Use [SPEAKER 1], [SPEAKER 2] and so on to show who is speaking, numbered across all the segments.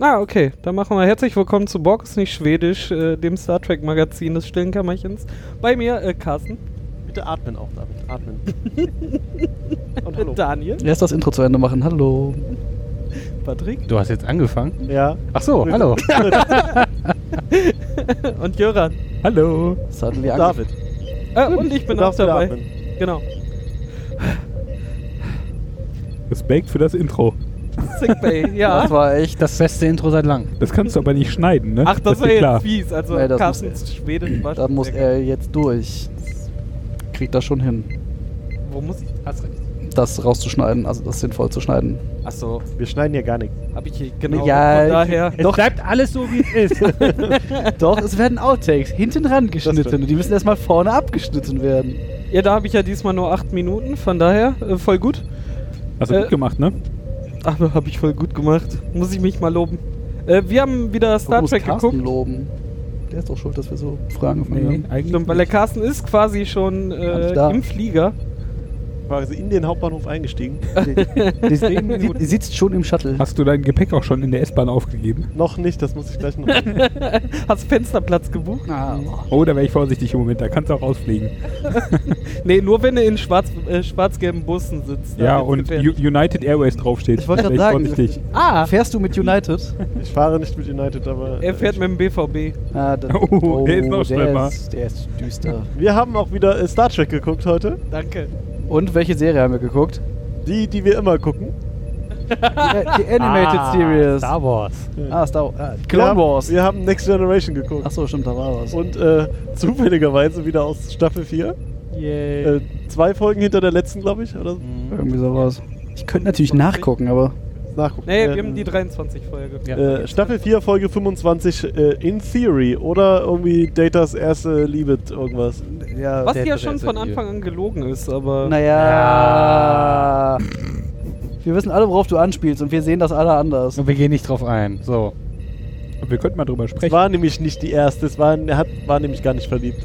[SPEAKER 1] Ah, okay. Dann machen wir herzlich willkommen zu Borg ist nicht Schwedisch, äh, dem Star Trek Magazin des stillen Kammerchens. Bei mir äh, Carsten.
[SPEAKER 2] Bitte atmen auch, David. Atmen. Und
[SPEAKER 1] Äh,
[SPEAKER 2] hallo.
[SPEAKER 1] Daniel.
[SPEAKER 3] Erst das Intro zu Ende machen. Hallo.
[SPEAKER 1] Patrick.
[SPEAKER 4] Du hast jetzt angefangen?
[SPEAKER 2] Ja.
[SPEAKER 4] Ach so, hallo.
[SPEAKER 1] und Jöran.
[SPEAKER 4] hallo.
[SPEAKER 3] Suddenly
[SPEAKER 2] David.
[SPEAKER 1] Äh, und ich bin auch
[SPEAKER 2] wieder
[SPEAKER 1] dabei.
[SPEAKER 2] atmen.
[SPEAKER 1] Genau.
[SPEAKER 5] Respekt für das Intro.
[SPEAKER 1] Sickbay, ja.
[SPEAKER 3] Das war echt.
[SPEAKER 4] Das beste Intro seit lang.
[SPEAKER 5] Das kannst du aber nicht schneiden, ne?
[SPEAKER 1] Ach, das
[SPEAKER 5] ist
[SPEAKER 1] war
[SPEAKER 5] dir
[SPEAKER 1] jetzt
[SPEAKER 5] klar.
[SPEAKER 1] fies. Also
[SPEAKER 3] Nee, das muss
[SPEAKER 1] Carstens Schwedisch Äh, war
[SPEAKER 3] Da
[SPEAKER 1] schon
[SPEAKER 3] muss
[SPEAKER 1] sehr
[SPEAKER 3] er jetzt durch. Kriegt das schon hin,
[SPEAKER 1] geil. Wo muss ich?
[SPEAKER 4] Hast recht.
[SPEAKER 3] das rauszuschneiden, also das sinnvoll zu schneiden.
[SPEAKER 1] Achso,
[SPEAKER 2] Wir schneiden hier gar nichts.
[SPEAKER 1] hab ich hier genau.
[SPEAKER 3] Ja,
[SPEAKER 1] von
[SPEAKER 3] ich-
[SPEAKER 1] daher.
[SPEAKER 4] Es bleibt alles so, wie es ist.
[SPEAKER 3] Doch, es werden Outtakes hinten ran geschnitten und die müssen erstmal vorne abgeschnitten werden.
[SPEAKER 1] Ja, da habe ich ja diesmal nur 8 Minuten, von daher äh, voll gut.
[SPEAKER 5] Hast du
[SPEAKER 1] Äh,
[SPEAKER 5] gut gemacht, ne?
[SPEAKER 1] Aber habe ich voll gut gemacht. Muss ich mich mal loben. Äh, wir haben wieder Star
[SPEAKER 3] Du musst
[SPEAKER 1] Trek
[SPEAKER 3] Carsten
[SPEAKER 1] geguckt.
[SPEAKER 3] loben. Der ist doch schuld, dass wir so früh angefangen haben.
[SPEAKER 5] eigentlich
[SPEAKER 1] Stimmt, weil der Carsten ist quasi schon äh,
[SPEAKER 3] Ganz da.
[SPEAKER 1] im Flieger.
[SPEAKER 2] Quasi also in den Hauptbahnhof eingestiegen.
[SPEAKER 3] Die, die, die sitzt schon im Shuttle.
[SPEAKER 5] Hast du dein Gepäck auch schon in der S-Bahn aufgegeben?
[SPEAKER 2] noch nicht, das muss ich gleich noch.
[SPEAKER 1] Hast Fensterplatz gebucht?
[SPEAKER 3] Ah,
[SPEAKER 5] Oh, da wäre ich vorsichtig im Moment, da kannst du auch rausfliegen.
[SPEAKER 1] Nee, nur wenn du in schwarz, äh, schwarz-gelben Bussen sitzt.
[SPEAKER 5] Ja, und U United Airways draufsteht.
[SPEAKER 3] Ich wollte
[SPEAKER 5] Da
[SPEAKER 3] gerade
[SPEAKER 5] wär
[SPEAKER 3] sagen.
[SPEAKER 5] Vorsichtig.
[SPEAKER 1] Ah,
[SPEAKER 3] Fährst du mit United?
[SPEAKER 2] Ich fahre nicht mit United, aber. äh,
[SPEAKER 1] er fährt mit dem BVB.
[SPEAKER 3] Ah, da-
[SPEAKER 5] Oh, der ist noch schlimmer.
[SPEAKER 3] Der ist, der ist düster.
[SPEAKER 2] Wir haben auch wieder äh, Star Trek geguckt heute.
[SPEAKER 1] Danke.
[SPEAKER 3] Und welche Serie haben wir geguckt?
[SPEAKER 2] Die, die wir immer gucken.
[SPEAKER 3] Die, die Animated Series.
[SPEAKER 4] Ah, Star Wars.
[SPEAKER 3] Ah, Star ah,
[SPEAKER 2] wir
[SPEAKER 3] Clone Wars.
[SPEAKER 2] Haben, wir haben Next Generation geguckt.
[SPEAKER 3] Achso, stimmt, da war was.
[SPEAKER 2] Und äh, zufälligerweise wieder aus Staffel 4.
[SPEAKER 3] Yay.
[SPEAKER 2] Äh, zwei Folgen hinter der letzten, glaube ich. Oder
[SPEAKER 1] Hm.
[SPEAKER 3] Irgendwie sowas. Ich könnte natürlich nachgucken, aber
[SPEAKER 2] nachgucken.
[SPEAKER 1] Nee,
[SPEAKER 2] Ähm,
[SPEAKER 1] wir haben die 23 vorher geguckt.
[SPEAKER 4] Ja.
[SPEAKER 2] Äh, Staffel 4, Folge 25, äh, in Theory. Oder irgendwie Datas erste Liebe, irgendwas.
[SPEAKER 3] ja.
[SPEAKER 1] Was
[SPEAKER 4] der-
[SPEAKER 1] ja
[SPEAKER 4] der-
[SPEAKER 1] schon
[SPEAKER 4] der-
[SPEAKER 1] von
[SPEAKER 4] der-
[SPEAKER 1] Anfang an gelogen ist, aber.
[SPEAKER 3] Naja. Wir wissen alle, worauf du anspielst und wir sehen das alle anders.
[SPEAKER 4] Und wir gehen nicht drauf ein. So.
[SPEAKER 5] Wir könnten mal drüber
[SPEAKER 2] Es
[SPEAKER 5] sprechen.
[SPEAKER 2] war nämlich nicht die erste, es war, er hat, war nämlich gar nicht verliebt.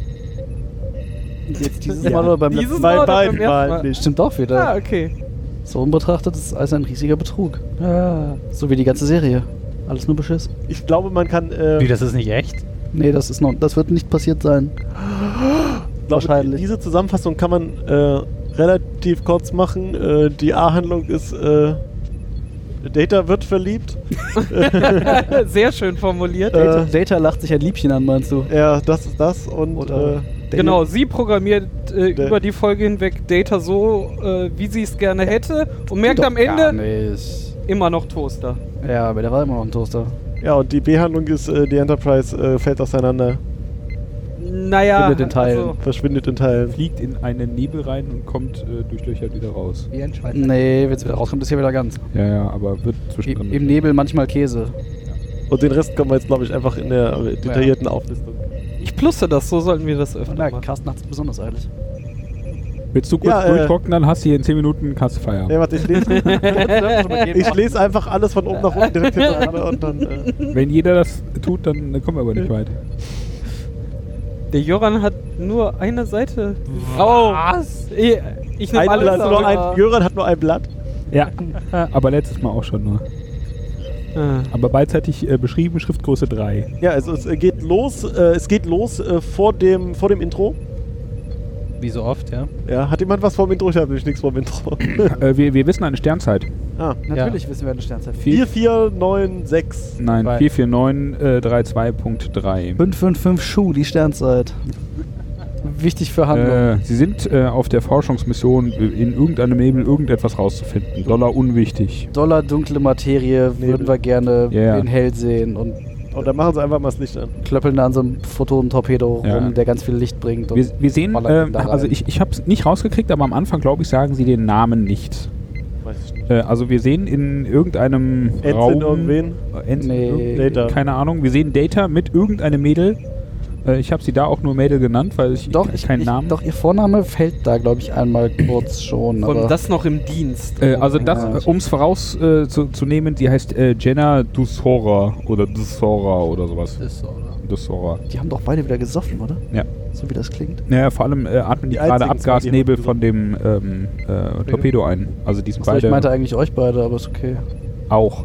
[SPEAKER 3] Jetzt dieses
[SPEAKER 2] Ja.
[SPEAKER 3] Mal oder beim
[SPEAKER 1] Dieses
[SPEAKER 3] letzten
[SPEAKER 1] Mal
[SPEAKER 2] Bei
[SPEAKER 1] oder
[SPEAKER 2] beiden
[SPEAKER 1] beim ersten
[SPEAKER 2] Mal
[SPEAKER 1] Mal?
[SPEAKER 2] nicht.
[SPEAKER 3] Stimmt doch wieder.
[SPEAKER 1] Ah, okay.
[SPEAKER 3] So unbetrachtet ist alles ein riesiger Betrug. So wie die ganze Serie. Alles nur Beschiss.
[SPEAKER 2] Ich glaube, man kann. Äh,
[SPEAKER 4] Wie, das ist nicht echt?
[SPEAKER 3] Nee, das ist noch. Das wird nicht passiert sein.
[SPEAKER 2] glaube,
[SPEAKER 3] wahrscheinlich.
[SPEAKER 2] Diese Zusammenfassung kann man äh, relativ kurz machen. Äh, die A-Handlung ist. Äh, Data wird verliebt.
[SPEAKER 1] Sehr schön formuliert.
[SPEAKER 2] Äh,
[SPEAKER 3] Data, Data lacht sich ein Liebchen an, meinst du?
[SPEAKER 2] Ja, das ist das. Und
[SPEAKER 3] Oder- E-
[SPEAKER 2] äh,
[SPEAKER 1] Genau, sie programmiert äh,
[SPEAKER 2] Der-
[SPEAKER 1] über die Folge hinweg Data so, äh, wie sie es gerne hätte und merkt am Ende immer noch Toaster.
[SPEAKER 3] Ja, aber der war immer noch ein Toaster.
[SPEAKER 2] ja, und die B-Handlung ist, äh, die Enterprise äh, fällt auseinander,
[SPEAKER 1] Naja, also
[SPEAKER 3] Findet den Teil.
[SPEAKER 2] verschwindet in Teilen.
[SPEAKER 5] Fliegt in einen Nebel rein und kommt äh, durchlöchert wieder raus.
[SPEAKER 4] Wie ein Schweizer.
[SPEAKER 3] Nee, wenn es wieder rauskommt, ist hier wieder ganz.
[SPEAKER 5] Ja, ja, aber wird
[SPEAKER 3] Im,
[SPEAKER 5] zwischendrin.
[SPEAKER 3] Im Nebel manchmal Käse.
[SPEAKER 2] Und den Rest können wir jetzt, glaube ich, einfach in der äh, detaillierten Auflistung.
[SPEAKER 1] ich plusse das, so sollten wir das öfter
[SPEAKER 3] Na,
[SPEAKER 1] machen.
[SPEAKER 3] Carsten hat es besonders eilig.
[SPEAKER 5] Willst du kurz
[SPEAKER 2] Ja, äh,
[SPEAKER 5] durchrocken, dann hast du hier in 10 Minuten Kassefeier.
[SPEAKER 2] Nee, warte, ich lese, ich
[SPEAKER 3] ich
[SPEAKER 2] lese einfach alles von oben nach unten direkt hintereinander und dann. Äh,
[SPEAKER 5] Wenn jeder das tut, dann äh, kommen wir aber nicht weit.
[SPEAKER 1] Der Joran hat nur eine Seite. Was? Oh, ich, ich nehme
[SPEAKER 2] ein
[SPEAKER 1] alles
[SPEAKER 2] Blatt, nur ein,
[SPEAKER 1] zurück.
[SPEAKER 2] Jöran hat nur ein Blatt.
[SPEAKER 5] Ja, aber letztes Mal auch schon nur.
[SPEAKER 1] Ah.
[SPEAKER 5] Aber beidseitig äh, beschrieben, Schriftgröße 3.
[SPEAKER 2] Ja, also es äh, geht los, äh, es geht los äh, vor, dem, vor dem Intro.
[SPEAKER 4] Wie so oft, ja.
[SPEAKER 2] Ja, hat jemand was vorm Intro? Ich habe nämlich nichts vorm Intro.
[SPEAKER 5] Äh, wir, wir wissen eine Sternzeit.
[SPEAKER 2] ah.
[SPEAKER 3] Natürlich wissen wir eine Sternzeit.
[SPEAKER 2] 4496.
[SPEAKER 5] Nein,
[SPEAKER 4] Zwei.
[SPEAKER 5] äh, 44932.3.
[SPEAKER 3] 555 Schuh, die Sternzeit. Wichtig für Handlung.
[SPEAKER 5] Äh, sie sind äh, auf der Forschungsmission, äh, in irgendeinem Nebel irgendetwas rauszufinden. Dollar unwichtig.
[SPEAKER 3] Dollar dunkle Materie würden
[SPEAKER 2] Nebel.
[SPEAKER 3] wir gerne
[SPEAKER 5] Ja.
[SPEAKER 3] in hell sehen und
[SPEAKER 2] Und dann machen sie einfach mal das Licht an.
[SPEAKER 3] klöppeln da an so einem Photonentorpedo
[SPEAKER 5] Ja.
[SPEAKER 3] rum, der ganz viel Licht bringt. Und
[SPEAKER 5] Wir, wir sehen,
[SPEAKER 3] ballern
[SPEAKER 5] äh,
[SPEAKER 3] ihn da rein.
[SPEAKER 5] also ich, ich habe es nicht rausgekriegt, aber am Anfang, glaube ich, sagen sie den Namen nicht.
[SPEAKER 2] Weiß ich nicht.
[SPEAKER 5] Äh, also wir sehen in irgendeinem
[SPEAKER 2] Endsinn
[SPEAKER 5] Raum...
[SPEAKER 2] irgendwen?
[SPEAKER 5] Äh, Endsinn
[SPEAKER 3] Nee.
[SPEAKER 5] irgendwen,
[SPEAKER 2] Data.
[SPEAKER 5] Keine Ahnung. Wir sehen Data mit irgendeinem Mädel. Äh, ich habe sie da auch nur Mädel genannt, weil ich,
[SPEAKER 3] doch,
[SPEAKER 5] ich
[SPEAKER 3] ich,
[SPEAKER 5] keinen
[SPEAKER 3] ich,
[SPEAKER 5] Namen...
[SPEAKER 3] doch, ihr Vorname fällt da, glaube ich, einmal kurz schon. Aber
[SPEAKER 1] Und das noch im Dienst.
[SPEAKER 5] Äh, also
[SPEAKER 3] Ja.
[SPEAKER 5] das, äh, um es vorauszunehmen, äh, zu, zu nehmen, die heißt äh, Jenna Dusora oder Dusora oder sowas.
[SPEAKER 4] Das ist so, oder?
[SPEAKER 5] Dusora.
[SPEAKER 3] die haben doch beide wieder gesoffen, oder?
[SPEAKER 5] Ja.
[SPEAKER 3] So wie das klingt.
[SPEAKER 5] Naja, vor allem äh, atmen die,
[SPEAKER 2] Die
[SPEAKER 5] gerade
[SPEAKER 2] einzigen zwei, die
[SPEAKER 5] Abgasnebel
[SPEAKER 2] haben
[SPEAKER 5] von dem ähm, äh, Torpedo ein. Also die sind
[SPEAKER 3] Also
[SPEAKER 5] beide
[SPEAKER 3] ich meinte eigentlich euch beide, aber ist okay.
[SPEAKER 5] auch.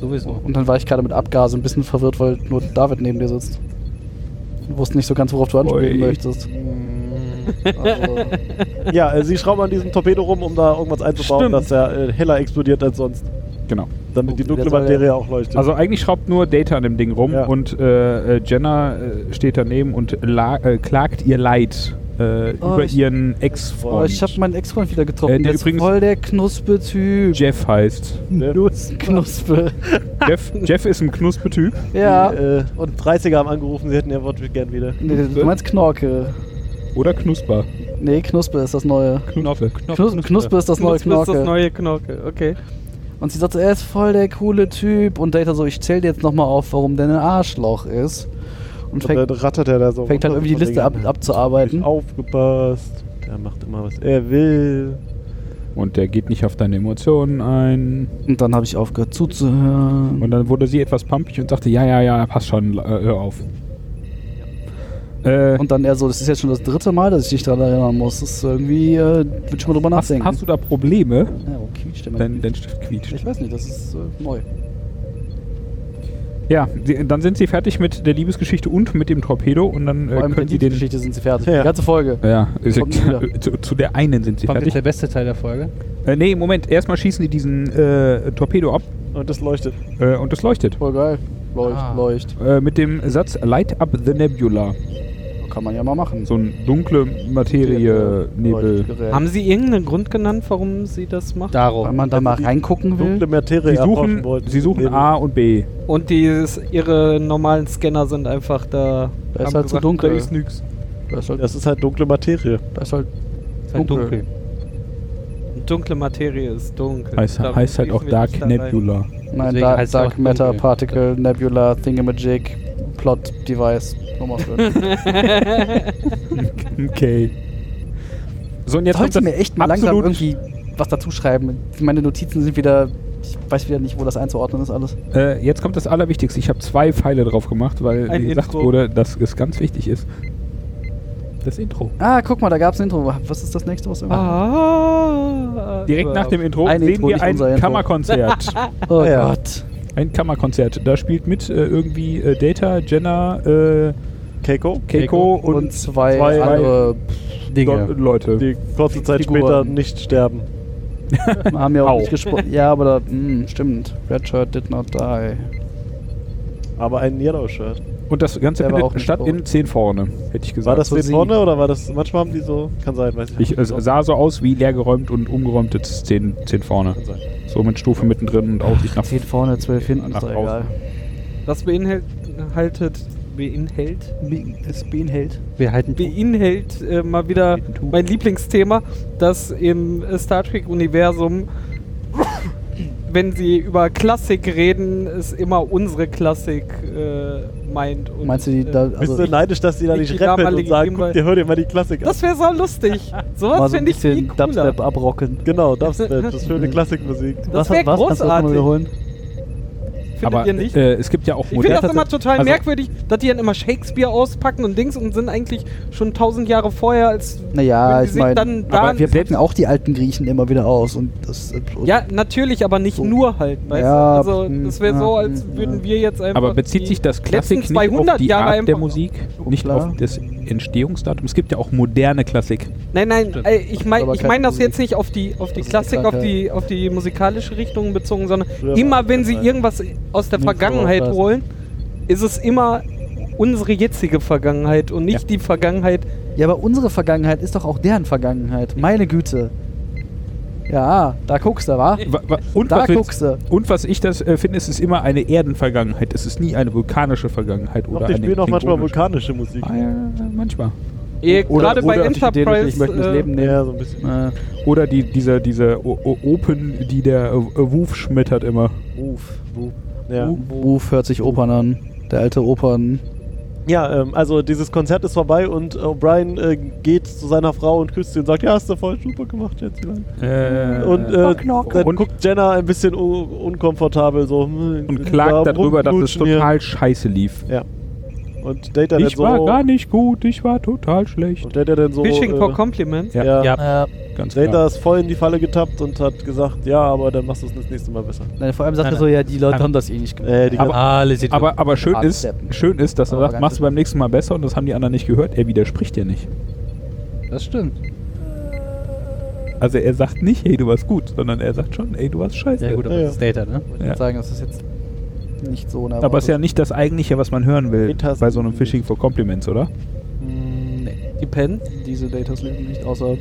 [SPEAKER 4] Sowieso.
[SPEAKER 3] Und dann war ich gerade mit Abgase ein bisschen verwirrt, weil nur David neben dir sitzt. Und wusste nicht so ganz, worauf du anspielen
[SPEAKER 5] Ui.
[SPEAKER 3] möchtest. Also,
[SPEAKER 2] Ja, äh, sie schrauben an diesem Torpedo rum, um da irgendwas einzubauen,
[SPEAKER 1] Stimmt.
[SPEAKER 2] dass er äh, heller explodiert als sonst.
[SPEAKER 5] Genau.
[SPEAKER 2] Damit die
[SPEAKER 3] Oh,
[SPEAKER 2] dunkle
[SPEAKER 3] der soll ja-
[SPEAKER 2] Materie auch leuchtet.
[SPEAKER 5] Also eigentlich schraubt nur Data an dem Ding rum
[SPEAKER 2] Ja.
[SPEAKER 5] und äh, äh, Jenna äh, steht daneben und la äh, klagt ihr Leid äh,
[SPEAKER 3] Oh,
[SPEAKER 5] über
[SPEAKER 3] ich-
[SPEAKER 5] ihren
[SPEAKER 3] oh,
[SPEAKER 5] Ex-Freund.
[SPEAKER 3] ich habe meinen Ex-Freund wieder getroffen.
[SPEAKER 5] Äh, der
[SPEAKER 3] der ist
[SPEAKER 5] übrigens-
[SPEAKER 3] voll der Knuspe-Typ.
[SPEAKER 5] Jeff heißt.
[SPEAKER 2] ne?
[SPEAKER 3] Knuspe.
[SPEAKER 5] Jeff, Jeff ist ein Knuspe-Typ.
[SPEAKER 3] Ja.
[SPEAKER 2] Die, äh, und 30er haben angerufen, sie hätten ihr Wortspiel gern wieder.
[SPEAKER 3] Nee, du meinst Knorke.
[SPEAKER 5] Oder Knusper.
[SPEAKER 3] Nee, Knuspe ist das neue.
[SPEAKER 5] Knopfe.
[SPEAKER 4] Knopf-
[SPEAKER 3] Knus Knuspe ist das neue
[SPEAKER 1] Knuspe ist
[SPEAKER 3] Knorke.
[SPEAKER 1] das neue Knorke, okay.
[SPEAKER 3] Und sie sagt so, er ist voll der coole Typ. Und Data so, ich zähl dir jetzt nochmal auf, warum der ein Arschloch ist. Und
[SPEAKER 2] Und dann
[SPEAKER 3] fängt,
[SPEAKER 2] rattert er da so.
[SPEAKER 3] fängt halt irgendwie die Liste ab, abzuarbeiten.
[SPEAKER 2] Aufgepasst. Der macht immer, was er will.
[SPEAKER 5] Und der geht nicht auf deine Emotionen ein.
[SPEAKER 3] Und dann habe ich aufgehört zuzuhören.
[SPEAKER 5] Und dann wurde sie etwas pumpig und sagte, ja, ja, ja, passt schon, äh, hör auf. Äh,
[SPEAKER 3] Und dann er so, das ist jetzt schon das dritte Mal, dass ich dich daran erinnern muss. Das ist irgendwie, äh, will schon mal drüber
[SPEAKER 5] hast,
[SPEAKER 3] nachdenken.
[SPEAKER 5] hast du da Probleme?
[SPEAKER 3] ja, wo quietscht denn mein
[SPEAKER 5] Dein,
[SPEAKER 3] Quietsch?
[SPEAKER 5] dein Stift quietscht.
[SPEAKER 3] Ich weiß nicht, das ist äh, neu.
[SPEAKER 5] Ja, sie, dann sind sie fertig mit der Liebesgeschichte und mit dem Torpedo und dann
[SPEAKER 3] Vor
[SPEAKER 5] äh,
[SPEAKER 3] allem
[SPEAKER 5] können
[SPEAKER 3] mit
[SPEAKER 5] sie
[SPEAKER 3] der
[SPEAKER 5] den...
[SPEAKER 3] Geschichte sind sie fertig.
[SPEAKER 2] Ja.
[SPEAKER 3] Die ganze Folge.
[SPEAKER 5] Ja, ist,
[SPEAKER 3] Kommt wieder.
[SPEAKER 5] zu, zu der einen sind sie
[SPEAKER 4] Kommt jetzt
[SPEAKER 5] fertig.
[SPEAKER 4] der beste Teil der Folge.
[SPEAKER 5] Äh, nee, Moment, erstmal schießen die diesen äh, Torpedo ab
[SPEAKER 2] Und das leuchtet.
[SPEAKER 5] äh, und das leuchtet.
[SPEAKER 3] Voll geil. Leucht,
[SPEAKER 4] Ah.
[SPEAKER 3] leucht.
[SPEAKER 5] Äh, mit dem Satz Light up the Nebula.
[SPEAKER 3] Kann man ja mal machen.
[SPEAKER 5] So ein dunkle Materie, Nebel.
[SPEAKER 3] Leuchtgerät.
[SPEAKER 1] Haben Sie irgendeinen Grund genannt, warum Sie das machen?
[SPEAKER 3] Wenn
[SPEAKER 4] Darum.
[SPEAKER 3] man da mal
[SPEAKER 2] die
[SPEAKER 4] Mhm.
[SPEAKER 3] reingucken will.
[SPEAKER 2] Dunkle Materie
[SPEAKER 5] Sie
[SPEAKER 2] erforschen
[SPEAKER 5] suchen,
[SPEAKER 2] wollten.
[SPEAKER 5] sie suchen
[SPEAKER 2] Leben.
[SPEAKER 5] A und B.
[SPEAKER 1] Und dieses, ihre normalen Scanner sind einfach da.
[SPEAKER 3] Da ist
[SPEAKER 1] haben
[SPEAKER 3] halt zu
[SPEAKER 1] gesagt,
[SPEAKER 3] dunkel.
[SPEAKER 1] Da ist nix.
[SPEAKER 3] Da ist halt,
[SPEAKER 2] Das ist halt dunkle Materie.
[SPEAKER 3] da ist halt
[SPEAKER 4] Ist halt dunkel.
[SPEAKER 1] Dunkle Materie ist dunkel.
[SPEAKER 5] Heißt,
[SPEAKER 1] Darum
[SPEAKER 5] heißt halt auch
[SPEAKER 1] schließen wir
[SPEAKER 5] Dark
[SPEAKER 1] nicht da rein.
[SPEAKER 5] Nebula.
[SPEAKER 3] Nein,
[SPEAKER 4] Deswegen
[SPEAKER 3] da,
[SPEAKER 4] heißt er auch
[SPEAKER 3] Dark Matter,
[SPEAKER 4] dunkel.
[SPEAKER 3] Particle, Nebula, Thingamajig, Plot, Device, Nummer 5.
[SPEAKER 5] Okay. So, und jetzt
[SPEAKER 3] Sollte
[SPEAKER 5] kommt
[SPEAKER 3] mir
[SPEAKER 5] das
[SPEAKER 3] echt mal langsam
[SPEAKER 5] absolut
[SPEAKER 3] irgendwie was dazu schreiben. Meine Notizen sind wieder, ich weiß wieder nicht, wo das einzuordnen ist alles.
[SPEAKER 5] Äh, jetzt kommt das Allerwichtigste. Ich habe zwei Pfeile drauf gemacht, weil
[SPEAKER 1] Ein
[SPEAKER 5] gesagt
[SPEAKER 1] Intro.
[SPEAKER 5] wurde, dass es ganz wichtig ist. Das Intro.
[SPEAKER 3] Ah, guck mal, da gab's ein Intro. Was ist das nächste, was immer?
[SPEAKER 1] Ah,
[SPEAKER 5] Direkt nach dem Intro
[SPEAKER 3] Ein
[SPEAKER 5] sehen
[SPEAKER 3] Intro,
[SPEAKER 5] wir
[SPEAKER 3] nicht
[SPEAKER 5] ein
[SPEAKER 3] unser Intro.
[SPEAKER 5] Kammerkonzert.
[SPEAKER 3] Oh
[SPEAKER 2] ja.
[SPEAKER 3] Gott.
[SPEAKER 5] ein Kammerkonzert. Da spielt mit äh, irgendwie äh, Data, Jenna, äh,
[SPEAKER 2] Keiko?
[SPEAKER 5] Keiko
[SPEAKER 4] Keiko
[SPEAKER 5] und,
[SPEAKER 3] Und zwei,
[SPEAKER 2] zwei
[SPEAKER 3] andere
[SPEAKER 5] Le-
[SPEAKER 4] Dinge.
[SPEAKER 5] Leute.
[SPEAKER 2] Die kurze Zeit
[SPEAKER 3] Figuren.
[SPEAKER 2] später nicht sterben.
[SPEAKER 3] haben ja
[SPEAKER 5] Au.
[SPEAKER 3] auch nicht gesprochen. Ja, aber da, mh, stimmt. Red Shirt did not die.
[SPEAKER 2] Aber ein Yellow-Shirt.
[SPEAKER 5] Und das Ganze
[SPEAKER 3] Der war auch
[SPEAKER 5] findet
[SPEAKER 3] nicht
[SPEAKER 5] statt
[SPEAKER 3] tot.
[SPEAKER 5] in 10 vorne, hätte ich gesagt.
[SPEAKER 2] War das
[SPEAKER 3] so
[SPEAKER 2] den
[SPEAKER 3] sie-
[SPEAKER 2] vorne oder war das. Manchmal haben die so. Kann sein, weiß ich
[SPEAKER 5] ich, äh, es sah so aus wie leergeräumt und umgeräumte 10, 10 vorne.
[SPEAKER 2] Kann sein.
[SPEAKER 5] So mit Stufe mittendrin und Aussicht nach.
[SPEAKER 3] Zehn vorne, zwölf hinten,
[SPEAKER 5] Nach
[SPEAKER 3] ist doch egal.
[SPEAKER 5] draußen.
[SPEAKER 1] Das beinhaltet. Beinhält?
[SPEAKER 3] Es beinhält.
[SPEAKER 4] Wir halten.
[SPEAKER 1] Beinhält äh, mal wieder mein Lieblingsthema, dass im äh, Star Trek-Universum, wenn sie über Klassik reden, es immer unsere Klassik äh, meint. Und,
[SPEAKER 3] Meinst du die
[SPEAKER 1] äh,
[SPEAKER 3] da,
[SPEAKER 2] Bist
[SPEAKER 3] also
[SPEAKER 2] du neidisch, dass die da
[SPEAKER 1] Nicht
[SPEAKER 2] nicht
[SPEAKER 1] die
[SPEAKER 2] rappen und
[SPEAKER 1] damalige
[SPEAKER 2] sagen,
[SPEAKER 1] Gimbal-
[SPEAKER 2] guck dir, hör dir mal die Klassik an.
[SPEAKER 1] Das wäre so lustig.
[SPEAKER 3] mal
[SPEAKER 1] Sowas
[SPEAKER 3] so ein
[SPEAKER 1] finde ich viel
[SPEAKER 3] bisschen
[SPEAKER 1] cooler.
[SPEAKER 3] Dubstep abrocken?
[SPEAKER 2] Genau, Dubstep, das ist schöne Klassikmusik.
[SPEAKER 1] Das
[SPEAKER 3] Was-
[SPEAKER 1] wäre
[SPEAKER 3] was- kannst du das mal
[SPEAKER 1] großartig.
[SPEAKER 3] wiederholen?
[SPEAKER 1] Findet
[SPEAKER 5] Aber
[SPEAKER 1] ihr nicht?
[SPEAKER 5] äh, es gibt ja auch
[SPEAKER 1] ich finde
[SPEAKER 5] Modelle.
[SPEAKER 1] das immer total
[SPEAKER 5] Also-
[SPEAKER 1] merkwürdig, dass die dann immer Shakespeare auspacken und Dings und sind eigentlich schon tausend Jahre vorher als.
[SPEAKER 3] Naja,
[SPEAKER 1] würden die
[SPEAKER 3] ich
[SPEAKER 1] sich
[SPEAKER 3] meine,
[SPEAKER 1] dann da-
[SPEAKER 3] aber wir packen auch die alten Griechen immer wieder aus und das äh,
[SPEAKER 1] Ja, natürlich, aber nicht
[SPEAKER 3] So.
[SPEAKER 1] nur halt. Weißt
[SPEAKER 3] Ja,
[SPEAKER 1] du? Also,
[SPEAKER 3] hm,
[SPEAKER 1] das wäre so,
[SPEAKER 3] ja,
[SPEAKER 1] als
[SPEAKER 3] hm,
[SPEAKER 1] würden
[SPEAKER 3] ja.
[SPEAKER 1] wir jetzt einfach.
[SPEAKER 5] Aber bezieht
[SPEAKER 1] die
[SPEAKER 5] sich das Klassik
[SPEAKER 1] letzten
[SPEAKER 5] nicht auf
[SPEAKER 1] 200
[SPEAKER 5] die
[SPEAKER 1] Jahre
[SPEAKER 5] Art der
[SPEAKER 1] einfach-
[SPEAKER 5] Musik,
[SPEAKER 3] Oh,
[SPEAKER 5] nicht
[SPEAKER 3] klar.
[SPEAKER 5] auf das Entstehungsdatum? Es gibt ja auch moderne Klassik.
[SPEAKER 1] Nein, nein,
[SPEAKER 4] Stimmt.
[SPEAKER 1] äh, ich meine
[SPEAKER 3] Aber
[SPEAKER 1] ich
[SPEAKER 3] keine
[SPEAKER 1] mein das
[SPEAKER 3] Musik.
[SPEAKER 1] jetzt nicht auf die, auf die
[SPEAKER 3] Das ist
[SPEAKER 1] Klassik,
[SPEAKER 3] eine
[SPEAKER 1] auf die, auf die musikalische Richtung bezogen, sondern
[SPEAKER 2] Früher war
[SPEAKER 1] immer
[SPEAKER 2] das
[SPEAKER 1] wenn
[SPEAKER 2] das
[SPEAKER 1] sie
[SPEAKER 2] halt.
[SPEAKER 1] irgendwas aus der
[SPEAKER 3] Nee,
[SPEAKER 1] Vergangenheit
[SPEAKER 3] früher war das.
[SPEAKER 1] holen, ist es immer unsere jetzige Vergangenheit und nicht die Vergangenheit.
[SPEAKER 3] ja, aber unsere Vergangenheit ist doch auch deren Vergangenheit. Meine Güte. Ja, da guckst du, wa?
[SPEAKER 5] Wa- wa- Und,
[SPEAKER 3] Da
[SPEAKER 5] was wir-
[SPEAKER 3] guckst du.
[SPEAKER 5] und was ich das äh, finde, es ist immer eine Erdenvergangenheit. Es ist nie eine vulkanische Vergangenheit
[SPEAKER 2] Doch,
[SPEAKER 5] oder
[SPEAKER 2] die
[SPEAKER 5] eine
[SPEAKER 2] spielen auch manchmal
[SPEAKER 5] klingonische.
[SPEAKER 2] vulkanische Musik.
[SPEAKER 5] Ah, ja, manchmal.
[SPEAKER 1] Eh,
[SPEAKER 3] Oder-
[SPEAKER 1] Gerade bei
[SPEAKER 3] oder ich hätte die Idee,
[SPEAKER 1] Enterprise.
[SPEAKER 3] Ich möchte das
[SPEAKER 1] äh,
[SPEAKER 3] Leben nehmen.
[SPEAKER 2] Ja, so ein bisschen.
[SPEAKER 3] Äh,
[SPEAKER 5] Oder die, diese, diese o o Open, die der äh, Wuf schmettert immer.
[SPEAKER 2] Ruf. Ruf. Ja,
[SPEAKER 3] Ruf hört sich Opern an. Der alte Opern.
[SPEAKER 2] ja ähm, also dieses Konzert ist vorbei und äh, O'Brien äh, geht zu seiner Frau und küsst sie und sagt, ja, hast du voll super gemacht jetzt. Ilan."
[SPEAKER 5] Äh,
[SPEAKER 2] Und äh, dann
[SPEAKER 5] und,
[SPEAKER 2] guckt Jenna ein bisschen un unkomfortabel so. hm,
[SPEAKER 5] und
[SPEAKER 2] da
[SPEAKER 5] klagt darüber, dass es
[SPEAKER 2] rumknutschen hier.
[SPEAKER 5] total scheiße lief.
[SPEAKER 2] Ja. Und Data dann
[SPEAKER 5] Ich
[SPEAKER 2] so.
[SPEAKER 5] war gar nicht gut, ich war total schlecht.
[SPEAKER 2] Und Data dann so.
[SPEAKER 1] Fishing for
[SPEAKER 2] äh,
[SPEAKER 1] Compliments.
[SPEAKER 5] Ja.
[SPEAKER 2] ja,
[SPEAKER 5] Ja.
[SPEAKER 6] Ja,
[SPEAKER 5] Ganz
[SPEAKER 2] Data
[SPEAKER 5] klar.
[SPEAKER 2] ist voll in die Falle getappt und hat gesagt, ja, aber dann machst du es das nächste Mal besser.
[SPEAKER 3] Nein, vor allem sagt
[SPEAKER 6] Nein,
[SPEAKER 3] er so, ja, die Leute
[SPEAKER 5] Nein.
[SPEAKER 3] haben das eh nicht gemacht.
[SPEAKER 2] Äh, die
[SPEAKER 5] Aber-
[SPEAKER 6] alle sieht
[SPEAKER 5] Aber, aber schön, ist,
[SPEAKER 3] Absteppen.
[SPEAKER 5] schön ist, dass er
[SPEAKER 3] Aber
[SPEAKER 5] sagt,
[SPEAKER 3] ganz
[SPEAKER 5] machst du beim nächsten Mal besser und das haben die anderen nicht gehört. Er widerspricht ja nicht.
[SPEAKER 4] Das stimmt.
[SPEAKER 5] Also er sagt nicht, hey, du warst gut, sondern er sagt schon, ey, du warst scheiße.
[SPEAKER 4] Ja, gut, aber
[SPEAKER 2] Ja,
[SPEAKER 4] das ist Data, ne?
[SPEAKER 3] Ich würde
[SPEAKER 5] Ja.
[SPEAKER 3] sagen, das ist jetzt nicht so eine
[SPEAKER 5] Aber es ist ja nicht das eigentliche, was man hören will
[SPEAKER 2] Metas-
[SPEAKER 5] bei so einem Phishing for Compliments, oder?
[SPEAKER 3] Nee,
[SPEAKER 1] Die Pen.
[SPEAKER 3] diese Datas lügen nicht, außer
[SPEAKER 2] Mhm.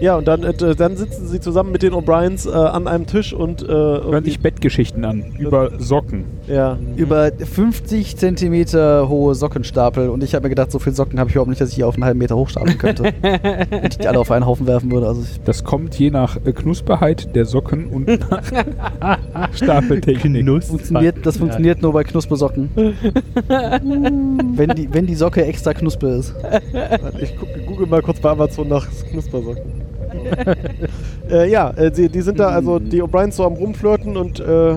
[SPEAKER 2] ja, und dann, äh, dann sitzen sie zusammen mit den O'Briens äh, an einem Tisch und äh,
[SPEAKER 5] Hören
[SPEAKER 2] irgendwie-
[SPEAKER 5] sich Bettgeschichten an, über Socken.
[SPEAKER 2] ja.
[SPEAKER 3] über 50 Zentimeter hohe Sockenstapel. Und ich habe mir gedacht, so viel Socken habe ich überhaupt nicht, dass ich hier auf einen halben Meter hochstapeln könnte. und ich die alle auf einen Haufen werfen würde. Also ich,
[SPEAKER 5] Das kommt je nach äh, Knusperheit der Socken und nach Stapeltechnik.
[SPEAKER 3] funktioniert, das funktioniert nur bei Knuspersocken. wenn, die, wenn die Socke extra knusper ist.
[SPEAKER 2] Warte, Ich guck, google mal kurz bei Amazon nach Knuspersocken. äh, ja, äh, sie, die sind da, also die O'Briens so am rumflirten und äh,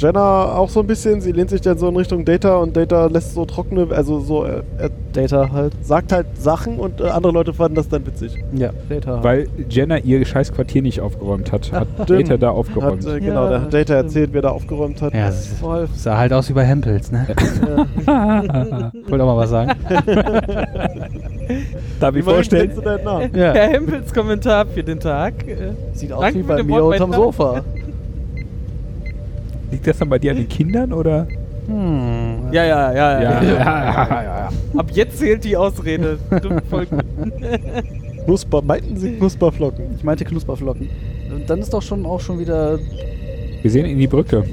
[SPEAKER 2] Jenna auch so ein bisschen. Sie lehnt sich dann so in Richtung Data und Data lässt so trockene, also so, äh, er
[SPEAKER 3] Data halt.
[SPEAKER 2] sagt halt Sachen und äh, andere Leute fanden das dann witzig.
[SPEAKER 3] Ja, Data halt.
[SPEAKER 5] Weil Jenna ihr scheiß Quartier nicht aufgeräumt hat, hat Data da
[SPEAKER 2] Hat,
[SPEAKER 5] aufgeräumt.
[SPEAKER 2] äh,
[SPEAKER 1] Ja,
[SPEAKER 2] genau, da
[SPEAKER 1] das
[SPEAKER 2] hat Data erzählt, wer da aufgeräumt hat.
[SPEAKER 4] Ja, das ist-
[SPEAKER 2] Voll.
[SPEAKER 4] Sah halt aus wie bei Hempels, ne? Wollte auch mal was sagen.
[SPEAKER 5] Darf
[SPEAKER 2] Immerhin
[SPEAKER 5] ich vorstellen?
[SPEAKER 2] kennst du deinen Namen.
[SPEAKER 1] Herr Hempels Kommentar für den Tag. Äh,
[SPEAKER 3] halt. Sieht aus
[SPEAKER 1] Danke
[SPEAKER 3] wie
[SPEAKER 1] für
[SPEAKER 3] bei
[SPEAKER 1] den
[SPEAKER 3] mir
[SPEAKER 1] Wort,
[SPEAKER 3] unterm
[SPEAKER 1] Data.
[SPEAKER 3] Sofa.
[SPEAKER 5] Liegt das dann bei dir an den Kindern oder?
[SPEAKER 4] Hm.
[SPEAKER 1] Ja, ja, ja, Äh, ja.
[SPEAKER 5] ja, ja.
[SPEAKER 1] Ab jetzt zählt die Ausrede. Stimmt voll gut.
[SPEAKER 2] Knusper, meinten sie Knusperflocken?
[SPEAKER 3] Ich meinte Knusperflocken. Und dann ist doch schon auch schon wieder
[SPEAKER 5] Wir sehen in die Brücke.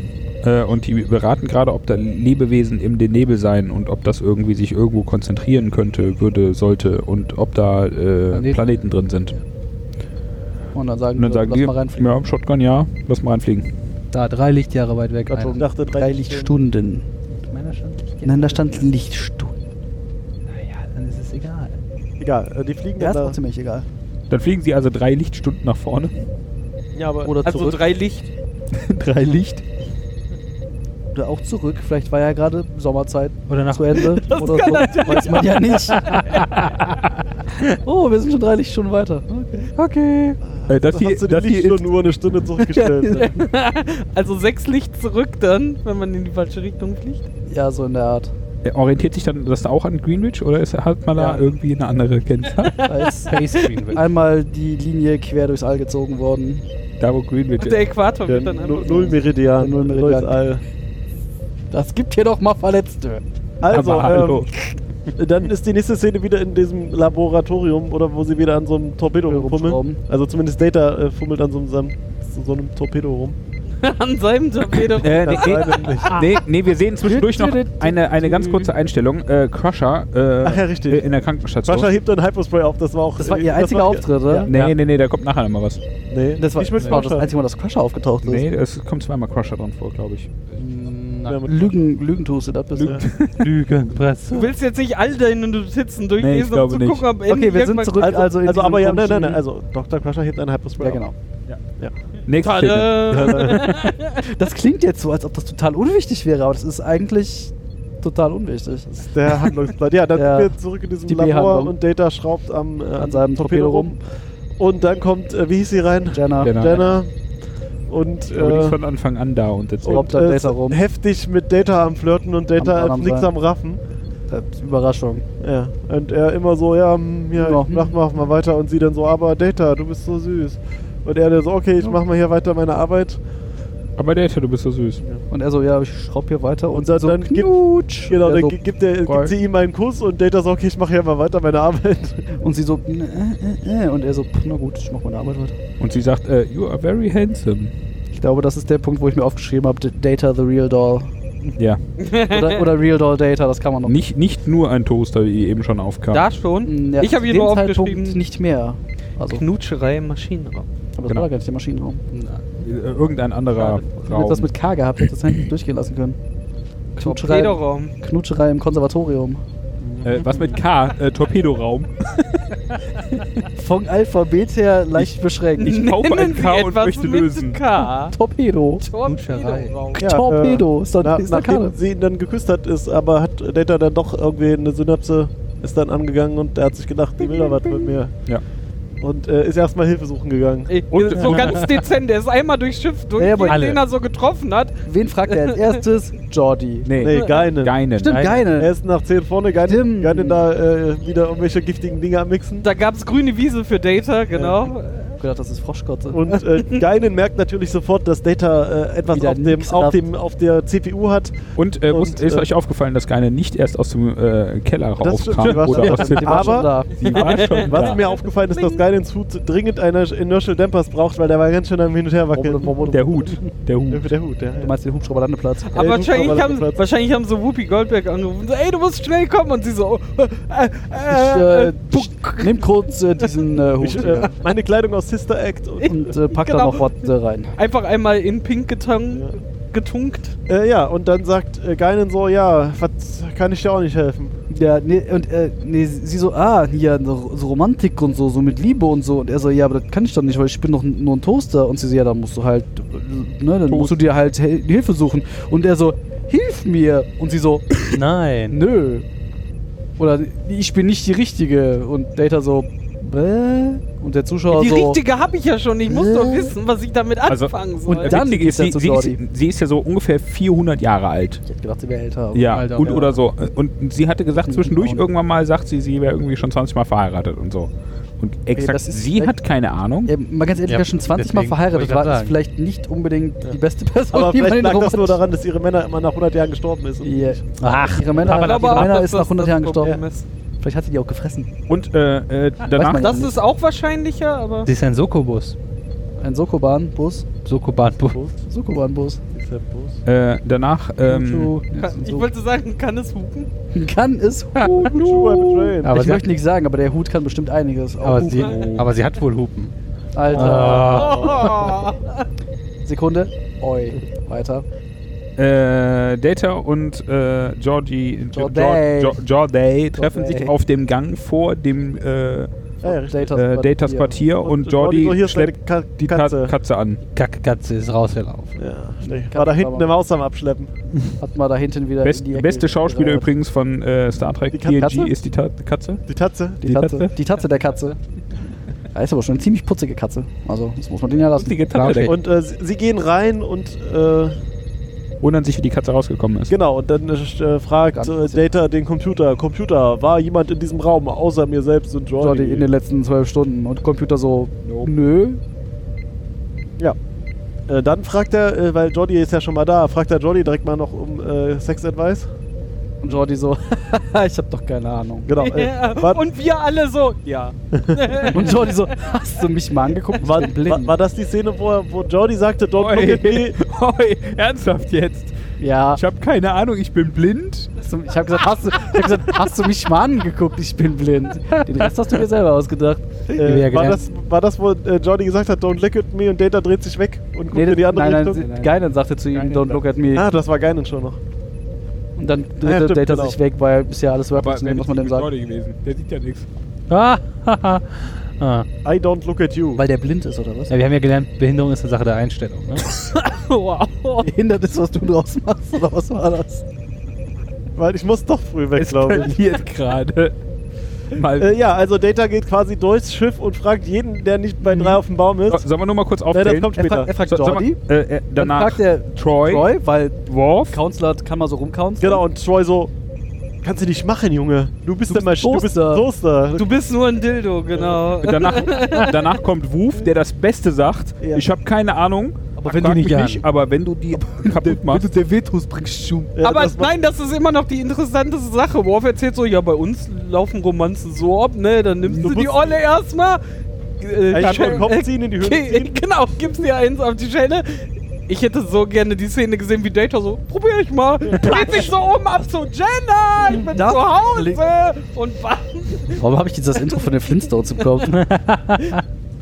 [SPEAKER 5] Äh, und die beraten gerade, ob da Lebewesen im den Nebel seien und ob das irgendwie sich irgendwo konzentrieren könnte, würde, sollte und ob da äh, Planeten.
[SPEAKER 4] Planeten.
[SPEAKER 5] drin sind.
[SPEAKER 3] Und dann sagen,
[SPEAKER 5] Und dann
[SPEAKER 3] wir,
[SPEAKER 5] sagen
[SPEAKER 3] lass
[SPEAKER 5] die,
[SPEAKER 3] mal reinfliegen.
[SPEAKER 5] ja, Shotgun, ja, lass mal reinfliegen.
[SPEAKER 4] Da, drei Lichtjahre weit weg.
[SPEAKER 3] Gott,
[SPEAKER 4] Einer.
[SPEAKER 3] um
[SPEAKER 2] dachte, drei
[SPEAKER 3] drei
[SPEAKER 2] Lichtstunden.
[SPEAKER 3] Lichtstunden.
[SPEAKER 4] Meiner stand.
[SPEAKER 3] Nein, da stand Lichtstunden.
[SPEAKER 4] Naja, dann ist es egal.
[SPEAKER 2] Egal, äh, die fliegen
[SPEAKER 3] Ja, ist auch
[SPEAKER 2] dann da.
[SPEAKER 3] ziemlich egal.
[SPEAKER 5] Dann fliegen sie also drei Lichtstunden nach vorne.
[SPEAKER 1] Ja, aber
[SPEAKER 3] Oder
[SPEAKER 1] also
[SPEAKER 3] zurück.
[SPEAKER 1] drei Licht.
[SPEAKER 5] drei Licht?
[SPEAKER 3] Oder auch zurück, vielleicht war ja gerade Sommerzeit
[SPEAKER 4] Oder nach
[SPEAKER 3] zu Ende.
[SPEAKER 1] Das
[SPEAKER 3] oder
[SPEAKER 1] kann
[SPEAKER 3] so.
[SPEAKER 1] natürlich
[SPEAKER 3] Weiß man ja nicht. oh, wir sind schon drei Lichtstunden weiter. Okay.
[SPEAKER 5] Okay. Äh, das
[SPEAKER 2] Das
[SPEAKER 5] hier,
[SPEAKER 2] hast du die
[SPEAKER 5] das hier ist
[SPEAKER 2] Lichtstunden nur eine Stunde zurückgestellt. ne?
[SPEAKER 1] Also sechs Licht zurück dann, wenn man in die falsche Richtung fliegt.
[SPEAKER 3] Ja, so in der Art.
[SPEAKER 5] Äh, orientiert sich dann das auch an Greenwich oder ist, hat man da
[SPEAKER 3] Ja.
[SPEAKER 5] irgendwie eine andere Kennzahl?
[SPEAKER 3] Da ist
[SPEAKER 4] Space Green.
[SPEAKER 3] einmal die Linie quer durchs All gezogen worden.
[SPEAKER 5] da wo Greenwich
[SPEAKER 1] Und der Äquator
[SPEAKER 2] Der
[SPEAKER 1] wird dann
[SPEAKER 2] Nu-
[SPEAKER 1] einfach so.
[SPEAKER 2] Null Meridian,
[SPEAKER 3] Der
[SPEAKER 2] Null
[SPEAKER 3] Null Meridian.
[SPEAKER 2] All.
[SPEAKER 3] Das gibt hier doch mal Verletzte.
[SPEAKER 2] Also,
[SPEAKER 5] Aber hallo.
[SPEAKER 2] Ähm, dann ist die nächste Szene wieder in diesem Laboratorium oder wo sie wieder an so einem Torpedo
[SPEAKER 3] Torpedo
[SPEAKER 2] rumfummeln.
[SPEAKER 3] rumschrauben.
[SPEAKER 2] Also zumindest Data äh, fummelt an so einem, seinem- so so einem Torpedo rum.
[SPEAKER 1] An seinem Torpedo.
[SPEAKER 5] Äh, nee,
[SPEAKER 2] ähm, Das sei denn nicht.
[SPEAKER 5] nee, nee, wir sehen zwischendurch noch eine, eine ganz kurze Einstellung. Äh, Crusher äh,
[SPEAKER 2] Ach ja, richtig.
[SPEAKER 5] äh, in der Krankenstation.
[SPEAKER 2] Sascha hebt dann Hypospray auf, das war auch.
[SPEAKER 3] Das war
[SPEAKER 2] äh,
[SPEAKER 3] ihr einziger Auftritt, oder?
[SPEAKER 5] Nee, nee, nee, da kommt nachher nochmal was.
[SPEAKER 2] Nee,
[SPEAKER 3] Das war,
[SPEAKER 2] nicht mit
[SPEAKER 3] das, war das
[SPEAKER 2] Sascha.
[SPEAKER 3] einzige Mal, dass Crusher aufgetaucht ist.
[SPEAKER 5] Nee, es kommt zweimal Crusher dran vor, glaube ich.
[SPEAKER 2] Ja, mit-
[SPEAKER 3] Lügen, Lügen tust du das bist du.
[SPEAKER 1] Du
[SPEAKER 4] Lügenpresse.
[SPEAKER 1] willst jetzt nicht all deine Notizen
[SPEAKER 5] Nee, ich
[SPEAKER 1] durchlesen, um
[SPEAKER 5] glaube
[SPEAKER 1] zu
[SPEAKER 5] nicht.
[SPEAKER 1] gucken, ob
[SPEAKER 3] Okay, wir sind
[SPEAKER 1] irgendwann-
[SPEAKER 3] zurück.
[SPEAKER 2] Also, also,
[SPEAKER 3] in diesem
[SPEAKER 2] aber ja, nein, nein,
[SPEAKER 3] komischen-
[SPEAKER 2] nein, also Dr. Crusher hebt einen Hypospray
[SPEAKER 3] Ja, genau.
[SPEAKER 2] auf.
[SPEAKER 5] Nächste Szene.
[SPEAKER 1] Tada!
[SPEAKER 3] Das klingt jetzt so, als ob das total unwichtig wäre, aber das ist eigentlich total unwichtig.
[SPEAKER 2] Das ist der Handlungsplan. Ja, dann
[SPEAKER 3] Ja.
[SPEAKER 2] sind wir zurück in diesem
[SPEAKER 3] Die
[SPEAKER 2] Labor
[SPEAKER 3] B-Handlung.
[SPEAKER 2] und Data schraubt am, äh,
[SPEAKER 3] An seinem Torpedo rum.
[SPEAKER 2] Und dann kommt, äh, wie hieß sie rein?
[SPEAKER 3] Jenna.
[SPEAKER 5] Jenna.
[SPEAKER 2] Jenna. Und
[SPEAKER 5] Aber die ist
[SPEAKER 2] äh,
[SPEAKER 5] von Anfang an da und jetzt.
[SPEAKER 3] Oh. Robbt
[SPEAKER 2] und,
[SPEAKER 3] da
[SPEAKER 2] äh,
[SPEAKER 3] Data rum.
[SPEAKER 2] heftig mit Data am Flirten und Data
[SPEAKER 3] Am- am
[SPEAKER 2] am nix
[SPEAKER 3] sein.
[SPEAKER 2] am Raffen.
[SPEAKER 3] Äh, Überraschung.
[SPEAKER 2] Ja. Und er immer so, ja, hm, ja,
[SPEAKER 3] Ja,
[SPEAKER 2] ich mach mal, mach mal weiter. Und sie dann so, aber Data, du bist so süß. Und er dann so, okay, ich mach mal hier weiter meine Arbeit.
[SPEAKER 5] Aber Data, du bist so süß.
[SPEAKER 3] Und er so, ja, ich schraub hier weiter. Und,
[SPEAKER 2] Und dann,
[SPEAKER 3] so
[SPEAKER 2] dann gibt,
[SPEAKER 3] knutsch.
[SPEAKER 2] genau,
[SPEAKER 3] Er
[SPEAKER 2] dann
[SPEAKER 3] so,
[SPEAKER 2] gi- gibt, er,
[SPEAKER 5] Roll.
[SPEAKER 2] gibt sie ihm einen Kuss und Data so, okay, ich mach hier mal weiter meine Arbeit.
[SPEAKER 3] und sie so, "N- äh, äh, äh." und er so, "Pff, na gut, ich mach meine Arbeit weiter.
[SPEAKER 5] Und sie sagt, äh, you are very handsome.
[SPEAKER 3] Ich glaube, das ist der Punkt, wo ich mir aufgeschrieben habe, Data the Real Doll.
[SPEAKER 5] Ja.
[SPEAKER 3] Oder, oder Real Doll Data, das kann man noch.
[SPEAKER 5] Nicht, nicht nur ein Toaster, wie eben schon aufkam.
[SPEAKER 1] Da schon?
[SPEAKER 3] Mm, ja,
[SPEAKER 1] ich habe
[SPEAKER 3] zu
[SPEAKER 1] hier
[SPEAKER 3] dem
[SPEAKER 1] nur
[SPEAKER 3] Zeitpunkt
[SPEAKER 1] aufgeschrieben,
[SPEAKER 3] nicht mehr. Also, aber
[SPEAKER 1] Knutscherei im Maschinenraum.
[SPEAKER 3] das
[SPEAKER 5] Genau.
[SPEAKER 3] war gar nicht der Maschinenraum.
[SPEAKER 5] Äh, Irgendein anderer
[SPEAKER 3] Wenn
[SPEAKER 5] Raum.
[SPEAKER 3] wir das mit K gehabt hätten, das hätte ich durchgehen lassen können. Knutscherei,
[SPEAKER 1] Torpedoraum.
[SPEAKER 3] Knutscherei im Konservatorium.
[SPEAKER 5] Äh, was mit K? Äh, Torpedoraum.
[SPEAKER 3] Vom Alphabet her leicht beschränkt.
[SPEAKER 5] Ich kaufe ein
[SPEAKER 1] Nennen Sie
[SPEAKER 5] K und
[SPEAKER 1] etwas
[SPEAKER 5] möchte
[SPEAKER 1] mit
[SPEAKER 5] lösen.
[SPEAKER 1] K.
[SPEAKER 3] Torpedo.
[SPEAKER 4] Lutscherei.
[SPEAKER 1] Torpedoraum.
[SPEAKER 2] Ja,
[SPEAKER 3] Torpedo. Ist doch
[SPEAKER 2] Na,
[SPEAKER 3] ist doch
[SPEAKER 2] nachdem
[SPEAKER 3] Karte.
[SPEAKER 2] sie ihn dann geküsst hat, ist aber hat Data dann doch irgendwie eine Synapse ist dann angegangen und er hat sich gedacht, die will da was mit mir.
[SPEAKER 5] Ja.
[SPEAKER 2] Und äh, ist erstmal Hilfe suchen gegangen.
[SPEAKER 1] Ey,
[SPEAKER 5] Und-
[SPEAKER 1] so ganz dezent, der ist einmal durchs Schiff durch,
[SPEAKER 3] Ja, aber
[SPEAKER 1] jeden,
[SPEAKER 4] alle.
[SPEAKER 1] den er so getroffen hat.
[SPEAKER 3] Wen fragt er als erstes? Jordi.
[SPEAKER 2] Nee, keine.
[SPEAKER 5] Geinen.
[SPEAKER 3] Stimmt,
[SPEAKER 2] Er
[SPEAKER 3] keine.
[SPEAKER 2] ist nach 10 vorne, Geinen
[SPEAKER 3] Stimmt.
[SPEAKER 2] Geinen da äh, wieder irgendwelche giftigen Dinge am Mixen.
[SPEAKER 1] Da gab es grüne Wiese für Data, genau.
[SPEAKER 3] Ich hab gedacht, das ist Froschkotze.
[SPEAKER 2] Und äh, Geinen merkt natürlich sofort, dass Data äh, etwas
[SPEAKER 3] Wieder
[SPEAKER 2] auf dem,
[SPEAKER 3] nix
[SPEAKER 2] auf,
[SPEAKER 3] hat.
[SPEAKER 2] dem, auf der CPU hat.
[SPEAKER 5] Und, äh,
[SPEAKER 2] Und,
[SPEAKER 5] wusst- ist
[SPEAKER 2] äh,
[SPEAKER 5] euch aufgefallen, dass Geine nicht erst aus dem äh, Keller
[SPEAKER 2] Das stimmt,
[SPEAKER 5] rauskam
[SPEAKER 2] die war
[SPEAKER 5] oder
[SPEAKER 2] schon-
[SPEAKER 5] aus dem
[SPEAKER 2] die war schon
[SPEAKER 3] da.
[SPEAKER 5] Sie war schon
[SPEAKER 2] Was
[SPEAKER 5] da.
[SPEAKER 2] mir aufgefallen ist, dass Geinen zu dringend einer Inertial Dampers braucht, weil der war ganz schön am Hin- und Herwackeln.
[SPEAKER 5] Der Hut. Der
[SPEAKER 2] Der,
[SPEAKER 5] Hut.
[SPEAKER 2] der Hut, ja.
[SPEAKER 3] Du meinst den Hubschrauberlandeplatz?
[SPEAKER 1] Aber
[SPEAKER 2] Äh,
[SPEAKER 1] wahrscheinlich,
[SPEAKER 2] Hubschrauber
[SPEAKER 1] haben,
[SPEAKER 2] Platz.
[SPEAKER 1] wahrscheinlich haben so Whoopi Goldberg angerufen und so, ey, du musst schnell kommen. Und sie so, äh,
[SPEAKER 3] Ich,
[SPEAKER 1] äh,
[SPEAKER 3] äh,
[SPEAKER 1] äh,
[SPEAKER 3] pst, nimm kurz äh, diesen äh, Hut
[SPEAKER 2] Ich, äh,
[SPEAKER 3] hier
[SPEAKER 2] meine Kleidung aus Sister Act. Und,
[SPEAKER 3] und äh, pack
[SPEAKER 1] genau.
[SPEAKER 3] da noch was äh, rein.
[SPEAKER 1] einfach einmal in Pink getan,
[SPEAKER 2] Ja.
[SPEAKER 1] getunkt.
[SPEAKER 2] äh, ja, und dann sagt äh, Geinen so, ja, was kann ich dir auch nicht helfen?
[SPEAKER 3] Ja, nee, und äh, nee, sie so, ah, hier so so Romantik und so, so mit Liebe und so. Und er so, ja, aber das kann ich doch nicht, weil ich bin doch n- nur ein Toaster. Und sie so, ja, dann musst du halt, äh, ne, dann musst du dir halt Hel Hilfe suchen. Und er so, hilf mir. Und sie so,
[SPEAKER 4] Nein.
[SPEAKER 3] nö. Oder ich bin nicht die Richtige. Und Data so, bäh. Und der Zuschauer
[SPEAKER 1] Die
[SPEAKER 3] so,
[SPEAKER 1] richtige habe ich ja schon, ich muss
[SPEAKER 3] Äh.
[SPEAKER 1] doch wissen, was ich damit
[SPEAKER 3] Also,
[SPEAKER 1] anfangen soll.
[SPEAKER 5] und
[SPEAKER 3] dann
[SPEAKER 5] dann
[SPEAKER 3] geht's
[SPEAKER 5] ist,
[SPEAKER 3] ja
[SPEAKER 5] sie,
[SPEAKER 3] zu
[SPEAKER 5] sie, ist,
[SPEAKER 3] Jordi.
[SPEAKER 5] sie ist ja so ungefähr 400 Jahre alt.
[SPEAKER 3] ich hätte gedacht, sie wäre älter. aber-
[SPEAKER 5] Ja,
[SPEAKER 4] Alter.
[SPEAKER 5] und
[SPEAKER 4] Ja.
[SPEAKER 5] oder so. Und sie hatte gesagt,
[SPEAKER 3] Mhm,
[SPEAKER 5] zwischendurch
[SPEAKER 3] auch.
[SPEAKER 5] irgendwann mal sagt sie, sie wäre irgendwie schon 20 Mal verheiratet und so. Und exakt,
[SPEAKER 3] das ist
[SPEAKER 5] sie
[SPEAKER 3] vielleicht-
[SPEAKER 5] hat keine Ahnung.
[SPEAKER 3] Ja, mal ganz ehrlich,
[SPEAKER 4] Ja,
[SPEAKER 3] wer schon 20 Mal
[SPEAKER 4] deswegen wollte
[SPEAKER 3] verheiratet
[SPEAKER 4] ich
[SPEAKER 3] war,
[SPEAKER 4] grad
[SPEAKER 3] ist
[SPEAKER 4] sagen.
[SPEAKER 3] vielleicht nicht unbedingt die beste Person,
[SPEAKER 2] Aber
[SPEAKER 3] die man
[SPEAKER 2] vielleicht
[SPEAKER 3] in
[SPEAKER 2] lag
[SPEAKER 3] der
[SPEAKER 2] das nur
[SPEAKER 3] Romantik-
[SPEAKER 2] daran, dass ihre Männer immer nach 100 Jahren gestorben ist. und
[SPEAKER 3] Ja.
[SPEAKER 2] ich-
[SPEAKER 3] Ach, ihre Männer,
[SPEAKER 1] Ich
[SPEAKER 3] ihre
[SPEAKER 1] glaube auch,
[SPEAKER 3] Männer
[SPEAKER 1] dass
[SPEAKER 3] ist
[SPEAKER 1] das
[SPEAKER 3] nach 100
[SPEAKER 1] das
[SPEAKER 3] Jahren
[SPEAKER 1] Problem
[SPEAKER 3] gestorben.
[SPEAKER 1] ist.
[SPEAKER 3] Vielleicht hat sie die auch gefressen.
[SPEAKER 5] Und äh,
[SPEAKER 3] Weiß
[SPEAKER 5] äh, danach
[SPEAKER 3] man
[SPEAKER 1] Das ist auch wahrscheinlicher, aber
[SPEAKER 4] Sie ist ein Sokobus.
[SPEAKER 3] Ein Sokoban-Bus.
[SPEAKER 4] Sokobanbus.
[SPEAKER 3] Sokoban-Bus.
[SPEAKER 2] Ist der bloß-
[SPEAKER 5] Äh, danach, ähm,
[SPEAKER 1] kann, ich wollte sagen, kann es hupen?
[SPEAKER 3] Kann es
[SPEAKER 2] True, I'm a
[SPEAKER 3] Hupen.
[SPEAKER 2] train.
[SPEAKER 4] Aber
[SPEAKER 3] ich
[SPEAKER 4] sie
[SPEAKER 3] möchte nichts sagen, aber der Hut kann bestimmt einiges. Auch
[SPEAKER 4] Aber
[SPEAKER 3] Hupen.
[SPEAKER 4] sie, Ah. aber sie hat wohl Hupen.
[SPEAKER 3] Alter.
[SPEAKER 1] Oh.
[SPEAKER 3] Sekunde. Oi. Weiter.
[SPEAKER 5] äh, Data und äh, Georgie,
[SPEAKER 3] Jorday.
[SPEAKER 5] Jo- Jo- Jorday treffen
[SPEAKER 3] Jorday.
[SPEAKER 5] sich auf dem Gang vor dem äh,
[SPEAKER 2] Ah, Ja, ja, richtig.
[SPEAKER 3] Datas
[SPEAKER 5] äh, Datas
[SPEAKER 3] Quartier.
[SPEAKER 5] Quartier und, Jordi
[SPEAKER 2] so, hier ist deine
[SPEAKER 5] schleppt
[SPEAKER 2] Ka
[SPEAKER 5] die Ta-
[SPEAKER 2] Katze.
[SPEAKER 5] Katze. an.
[SPEAKER 4] Kackkatze ist rausgelaufen.
[SPEAKER 2] ja, schlecht. war da hinten im Haus am Abschleppen.
[SPEAKER 3] Hat mal da hinten wieder.
[SPEAKER 5] Best,
[SPEAKER 3] in die Ecke genau.
[SPEAKER 5] beste Schauspieler
[SPEAKER 3] gerät.
[SPEAKER 5] übrigens von äh, Star Trek
[SPEAKER 2] Die Katze?
[SPEAKER 5] TNG ist die Ta Katze.
[SPEAKER 2] Die Tatze.
[SPEAKER 3] Die,
[SPEAKER 5] die
[SPEAKER 3] Tatze.
[SPEAKER 5] Katze?
[SPEAKER 3] Die Tatze der Katze. Ja, ist aber schon eine ziemlich putzige Katze. Also, das muss man denen ja lassen.
[SPEAKER 5] Putzige Tatze.
[SPEAKER 4] Klar.
[SPEAKER 2] Und äh, sie, sie gehen rein und äh,
[SPEAKER 5] Wundern sich, wie die Katze rausgekommen ist.
[SPEAKER 2] genau, und dann äh, fragt äh, Data den Computer, Computer, war jemand in diesem Raum außer mir selbst und Jordi?
[SPEAKER 3] Jordi in den letzten zwölf Stunden. Und Computer so,
[SPEAKER 5] Nope.
[SPEAKER 3] nö.
[SPEAKER 2] Äh, dann fragt er, äh, weil Jordi ist ja schon mal da, fragt er Jordi direkt mal noch um äh, Sex Advice.
[SPEAKER 3] Und Jordi so, ich hab doch keine Ahnung.
[SPEAKER 2] Genau.
[SPEAKER 1] Ja,
[SPEAKER 2] Äh, war,
[SPEAKER 1] und wir alle so, ja.
[SPEAKER 3] Und Jordi so, hast du mich mal angeguckt?
[SPEAKER 2] war,
[SPEAKER 3] Ich bin blind.
[SPEAKER 2] war, war das die Szene, wo, er- wo Jordi sagte, don't Genau, look at me? äh,
[SPEAKER 5] Oi, oi, ernsthaft jetzt?
[SPEAKER 3] ja,
[SPEAKER 5] Ich habe keine Ahnung, ich bin blind.
[SPEAKER 3] hast du- ich hab gesagt, hast du, ich hab gesagt, hast du mich mal angeguckt? Ich bin blind. Den Rest hast du dir selber ausgedacht.
[SPEAKER 4] wir ja
[SPEAKER 2] Äh, war,
[SPEAKER 4] gelernt-
[SPEAKER 2] das, war das, wo äh, Jordi gesagt hat, don't look at me und Data dreht sich weg und guckt in die andere
[SPEAKER 3] nein, nein,
[SPEAKER 2] Richtung?
[SPEAKER 3] nein, Geinen sagte zu ihm,
[SPEAKER 5] Geinen
[SPEAKER 3] don't look at me.
[SPEAKER 2] Ah, das war Geinen schon noch.
[SPEAKER 3] Und dann drehte
[SPEAKER 2] ja, stimmt,
[SPEAKER 3] Data
[SPEAKER 2] genau.
[SPEAKER 3] sich weg, weil ist ja alles wörtlich zu nehmen, was man dem sagt.
[SPEAKER 5] gewesen. Der sieht ja nichts.
[SPEAKER 4] Ah, haha. ah.
[SPEAKER 2] I don't look at you.
[SPEAKER 3] Weil der blind ist, oder was?
[SPEAKER 4] Ja, wir haben ja gelernt, Behinderung ist eine Sache der Einstellung. Ne?
[SPEAKER 1] Wow.
[SPEAKER 3] Behindert ist, was du draus machst, oder was war das?
[SPEAKER 2] Weil ich muss doch früh weg,
[SPEAKER 5] Es
[SPEAKER 2] glaube ich.
[SPEAKER 5] verliert gerade. Mal.
[SPEAKER 2] Äh, ja, also Data geht quasi durchs Schiff und fragt jeden, der nicht bei
[SPEAKER 3] Mhm.
[SPEAKER 2] drei auf dem Baum
[SPEAKER 5] So,
[SPEAKER 2] ist.
[SPEAKER 5] Sollen wir nur mal kurz aufzählen?
[SPEAKER 2] das kommt
[SPEAKER 3] Er, fra
[SPEAKER 2] später.
[SPEAKER 3] er fragt
[SPEAKER 5] So- sollen wir-
[SPEAKER 3] Jordi,
[SPEAKER 5] äh, äh,
[SPEAKER 3] dann
[SPEAKER 5] danach
[SPEAKER 3] fragt er
[SPEAKER 5] Troy,
[SPEAKER 3] Troy, weil
[SPEAKER 5] Worf,
[SPEAKER 3] Counselor kann mal so rumcounseln.
[SPEAKER 2] Genau, und Troy so, kannst du nicht machen, Junge. Du bist der
[SPEAKER 3] Du
[SPEAKER 2] Masch-
[SPEAKER 3] bist
[SPEAKER 2] du bist
[SPEAKER 3] Toaster.
[SPEAKER 2] ein Toaster.
[SPEAKER 1] Du bist nur ein Dildo, genau.
[SPEAKER 5] Danach, danach kommt Wuf, der das Beste sagt.
[SPEAKER 2] Ja.
[SPEAKER 5] Ich habe keine Ahnung.
[SPEAKER 4] Aber wenn
[SPEAKER 5] frag
[SPEAKER 4] du nicht
[SPEAKER 5] mich
[SPEAKER 4] an.
[SPEAKER 5] aber wenn du die kaputt machst.
[SPEAKER 3] der Vetus bringst du.
[SPEAKER 2] Ja,
[SPEAKER 1] Aber
[SPEAKER 2] das war-
[SPEAKER 1] nein, das ist immer noch die interessanteste Sache. Worf erzählt so, ja, bei uns laufen Romanzen so ab, ne, dann nimmst du,
[SPEAKER 2] Du
[SPEAKER 1] die
[SPEAKER 2] musst-
[SPEAKER 1] Olle erstmal. Äh,
[SPEAKER 2] Ey,
[SPEAKER 1] Schell-
[SPEAKER 2] schon Kopf ziehen, in die Höhle
[SPEAKER 1] Ge-
[SPEAKER 2] ziehen.
[SPEAKER 1] Genau, gibst dir eins auf die Schelle. Ich hätte so gerne die Szene gesehen, wie Data so, probier ich mal. Dreht sich so um, ab so, Jenna, ich bin
[SPEAKER 3] Das
[SPEAKER 1] zu Hause.
[SPEAKER 3] klingt-
[SPEAKER 1] Und wann?
[SPEAKER 3] Warum habe ich jetzt das Intro von den Flintstones im Kopf?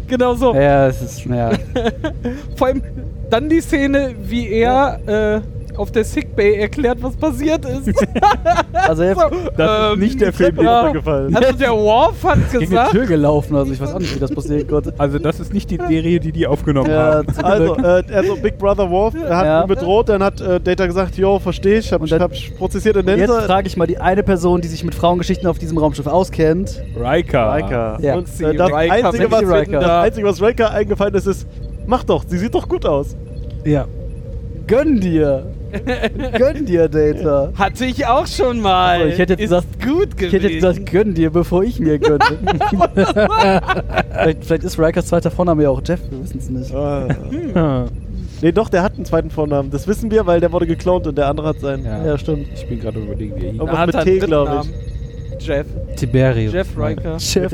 [SPEAKER 1] Genau so.
[SPEAKER 3] ja, es ist, naja.
[SPEAKER 1] Vor allem dann die Szene, wie er äh, auf der Sickbay erklärt, was passiert ist.
[SPEAKER 3] Also jetzt,
[SPEAKER 2] Das
[SPEAKER 1] Ähm,
[SPEAKER 2] ist nicht der Film, der
[SPEAKER 1] ja.
[SPEAKER 2] runtergefallen ist.
[SPEAKER 1] Also der Worf hat
[SPEAKER 3] gegen die
[SPEAKER 1] gesagt,
[SPEAKER 3] Tür gelaufen, also ich weiß auch nicht, wie das passieren konnte.
[SPEAKER 5] Also das ist nicht die Serie, die die aufgenommen
[SPEAKER 3] Ja,
[SPEAKER 5] haben.
[SPEAKER 3] zum
[SPEAKER 2] Also,
[SPEAKER 3] Glück.
[SPEAKER 2] äh, also Big Brother Wolf er hat
[SPEAKER 3] Ja.
[SPEAKER 2] ihn bedroht, dann hat äh, Data gesagt, yo, verstehe ich, hab,
[SPEAKER 3] Und dann-
[SPEAKER 2] hab prozessiert in
[SPEAKER 3] Jetzt
[SPEAKER 2] Nense.
[SPEAKER 3] frage ich mal die eine Person, die sich mit Frauengeschichten auf diesem Raumschiff auskennt.
[SPEAKER 5] Riker.
[SPEAKER 2] Riker.
[SPEAKER 3] Ja.
[SPEAKER 2] Und
[SPEAKER 1] Sie
[SPEAKER 2] äh, das,
[SPEAKER 1] Riker,
[SPEAKER 2] einzige, was,
[SPEAKER 3] Mandy Riker.
[SPEAKER 2] das Einzige, was Riker eingefallen ist, ist, mach doch, sie sieht doch gut aus.
[SPEAKER 3] Ja. Gönn dir! Gönn dir, Data!
[SPEAKER 1] hatte ich auch schon mal.
[SPEAKER 3] Also, ich hätte jetzt
[SPEAKER 1] ist
[SPEAKER 3] gesagt-
[SPEAKER 1] gut gewesen.
[SPEAKER 3] Ich hätte jetzt gesagt, gönn dir, bevor ich mir gönne. vielleicht, vielleicht ist Rikers zweiter Vorname ja auch Jeff, wir wissen es nicht.
[SPEAKER 2] Äh,
[SPEAKER 4] Ja.
[SPEAKER 2] nee, doch, der hat einen zweiten Vornamen. Das wissen wir, weil der wurde geklont und der andere hat seinen.
[SPEAKER 4] Ja.
[SPEAKER 3] Ja, stimmt.
[SPEAKER 5] Ich bin gerade überlegen, wie er hieß.
[SPEAKER 2] Aber-
[SPEAKER 1] Da
[SPEAKER 2] was
[SPEAKER 1] hat
[SPEAKER 2] mit
[SPEAKER 1] er einen
[SPEAKER 2] T,
[SPEAKER 1] dritten
[SPEAKER 2] glaub ich.
[SPEAKER 1] Namen. Jeff.
[SPEAKER 4] Tiberius.
[SPEAKER 1] Jeff Riker.
[SPEAKER 3] Jeff,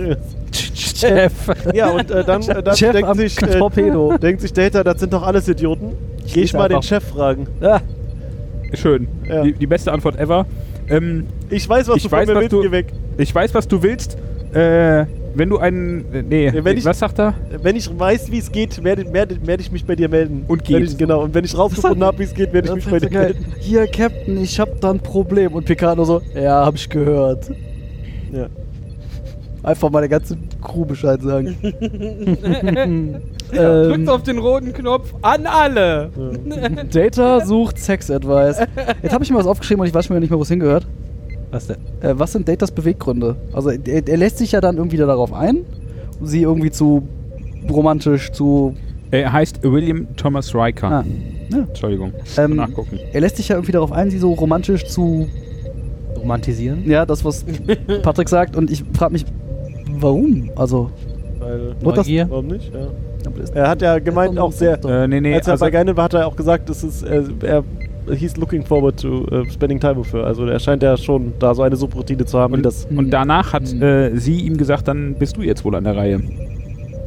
[SPEAKER 4] Jeff.
[SPEAKER 2] Ja, und äh, dann, äh, dann
[SPEAKER 3] Chef
[SPEAKER 2] denkt,
[SPEAKER 3] am
[SPEAKER 2] sich, äh,
[SPEAKER 3] Torpedo.
[SPEAKER 2] denkt sich Data, das sind doch alles Idioten. Geh ich
[SPEAKER 3] lese
[SPEAKER 2] mal den
[SPEAKER 3] einfach.
[SPEAKER 2] Chef fragen.
[SPEAKER 3] ah,
[SPEAKER 5] Schön.
[SPEAKER 2] Ja.
[SPEAKER 5] Die, die beste Antwort ever. Ähm,
[SPEAKER 2] Ich weiß, was
[SPEAKER 5] Ich
[SPEAKER 2] du von
[SPEAKER 5] weiß,
[SPEAKER 2] mir
[SPEAKER 5] was
[SPEAKER 2] willst,
[SPEAKER 5] du-
[SPEAKER 2] geh weg.
[SPEAKER 5] ich weiß, was du willst. Äh, wenn du einen... äh, Nee,
[SPEAKER 2] Ja, wenn ich-
[SPEAKER 5] was sagt er?
[SPEAKER 2] Wenn ich weiß, wie es geht, werde, werde, werde ich mich bei dir melden.
[SPEAKER 5] Und
[SPEAKER 2] Wenn
[SPEAKER 5] geht.
[SPEAKER 2] ich, genau, und wenn ich rausgefunden habe, wie es geht, werde ich
[SPEAKER 3] das
[SPEAKER 2] mich
[SPEAKER 3] ist
[SPEAKER 2] bei
[SPEAKER 3] so
[SPEAKER 2] dir
[SPEAKER 3] geil.
[SPEAKER 2] melden.
[SPEAKER 3] Hier, Captain, ich hab da ein Problem. Und Picard nur so, ja, hab ich gehört.
[SPEAKER 2] Ja.
[SPEAKER 3] Einfach mal der ganzen Crew Bescheid sagen.
[SPEAKER 1] Drückt
[SPEAKER 3] ähm,
[SPEAKER 1] auf den roten Knopf an alle.
[SPEAKER 3] Data sucht Sex-Advice. Jetzt habe ich mir was aufgeschrieben und ich weiß schon wieder nicht mehr, wo es hingehört.
[SPEAKER 4] Was denn?
[SPEAKER 3] Äh, was sind Datas Beweggründe? Also er, er lässt sich ja dann irgendwie darauf ein, sie irgendwie zu romantisch zu.
[SPEAKER 5] Er heißt William Thomas Riker.
[SPEAKER 3] Ah, ja.
[SPEAKER 5] Entschuldigung.
[SPEAKER 3] Ähm,
[SPEAKER 5] Nachgucken.
[SPEAKER 3] Er lässt sich ja irgendwie darauf ein, sie so romantisch zu.
[SPEAKER 4] Romantisieren?
[SPEAKER 3] Ja, das, was Patrick sagt. Und ich frage mich, warum? Also,
[SPEAKER 2] Weil,
[SPEAKER 3] Wurde das-
[SPEAKER 4] Neugier?
[SPEAKER 2] warum nicht? Ja.
[SPEAKER 3] Äh,
[SPEAKER 2] Er hat ja gemeint
[SPEAKER 3] doch
[SPEAKER 2] auch sehr,
[SPEAKER 3] nur-
[SPEAKER 5] Äh, nee, nee,
[SPEAKER 2] als er
[SPEAKER 5] also,
[SPEAKER 2] bei Geine war, hat er auch gesagt, es ist, äh, er hieß looking forward to äh, spending time with her. Also er scheint ja schon da so eine Subroutine zu haben, wie
[SPEAKER 5] und,
[SPEAKER 2] das,
[SPEAKER 5] und danach hat
[SPEAKER 3] Hm.
[SPEAKER 5] äh, sie ihm gesagt, dann bist du jetzt wohl an der Reihe.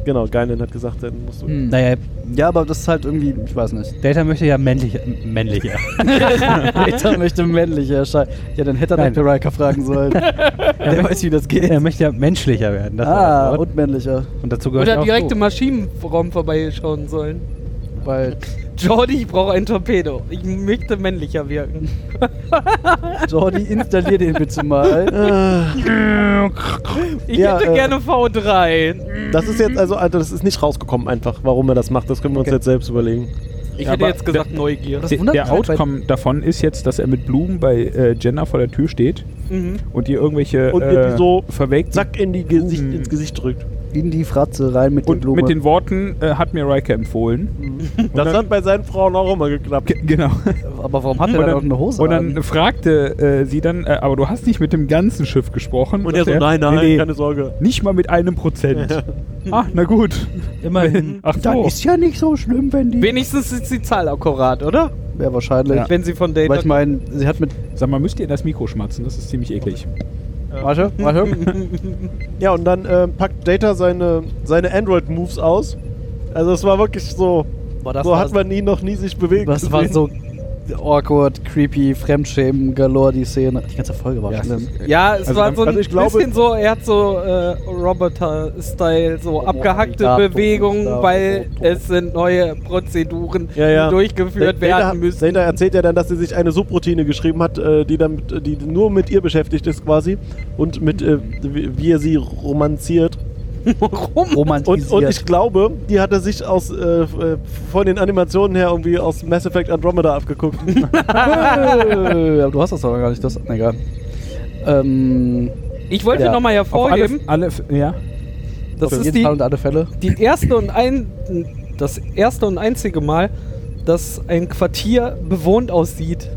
[SPEAKER 2] genau, Geinen hat gesagt, dann musst du...
[SPEAKER 3] Hm.
[SPEAKER 4] Naja,
[SPEAKER 3] Ja, aber das ist halt irgendwie, ich weiß nicht.
[SPEAKER 4] Data möchte ja männlicher. männlicher.
[SPEAKER 3] Data möchte männlich erscheinen. Ja, dann hätte er
[SPEAKER 4] Nein.
[SPEAKER 3] nach Piraika fragen sollen. der weiß, wie das
[SPEAKER 4] er
[SPEAKER 3] geht.
[SPEAKER 4] möchte ja menschlicher werden. Das war
[SPEAKER 3] Ah,
[SPEAKER 4] das Wort.
[SPEAKER 3] und männlicher.
[SPEAKER 4] und dazu gehört
[SPEAKER 1] Oder
[SPEAKER 4] auch
[SPEAKER 1] direkt
[SPEAKER 4] du.
[SPEAKER 1] im Maschinenraum vorbeischauen sollen.
[SPEAKER 3] Weil
[SPEAKER 1] Jordi, ich brauche ein Torpedo. Ich möchte männlicher wirken.
[SPEAKER 3] Jordi, installier den bitte mal.
[SPEAKER 1] Ich
[SPEAKER 2] Ja,
[SPEAKER 1] hätte
[SPEAKER 2] äh,
[SPEAKER 1] gerne V3.
[SPEAKER 2] Das ist jetzt also, also, das ist nicht rausgekommen einfach, warum er das macht. Das können wir uns
[SPEAKER 3] Okay.
[SPEAKER 2] jetzt selbst überlegen.
[SPEAKER 1] Ich
[SPEAKER 5] ja,
[SPEAKER 1] hätte
[SPEAKER 5] aber
[SPEAKER 1] jetzt gesagt Neugier.
[SPEAKER 3] Das
[SPEAKER 5] Der,
[SPEAKER 3] wundert mich
[SPEAKER 5] der
[SPEAKER 3] halt bei-
[SPEAKER 5] Outcome davon ist jetzt, dass er mit Blumen bei äh, Jenna vor der Tür steht
[SPEAKER 1] mhm.
[SPEAKER 5] und ihr irgendwelche
[SPEAKER 2] Und ihr
[SPEAKER 5] äh,
[SPEAKER 2] die so
[SPEAKER 5] verwelkt
[SPEAKER 2] Zack in die Gesicht,
[SPEAKER 5] Hm.
[SPEAKER 2] ins Gesicht drückt.
[SPEAKER 3] In die Fratze rein mit der
[SPEAKER 5] und
[SPEAKER 3] Blume.
[SPEAKER 5] mit den Worten äh, hat mir Riker empfohlen.
[SPEAKER 2] Das
[SPEAKER 5] dann-
[SPEAKER 2] hat bei seinen Frauen auch immer geklappt.
[SPEAKER 5] G genau.
[SPEAKER 3] aber warum hat er dann auch eine Hose
[SPEAKER 5] und
[SPEAKER 3] an?
[SPEAKER 5] dann fragte äh, sie dann, äh, aber du hast nicht mit dem ganzen Schiff gesprochen.
[SPEAKER 2] Und er
[SPEAKER 5] Sagt
[SPEAKER 2] so, nein, nein,
[SPEAKER 5] nee, nee,
[SPEAKER 2] keine Sorge.
[SPEAKER 5] Nicht mal mit einem Prozent. Ach, na gut.
[SPEAKER 4] Immerhin.
[SPEAKER 5] Ach
[SPEAKER 3] Dann
[SPEAKER 5] so.
[SPEAKER 3] ist ja nicht so schlimm, wenn die...
[SPEAKER 1] Wenigstens ist die Zahl akkurat, oder?
[SPEAKER 3] Ja, wahrscheinlich.
[SPEAKER 5] Ja.
[SPEAKER 1] Wenn sie von
[SPEAKER 3] Weil
[SPEAKER 1] Data.
[SPEAKER 3] ich meine, sie hat mit...
[SPEAKER 5] Sag mal, müsst ihr in das Mikro schmatzen? Das ist ziemlich eklig.
[SPEAKER 3] Warte, warte.
[SPEAKER 2] Ja, und dann ähm, packt Data seine, seine Android-Moves aus. Also es war wirklich so,
[SPEAKER 3] Boah, das
[SPEAKER 2] so
[SPEAKER 3] war-
[SPEAKER 2] hat man ihn noch nie sich bewegt.
[SPEAKER 3] Das war so awkward, creepy, Fremdschämen, Galore, die Szene. Die ganze Folge war schlimm.
[SPEAKER 1] Ja, es
[SPEAKER 5] Also
[SPEAKER 1] war
[SPEAKER 5] dann-
[SPEAKER 1] so ein
[SPEAKER 2] also ich glaube-
[SPEAKER 1] bisschen so, er hat so äh, Roboter-Style, so abgehackte
[SPEAKER 3] ja,
[SPEAKER 1] Bewegungen,
[SPEAKER 3] doch, doch,
[SPEAKER 1] weil
[SPEAKER 3] doch.
[SPEAKER 1] es sind neue Prozeduren,
[SPEAKER 2] Ja, ja.
[SPEAKER 1] die durchgeführt werden müssen.
[SPEAKER 2] Data erzählt ja dann, dass sie sich eine Subroutine geschrieben hat, äh, die, dann, mit- die nur mit ihr beschäftigt ist quasi und mit äh, wie wie er sie romanziert.
[SPEAKER 1] Warum?
[SPEAKER 2] Und,
[SPEAKER 3] Romantisiert.
[SPEAKER 2] und ich glaube, die hat er sich aus äh, äh, von den Animationen her irgendwie aus Mass Effect Andromeda abgeguckt.
[SPEAKER 3] Äh, aber du hast das doch noch gar nicht. Das, na egal. Ähm,
[SPEAKER 1] Ich wollte
[SPEAKER 3] Ja.
[SPEAKER 1] nochmal
[SPEAKER 5] Auf alle,
[SPEAKER 1] hervorheben,
[SPEAKER 5] alle, ja.
[SPEAKER 3] das
[SPEAKER 1] ist
[SPEAKER 3] ist jeden
[SPEAKER 1] die-
[SPEAKER 3] Fall und alle Fälle.
[SPEAKER 1] die erste und ein, das erste und einzige Mal, dass ein Quartier bewohnt aussieht.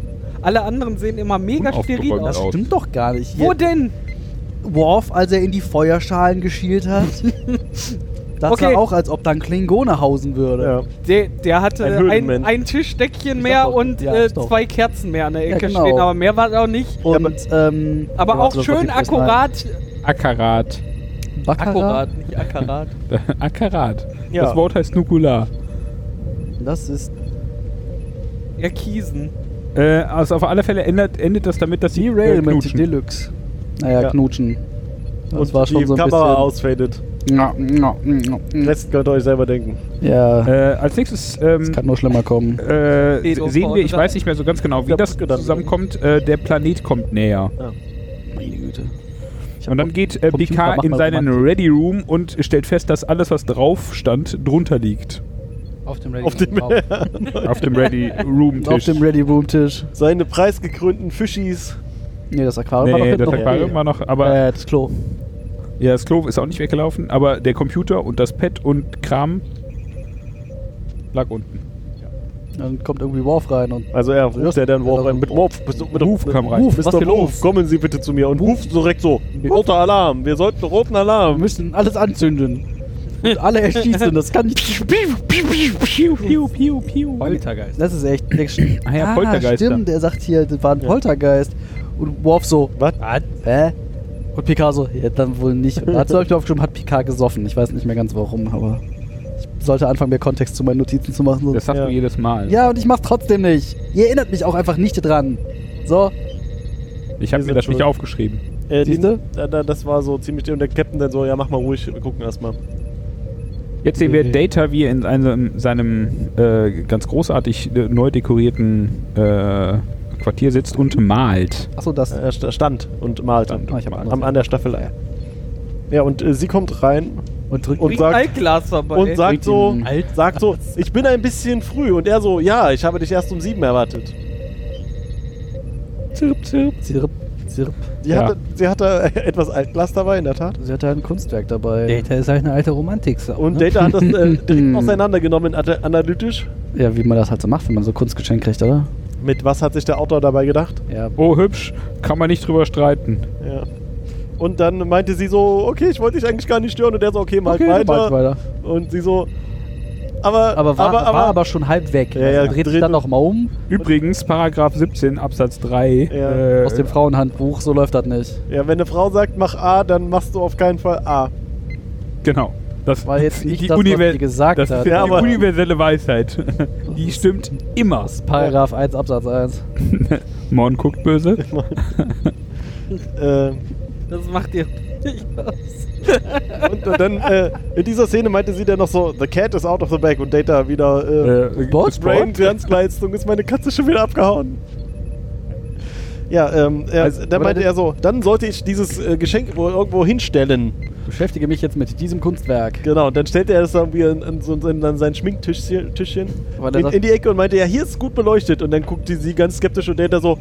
[SPEAKER 1] Alle anderen sehen immer mega steril
[SPEAKER 5] Unaufgeräumt
[SPEAKER 1] aus.
[SPEAKER 5] aus.
[SPEAKER 3] Stimmt doch gar nicht.
[SPEAKER 1] Wo
[SPEAKER 3] Hier,
[SPEAKER 1] denn?
[SPEAKER 3] Worf, als er in die Feuerschalen geschielt hat. Das
[SPEAKER 1] Okay.
[SPEAKER 3] sah auch, als ob da ein Klingone hausen würde.
[SPEAKER 2] ja.
[SPEAKER 1] Der, der hatte
[SPEAKER 2] Ein
[SPEAKER 1] ein, ein,
[SPEAKER 2] Höhlenmensch.
[SPEAKER 1] Tischdeckchen
[SPEAKER 3] Ich
[SPEAKER 1] mehr
[SPEAKER 3] sag doch,
[SPEAKER 1] und
[SPEAKER 3] ja,
[SPEAKER 1] äh,
[SPEAKER 3] ich doch.
[SPEAKER 1] zwei Kerzen mehr an der
[SPEAKER 3] Ja,
[SPEAKER 1] Ecke
[SPEAKER 3] genau.
[SPEAKER 1] stehen, aber mehr war da auch nicht.
[SPEAKER 3] Und, ähm,
[SPEAKER 1] Aber
[SPEAKER 3] warte,
[SPEAKER 1] auch
[SPEAKER 3] das
[SPEAKER 1] schön
[SPEAKER 3] war die
[SPEAKER 1] akkurat.
[SPEAKER 5] Akkarat.
[SPEAKER 3] Festnahme. Baccarat?
[SPEAKER 1] Akkurat, nicht akkurat.
[SPEAKER 5] Akkarat.
[SPEAKER 2] Ja.
[SPEAKER 5] Das Wort heißt Nukular.
[SPEAKER 3] Das ist.
[SPEAKER 1] Ja, Kiesen.
[SPEAKER 5] Äh, also auf alle Fälle endet, endet das damit, dass sie äh,
[SPEAKER 3] Derailment
[SPEAKER 5] knutschen.
[SPEAKER 3] Deluxe. Naja,
[SPEAKER 2] Ja.
[SPEAKER 3] knutschen. Das
[SPEAKER 2] und
[SPEAKER 3] war schon
[SPEAKER 2] die
[SPEAKER 3] so ein
[SPEAKER 2] Kamera
[SPEAKER 3] bisschen. Mhm.
[SPEAKER 2] ausfadet. Rest könnt ihr euch selber denken.
[SPEAKER 3] Ja,
[SPEAKER 5] Äh, als nächstes
[SPEAKER 3] es
[SPEAKER 5] ähm,
[SPEAKER 3] kann nur schlimmer kommen.
[SPEAKER 5] äh,
[SPEAKER 1] Pedo
[SPEAKER 5] sehen wir, ich
[SPEAKER 1] verordneter.
[SPEAKER 5] weiß nicht mehr so ganz genau, wie
[SPEAKER 2] Ja,
[SPEAKER 5] das
[SPEAKER 2] gut gedacht.
[SPEAKER 5] zusammenkommt, äh, der Planet kommt näher.
[SPEAKER 3] Äh, Meine Güte.
[SPEAKER 5] Und dann geht äh,
[SPEAKER 3] Computer,
[SPEAKER 5] PK
[SPEAKER 3] mach
[SPEAKER 5] in
[SPEAKER 3] mal
[SPEAKER 5] seinen
[SPEAKER 3] Romantik.
[SPEAKER 5] Ready Room und stellt fest, dass alles, was drauf stand, drunter liegt.
[SPEAKER 4] Auf dem Ready.
[SPEAKER 2] Auf dem
[SPEAKER 4] Wow.
[SPEAKER 5] Auf dem Ready Room Tisch.
[SPEAKER 3] Auf dem Ready Room Tisch.
[SPEAKER 2] Seine preisgekrönten Fischis.
[SPEAKER 3] Nee, das Aquarium war doch
[SPEAKER 5] Nee,
[SPEAKER 3] hinten
[SPEAKER 5] das
[SPEAKER 3] noch
[SPEAKER 5] Aquarium
[SPEAKER 3] okay.
[SPEAKER 5] war noch, aber
[SPEAKER 3] Äh, das Klo.
[SPEAKER 5] ja, das Klo ist auch nicht weggelaufen, aber der Computer und das Pad und Kram lag unten.
[SPEAKER 3] Dann kommt irgendwie Worf rein und
[SPEAKER 2] Also er ruft
[SPEAKER 3] Hörst-
[SPEAKER 2] ja dann Worf
[SPEAKER 3] Ja,
[SPEAKER 2] rein. Mit Worf, bist du- mit
[SPEAKER 5] Ruf kam rein.
[SPEAKER 2] Ruf,
[SPEAKER 3] Was
[SPEAKER 2] Mr.
[SPEAKER 3] für
[SPEAKER 2] Ruf,
[SPEAKER 3] Ruf?
[SPEAKER 2] kommen Sie bitte zu mir und ruft direkt so. Roter Alarm, wir sollten roten
[SPEAKER 3] wir
[SPEAKER 2] Alarm.
[SPEAKER 3] müssen alles anzünden. Und alle erschießen, das kann nicht.
[SPEAKER 5] Piu, piu, piu.
[SPEAKER 4] Poltergeist.
[SPEAKER 3] Das ist echt Action.
[SPEAKER 5] Ah ja, Poltergeister.
[SPEAKER 3] stimmt, er sagt hier, das war ein Poltergeist. Und Worf so,
[SPEAKER 2] Was?
[SPEAKER 3] hä? Und Picard so, ja, dann wohl nicht. Und Dazu habe ich mir aufgeschrieben, hat Picard gesoffen. Ich weiß nicht mehr ganz warum, aber ich sollte anfangen, mir Kontext zu meinen Notizen zu machen.
[SPEAKER 5] Das
[SPEAKER 3] Sonst
[SPEAKER 5] sagst
[SPEAKER 2] Ja.
[SPEAKER 5] du jedes Mal.
[SPEAKER 3] ja, und ich mach's trotzdem nicht. Ihr erinnert mich auch einfach nicht dran. So,
[SPEAKER 5] Ich habe
[SPEAKER 2] Wir
[SPEAKER 5] mir
[SPEAKER 2] sind
[SPEAKER 5] das nicht
[SPEAKER 2] schuld.
[SPEAKER 5] aufgeschrieben.
[SPEAKER 2] Äh, die,
[SPEAKER 3] Siehste?
[SPEAKER 2] da, da, das war so ziemlich. Und der Captain dann so, ja, mach mal ruhig, wir gucken erstmal.
[SPEAKER 5] Jetzt sehen wir Data, wie er in einem, seinem äh, ganz großartig äh, neu dekorierten äh, Quartier sitzt und malt.
[SPEAKER 3] achso, das.
[SPEAKER 2] Er st- stand und malte.
[SPEAKER 5] Stand.
[SPEAKER 3] Ah, ich hab andere
[SPEAKER 2] Am, an der Staffelei. Ja, und äh, sie kommt rein
[SPEAKER 3] Und drückt.
[SPEAKER 2] und
[SPEAKER 1] Bringt ein
[SPEAKER 2] sagt,
[SPEAKER 1] Glas vorbei.
[SPEAKER 2] und sagt
[SPEAKER 3] Bringt
[SPEAKER 2] so,
[SPEAKER 3] ihn
[SPEAKER 4] alt.
[SPEAKER 2] sagt so, ich bin ein bisschen früh. Und er so, ja, ich habe dich erst um sieben erwartet.
[SPEAKER 3] zirp, zirp, zirp, zirp.
[SPEAKER 2] Die
[SPEAKER 5] Ja.
[SPEAKER 2] hatte, sie hatte etwas Altglas dabei, in der Tat.
[SPEAKER 3] Sie hatte ein Kunstwerk dabei.
[SPEAKER 4] Data ist halt eine alte Romantik.
[SPEAKER 2] Und
[SPEAKER 4] ne?
[SPEAKER 2] Data hat das äh, direkt
[SPEAKER 3] Hm.
[SPEAKER 2] auseinandergenommen, ana- analytisch.
[SPEAKER 3] Ja, wie man das halt so macht, wenn man so Kunstgeschenk kriegt, oder?
[SPEAKER 2] Mit was hat sich der Autor dabei gedacht?
[SPEAKER 3] Ja.
[SPEAKER 5] Oh, hübsch, kann man nicht drüber streiten.
[SPEAKER 2] Ja. Und dann meinte sie so, okay, ich wollte dich eigentlich gar nicht stören. Und er so, okay, mal
[SPEAKER 3] Okay,
[SPEAKER 2] weiter.
[SPEAKER 3] bald weiter.
[SPEAKER 2] Und sie so, aber,
[SPEAKER 3] Aber war aber, war aber schon halb weg.
[SPEAKER 2] Ja, ja,
[SPEAKER 3] also dreht sich
[SPEAKER 2] dreht-
[SPEAKER 3] dann nochmal um
[SPEAKER 5] Übrigens, Paragraph 17 Absatz 3.
[SPEAKER 2] Ja.
[SPEAKER 5] äh,
[SPEAKER 3] aus dem Frauenhandbuch, so läuft das nicht.
[SPEAKER 2] ja, wenn eine Frau sagt, mach A, dann machst du auf keinen Fall A.
[SPEAKER 5] Genau. Das
[SPEAKER 3] War jetzt
[SPEAKER 5] die
[SPEAKER 3] nicht das, was
[SPEAKER 5] Univer-
[SPEAKER 3] sie gesagt
[SPEAKER 5] das
[SPEAKER 3] hat.
[SPEAKER 5] Ist
[SPEAKER 2] Ja,
[SPEAKER 5] die
[SPEAKER 2] aber-
[SPEAKER 5] universelle Weisheit. Die stimmt immer.
[SPEAKER 3] Paragraph 1 Absatz 1.
[SPEAKER 5] Morn guckt böse.
[SPEAKER 2] Äh,
[SPEAKER 1] Das macht ihr nicht aus.
[SPEAKER 2] und dann äh, in dieser Szene meinte sie dann noch so, the cat is out of the bag. Und Data wieder, äh,
[SPEAKER 3] Bot?
[SPEAKER 2] Brain Transleistung ist meine Katze schon wieder abgehauen. Ja, ähm, er,
[SPEAKER 3] Also,
[SPEAKER 2] dann
[SPEAKER 3] aber
[SPEAKER 2] meinte
[SPEAKER 3] das-
[SPEAKER 2] er so, dann sollte ich dieses äh, Geschenk wohl irgendwo hinstellen.
[SPEAKER 3] Beschäftige mich jetzt mit diesem Kunstwerk.
[SPEAKER 2] Genau, und dann stellte er das irgendwie an, an, so, an, an sein Schminktischchen Tischchen
[SPEAKER 3] Weil er
[SPEAKER 2] in,
[SPEAKER 3] sagt-
[SPEAKER 2] in die Ecke und meinte, ja, hier ist gut beleuchtet. Und dann guckte sie ganz skeptisch und Data so,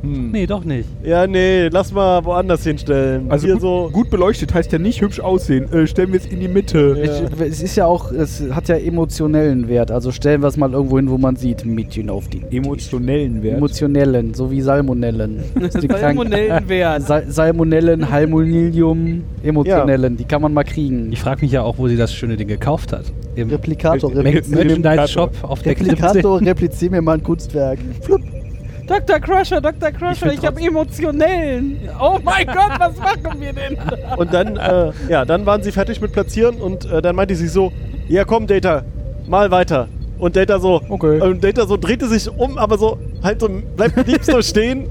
[SPEAKER 2] hm,
[SPEAKER 4] Nee, doch nicht.
[SPEAKER 2] ja, nee, lass mal woanders hinstellen.
[SPEAKER 5] Also
[SPEAKER 2] hier
[SPEAKER 5] gut,
[SPEAKER 2] so,
[SPEAKER 5] gut beleuchtet heißt ja nicht hübsch aussehen. Äh, stellen wir es in die Mitte.
[SPEAKER 2] Ja.
[SPEAKER 3] Ich, es ist ja auch, es hat ja emotionellen Wert. Also stellen wir es mal irgendwo hin, wo man sieht, Mädchen auf die
[SPEAKER 5] Emotionellen Wert.
[SPEAKER 3] Emotionellen, so wie Salmonellen. Das ist die Krank-
[SPEAKER 1] Salmonellenwert.
[SPEAKER 3] Sa Salmonellen, Halmonilium, Emotionellen, die kann man mal kriegen.
[SPEAKER 4] Ich frage mich ja auch, wo sie das schöne Ding gekauft hat. Im
[SPEAKER 3] Replikator,
[SPEAKER 5] Äh,
[SPEAKER 4] Mer-
[SPEAKER 5] Replikator.
[SPEAKER 4] Merchandise-Shop auf der
[SPEAKER 3] Replikator, replizier mir mal ein Kunstwerk. Flup.
[SPEAKER 1] Dr. Crusher, Dr. Crusher,
[SPEAKER 4] find
[SPEAKER 1] ich, hab habe emotionellen. Oh mein Gott, was machen wir denn?
[SPEAKER 2] Und dann, äh, ja, dann waren sie fertig mit Platzieren und äh, dann meinte sie so, ja komm Data, mal weiter. Und Data so,
[SPEAKER 5] Okay.
[SPEAKER 2] und Data so drehte sich um, aber so, halt so, bleibt lieb so stehen,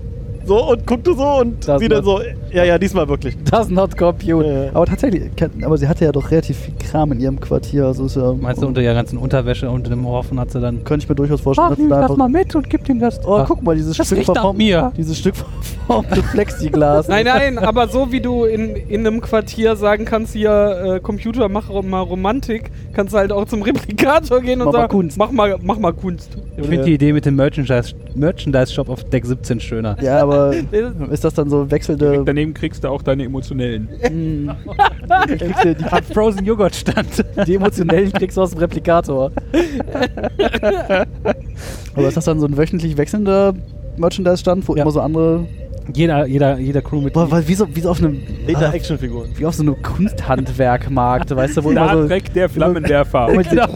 [SPEAKER 2] so und guckte so und
[SPEAKER 3] Das
[SPEAKER 2] sie dann
[SPEAKER 3] macht-
[SPEAKER 2] so, ja, ja, diesmal wirklich.
[SPEAKER 3] Does not compute.
[SPEAKER 2] Ja.
[SPEAKER 3] Aber tatsächlich, kann- aber sie hatte ja doch relativ viel Kram in ihrem Quartier. Also ist ja,
[SPEAKER 4] Meinst du, um unter ihrer ganzen Unterwäsche unter dem Hoffen hat sie dann.
[SPEAKER 3] könnte ich mir durchaus vorstellen, dass sie da einfach.
[SPEAKER 4] mit und gib ihm das.
[SPEAKER 3] Oh, guck mal, dieses
[SPEAKER 4] Das
[SPEAKER 3] Stück
[SPEAKER 4] riecht nach mir.
[SPEAKER 3] Dieses Stück verformte Plexiglas.
[SPEAKER 1] Nein, nein, aber so wie du in, in einem Quartier sagen kannst, hier äh, Computer, mach ro- mal Romantik, kannst du halt auch zum Replikator gehen und
[SPEAKER 3] Mach mal
[SPEAKER 1] sagen,
[SPEAKER 3] Kunst.
[SPEAKER 1] mach mal, mach mal Kunst.
[SPEAKER 4] Ich finde die Idee mit dem Merchandise- Merchandise-Shop auf Deck 17 schöner.
[SPEAKER 3] Ja, aber ist das dann so wechselnde.
[SPEAKER 5] Äh, Daneben kriegst du auch deine emotionellen.
[SPEAKER 3] Hm. Du kriegst ja die,
[SPEAKER 4] Hat Frozen Joghurt stand.
[SPEAKER 3] die emotionellen kriegst du aus dem Replikator. aber ist das dann so ein wöchentlich wechselnder Merchandise-Stand, wo
[SPEAKER 4] Ja.
[SPEAKER 3] immer so andere.
[SPEAKER 4] Jeder, jeder, jeder Crew mit.
[SPEAKER 3] Boah, weil- wie so, wie so auf einem.
[SPEAKER 2] Data Actionfiguren.
[SPEAKER 3] Wie auf so einem Kunsthandwerkmarkt, weißt du, wo immer
[SPEAKER 2] Also
[SPEAKER 5] Star
[SPEAKER 3] so.
[SPEAKER 5] Trek, der Flammenwerfer.
[SPEAKER 3] Wo immer,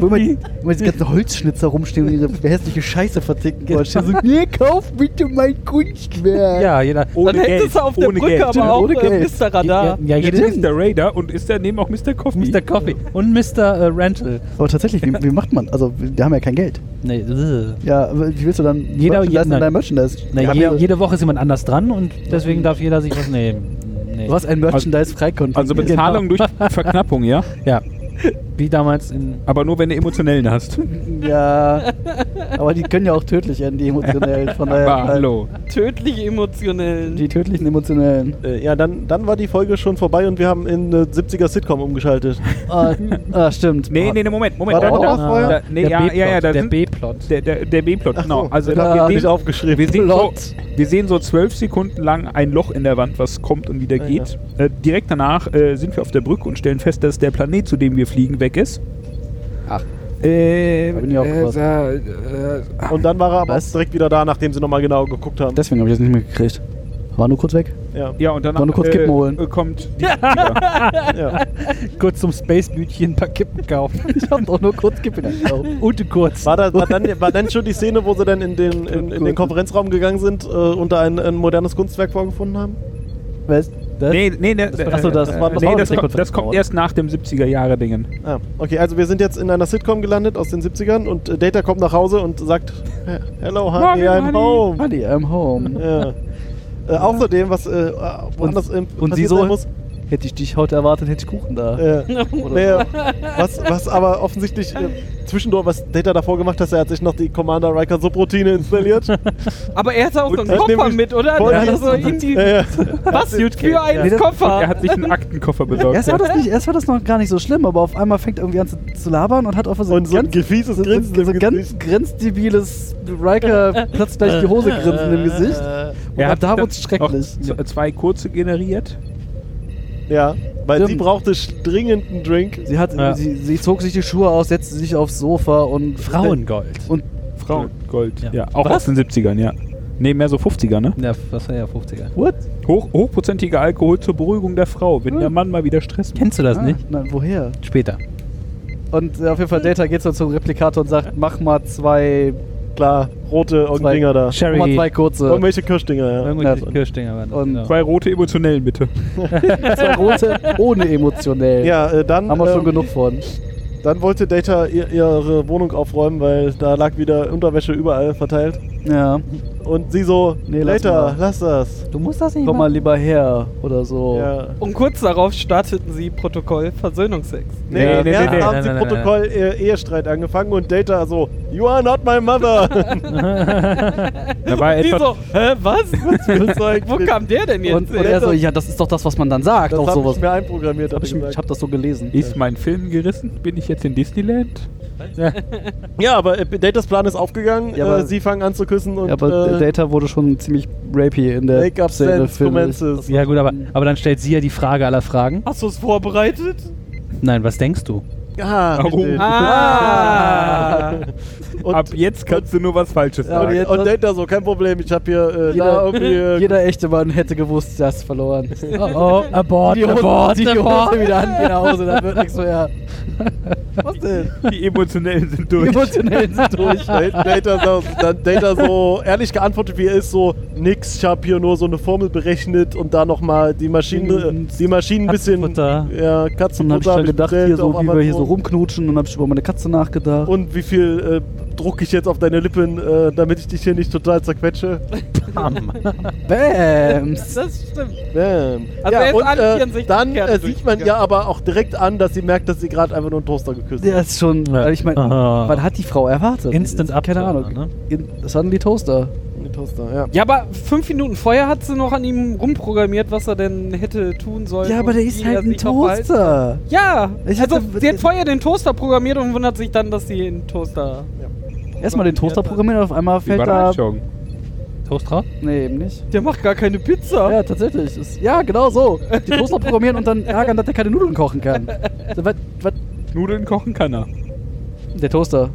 [SPEAKER 3] wo immer, die- wo immer diese ganzen Holzschnitzer rumstehen und ihre hässliche Scheiße verticken wollen. Stehen so, nee, kauf bitte mein Kunstwerk.
[SPEAKER 4] ja, jeder.
[SPEAKER 1] Dann hättest du auf der
[SPEAKER 5] ohne
[SPEAKER 1] Brücke
[SPEAKER 5] Geld.
[SPEAKER 1] aber auch
[SPEAKER 3] Ohne
[SPEAKER 1] äh,
[SPEAKER 3] Geld.
[SPEAKER 1] Mr. Radar.
[SPEAKER 4] ja,
[SPEAKER 5] Ja,
[SPEAKER 4] jeder
[SPEAKER 5] jeder ist der Raider und ist daneben auch Mr. Coffee.
[SPEAKER 4] Mr. Coffee und Mr. Äh, Rental.
[SPEAKER 3] Aber tatsächlich, wie, wie macht man? Also, wir haben ja kein Geld.
[SPEAKER 4] Nee, äh.
[SPEAKER 3] Ja, aber wie willst du dann
[SPEAKER 4] Jeder-
[SPEAKER 3] Merchandise in
[SPEAKER 4] nein.
[SPEAKER 3] dein Merchandise?
[SPEAKER 4] Na,
[SPEAKER 3] Ja,
[SPEAKER 4] je,
[SPEAKER 3] aber-
[SPEAKER 4] jede Woche ist jemand anders dran und deswegen darf jeder sich was nehmen. Nee.
[SPEAKER 3] Was ein Merchandise-Freikontingent.
[SPEAKER 5] Also
[SPEAKER 2] genau.
[SPEAKER 5] Bezahlung durch Verknappung, ja?
[SPEAKER 4] Ja. Wie damals in.
[SPEAKER 5] Aber nur, wenn du emotionellen hast.
[SPEAKER 3] Genau. Ja. Aber die können ja auch tödlich enden, die emotionellen. Von daher,
[SPEAKER 2] halt.
[SPEAKER 5] Aber hallo.
[SPEAKER 1] Tödlich emotionell.
[SPEAKER 3] Die tödlichen emotionellen.
[SPEAKER 2] Äh, ja, dann, dann war die Folge schon vorbei und wir haben in eine 70er-Sitcom umgeschaltet.
[SPEAKER 3] Ah, ah, stimmt.
[SPEAKER 5] Nee, nee, nee, Moment, Moment.
[SPEAKER 2] War da
[SPEAKER 5] da,
[SPEAKER 2] auch
[SPEAKER 5] da,
[SPEAKER 2] was vorher?
[SPEAKER 5] da, nee,
[SPEAKER 4] der
[SPEAKER 5] ja,
[SPEAKER 4] B-Plot.
[SPEAKER 5] ja, ja, da
[SPEAKER 4] der
[SPEAKER 5] sind-
[SPEAKER 4] B-Plot.
[SPEAKER 5] Der, der, der B-Plot,
[SPEAKER 2] Ach
[SPEAKER 5] genau.
[SPEAKER 2] so,
[SPEAKER 5] Also
[SPEAKER 2] den hab
[SPEAKER 5] da,
[SPEAKER 2] ich
[SPEAKER 5] wir,
[SPEAKER 2] nicht
[SPEAKER 5] sehen,
[SPEAKER 2] aufgeschrieben.
[SPEAKER 5] wir, sehen so,
[SPEAKER 3] Plot.
[SPEAKER 5] wir sehen so zwölf Sekunden lang ein Loch in der Wand, was kommt und wieder
[SPEAKER 2] Ja,
[SPEAKER 5] geht. Äh, direkt danach äh, sind wir auf der Brücke und stellen fest, dass der Planet, zu dem wir fliegen, weg ist.
[SPEAKER 4] Ach.
[SPEAKER 5] Äh,
[SPEAKER 3] Da bin ich auch
[SPEAKER 5] äh,
[SPEAKER 3] krass.
[SPEAKER 5] sa- äh,
[SPEAKER 2] Und dann war er aber
[SPEAKER 3] Was?
[SPEAKER 2] auch direkt wieder da, nachdem sie nochmal genau geguckt haben.
[SPEAKER 3] Deswegen habe ich das nicht mehr gekriegt. War nur kurz weg.
[SPEAKER 2] ja,
[SPEAKER 5] ja, und danach
[SPEAKER 3] Wollen wir kurz Kippen holen?
[SPEAKER 5] äh, kommt die
[SPEAKER 2] ja.
[SPEAKER 4] Kurz zum Space-Bütchen ein paar Kippen kaufen.
[SPEAKER 3] Ich habe doch nur kurz gepennt.
[SPEAKER 4] Und kurz.
[SPEAKER 2] War, da, war, dann, war dann schon die Szene, wo sie dann in den, in, in den Konferenzraum gegangen sind äh, und da ein, ein modernes Kunstwerk vorgefunden haben?
[SPEAKER 3] Was? Das?
[SPEAKER 5] Nee, nee, nee.
[SPEAKER 3] Das- achso, das-
[SPEAKER 5] äh,
[SPEAKER 3] das war- das war
[SPEAKER 5] nee,
[SPEAKER 3] auch
[SPEAKER 5] das,
[SPEAKER 3] nicht der
[SPEAKER 5] kommt, das kommt
[SPEAKER 3] Konferenzraum.
[SPEAKER 5] erst nach dem 70er-Jahre-Dingen.
[SPEAKER 2] Ah, okay, also wir sind jetzt in einer Sitcom gelandet aus den 70ern und äh, Data kommt nach Hause und sagt: "He- Hello, honey,
[SPEAKER 5] Morgen,
[SPEAKER 2] I'm
[SPEAKER 5] honey."
[SPEAKER 2] home.
[SPEAKER 3] Honey, I'm home.
[SPEAKER 2] Ja. Äh, außerdem, was äh, woanders äh,
[SPEAKER 3] und sie
[SPEAKER 2] passiert
[SPEAKER 3] so?
[SPEAKER 2] sein muss,
[SPEAKER 3] Hätte ich dich heute erwartet, hätte ich Kuchen da.
[SPEAKER 2] äh,
[SPEAKER 3] Oder-
[SPEAKER 2] naja, was, was aber offensichtlich äh, zwischendurch, was Data davor gemacht hat, er hat sich noch die Commander Riker Subroutine installiert.
[SPEAKER 1] Aber er hatte auch so
[SPEAKER 2] Und
[SPEAKER 1] einen
[SPEAKER 2] das
[SPEAKER 1] Koffer
[SPEAKER 2] nämlich-
[SPEAKER 1] mit, oder?
[SPEAKER 2] Voll-
[SPEAKER 1] Der hatte so in die,
[SPEAKER 2] ja, ja.
[SPEAKER 1] was für einen
[SPEAKER 3] Nee, das-
[SPEAKER 5] Und er
[SPEAKER 1] Koffer?
[SPEAKER 5] hat sich einen Aktenkoffer
[SPEAKER 3] Erst war,
[SPEAKER 5] besorgt.
[SPEAKER 3] das nicht, erst war das noch gar nicht so schlimm, aber auf einmal fängt irgendwie an zu, zu labern und hat auf so
[SPEAKER 2] Und so ein
[SPEAKER 3] ganz,
[SPEAKER 2] gefieses
[SPEAKER 3] so,
[SPEAKER 2] Grinsen
[SPEAKER 3] so, so
[SPEAKER 2] im
[SPEAKER 3] ganz
[SPEAKER 2] Gesicht.
[SPEAKER 3] grenzdebiles Riker platzt gleich die Hose grinsen im Gesicht. Und ab
[SPEAKER 5] Er hat
[SPEAKER 3] Oh, da
[SPEAKER 5] dann
[SPEAKER 3] wurde es schrecklich.
[SPEAKER 5] noch z- Zwei kurze generiert.
[SPEAKER 2] Ja, weil sie
[SPEAKER 3] Stimmt.
[SPEAKER 2] brauchte sch- dringend einen Drink.
[SPEAKER 3] Sie, hat,
[SPEAKER 4] Ja.
[SPEAKER 3] sie, sie zog sich die Schuhe aus, setzte sich aufs Sofa und
[SPEAKER 4] Frauengold.
[SPEAKER 3] Und
[SPEAKER 5] Frauen. Gold. Ja.
[SPEAKER 4] Ja.
[SPEAKER 5] Auch aus den 70ern, ja. Nee, mehr so 50er, ne?
[SPEAKER 4] Ja, was war ja 50er.
[SPEAKER 3] what?
[SPEAKER 5] Hoch, hochprozentiger Alkohol zur Beruhigung der Frau, wenn der Mann mal wieder Stress macht.
[SPEAKER 4] Kennst du
[SPEAKER 3] Ah.
[SPEAKER 4] das nicht?
[SPEAKER 3] Nein, woher?
[SPEAKER 4] Später.
[SPEAKER 3] Und äh, auf jeden Fall Data geht so zum Replikator und sagt, mach mal zwei,
[SPEAKER 2] Klar, rote
[SPEAKER 3] Zwei-
[SPEAKER 2] Augendinger da.
[SPEAKER 4] Sherry.
[SPEAKER 3] mach mal zwei kurze.
[SPEAKER 2] Irgendwelche Kirschdinger, ja.
[SPEAKER 4] Irgendwelche
[SPEAKER 3] Ja.
[SPEAKER 4] Kirschdinger waren das.
[SPEAKER 3] Und-
[SPEAKER 4] genau.
[SPEAKER 5] Zwei rote emotionellen, bitte.
[SPEAKER 3] zwei rote, ohne emotionell.
[SPEAKER 2] Ja, äh, dann,
[SPEAKER 3] Haben wir schon
[SPEAKER 2] ähm,
[SPEAKER 3] genug von.
[SPEAKER 2] dann wollte Data ihr, ihre Wohnung aufräumen, weil da lag wieder Unterwäsche überall verteilt.
[SPEAKER 3] Ja.
[SPEAKER 2] Und sie so,
[SPEAKER 3] Nee, lass
[SPEAKER 2] Data,
[SPEAKER 3] mal.
[SPEAKER 2] lass, das.
[SPEAKER 4] Du musst das nicht
[SPEAKER 3] Komm mal lieber her oder so.
[SPEAKER 2] Ja.
[SPEAKER 1] Und kurz darauf starteten sie Protokoll Versöhnungsex.
[SPEAKER 2] Nee,
[SPEAKER 4] Nee,
[SPEAKER 2] nee,
[SPEAKER 4] nee,
[SPEAKER 2] erst
[SPEAKER 4] nee,
[SPEAKER 2] haben
[SPEAKER 4] nee,
[SPEAKER 2] sie
[SPEAKER 4] nee, nee,
[SPEAKER 2] Protokoll äh, Ehestreit angefangen und Data so, You are not my mother.
[SPEAKER 5] Da war
[SPEAKER 1] Die
[SPEAKER 5] etwas,
[SPEAKER 1] so, hä, was?
[SPEAKER 2] Zeug
[SPEAKER 1] Wo
[SPEAKER 2] mit-
[SPEAKER 1] kam der denn jetzt
[SPEAKER 3] Und, und
[SPEAKER 1] her?
[SPEAKER 3] er so, ja, das ist doch das, was man dann sagt,
[SPEAKER 2] Das
[SPEAKER 3] auch
[SPEAKER 2] hab
[SPEAKER 3] sowas.
[SPEAKER 2] ich mir einprogrammiert, hab
[SPEAKER 3] Hab
[SPEAKER 2] ich
[SPEAKER 3] ich, ich
[SPEAKER 2] gesagt.
[SPEAKER 3] hab das so gelesen.
[SPEAKER 5] ist mein Film gerissen? Bin ich jetzt in Disneyland?
[SPEAKER 2] Ja, aber äh, Datas Plan ist aufgegangen.
[SPEAKER 3] Ja, aber-
[SPEAKER 2] äh, sie fangen an zu küssen und
[SPEAKER 3] Ja, aber
[SPEAKER 2] äh,
[SPEAKER 3] Data wurde schon ziemlich rapey in der
[SPEAKER 2] Make-up
[SPEAKER 3] Szene,
[SPEAKER 2] sense
[SPEAKER 3] finde ich.
[SPEAKER 2] commences.
[SPEAKER 4] Ja, gut, aber, aber dann stellt sie ja die Frage aller Fragen.
[SPEAKER 1] Hast du es vorbereitet?
[SPEAKER 4] Nein, was denkst du?
[SPEAKER 2] Ja,
[SPEAKER 5] Warum?
[SPEAKER 2] richtig.
[SPEAKER 1] Ah!
[SPEAKER 2] Und-
[SPEAKER 5] Ab jetzt kannst du nur was Falsches
[SPEAKER 3] Ja,
[SPEAKER 5] sagen.
[SPEAKER 2] Und,
[SPEAKER 3] jetzt-
[SPEAKER 2] und Data so, kein Problem, ich hab hier äh, da
[SPEAKER 3] Jeder,
[SPEAKER 2] irgendwie äh,
[SPEAKER 3] jeder echte Mann hätte gewusst, das verloren.
[SPEAKER 4] Oh, oh, abort,
[SPEAKER 3] die Hose,
[SPEAKER 4] abort,
[SPEAKER 3] die
[SPEAKER 4] abort.
[SPEAKER 3] Hose wieder an, genau, geh nach Hause, dann wird nichts mehr.
[SPEAKER 2] Was denn?
[SPEAKER 5] Die emotionellen sind
[SPEAKER 3] Die
[SPEAKER 5] durch.
[SPEAKER 3] Emotionellen sind durch.
[SPEAKER 2] Da- Data so, dann Data so ehrlich geantwortet, wie er ist, so nix, ich habe hier nur so eine Formel berechnet und da nochmal die Maschine,
[SPEAKER 3] Mhm.
[SPEAKER 2] die Maschine ein bisschen,
[SPEAKER 4] Katzenfutter.
[SPEAKER 2] ja,
[SPEAKER 3] Und dann hab ich
[SPEAKER 2] Katzenfutter hab
[SPEAKER 3] dann gedacht,
[SPEAKER 2] bestellt
[SPEAKER 3] hier so,
[SPEAKER 2] auf
[SPEAKER 3] wie wir hier so
[SPEAKER 2] Amazon.
[SPEAKER 3] rumknutschen, und dann hab ich über meine Katze nachgedacht.
[SPEAKER 2] Und wie viel äh, druck ich jetzt auf deine Lippen, äh, damit ich dich hier nicht total zerquetsche.
[SPEAKER 3] Bams!
[SPEAKER 1] Das stimmt.
[SPEAKER 2] Bam.
[SPEAKER 1] Also er ist alle
[SPEAKER 2] ja, und
[SPEAKER 1] 64
[SPEAKER 2] dann äh,
[SPEAKER 1] Kerzen
[SPEAKER 2] sieht man ja aber auch direkt an, dass sie merkt, dass sie gerade einfach nur einen Toaster geküsst hat.
[SPEAKER 3] Der ist schon,
[SPEAKER 4] Ja.
[SPEAKER 3] ich meine,
[SPEAKER 4] Aha.
[SPEAKER 3] man hat die Frau erwartet.
[SPEAKER 4] Instant Up.
[SPEAKER 3] Keine Ahnung.
[SPEAKER 4] Ne?
[SPEAKER 3] In- Das hatten die Toaster.
[SPEAKER 2] Einen Toaster, ja.
[SPEAKER 1] Ja, aber fünf Minuten vorher hat sie noch an ihm rumprogrammiert, was er denn hätte tun sollen.
[SPEAKER 3] Ja, aber
[SPEAKER 1] und
[SPEAKER 3] der
[SPEAKER 1] wie
[SPEAKER 3] ist
[SPEAKER 1] er
[SPEAKER 3] halt ein
[SPEAKER 1] sich noch verhalten-
[SPEAKER 3] Toaster.
[SPEAKER 1] Ja,
[SPEAKER 3] Ich
[SPEAKER 1] also
[SPEAKER 3] hatte-
[SPEAKER 1] sie hat vorher den Toaster programmiert und wundert sich dann, dass sie den Toaster...
[SPEAKER 3] Erstmal den Toaster programmieren und auf einmal fällt da.
[SPEAKER 5] Überraschung.
[SPEAKER 4] Toast drauf?
[SPEAKER 3] Nee, eben nicht.
[SPEAKER 1] Der macht gar keine Pizza.
[SPEAKER 3] Ja, tatsächlich. Ist, ja, genau so. Die Toaster programmieren und dann ärgern, dass er keine Nudeln kochen kann. So, was, was?
[SPEAKER 5] Nudeln kochen kann er.
[SPEAKER 3] Der Toaster,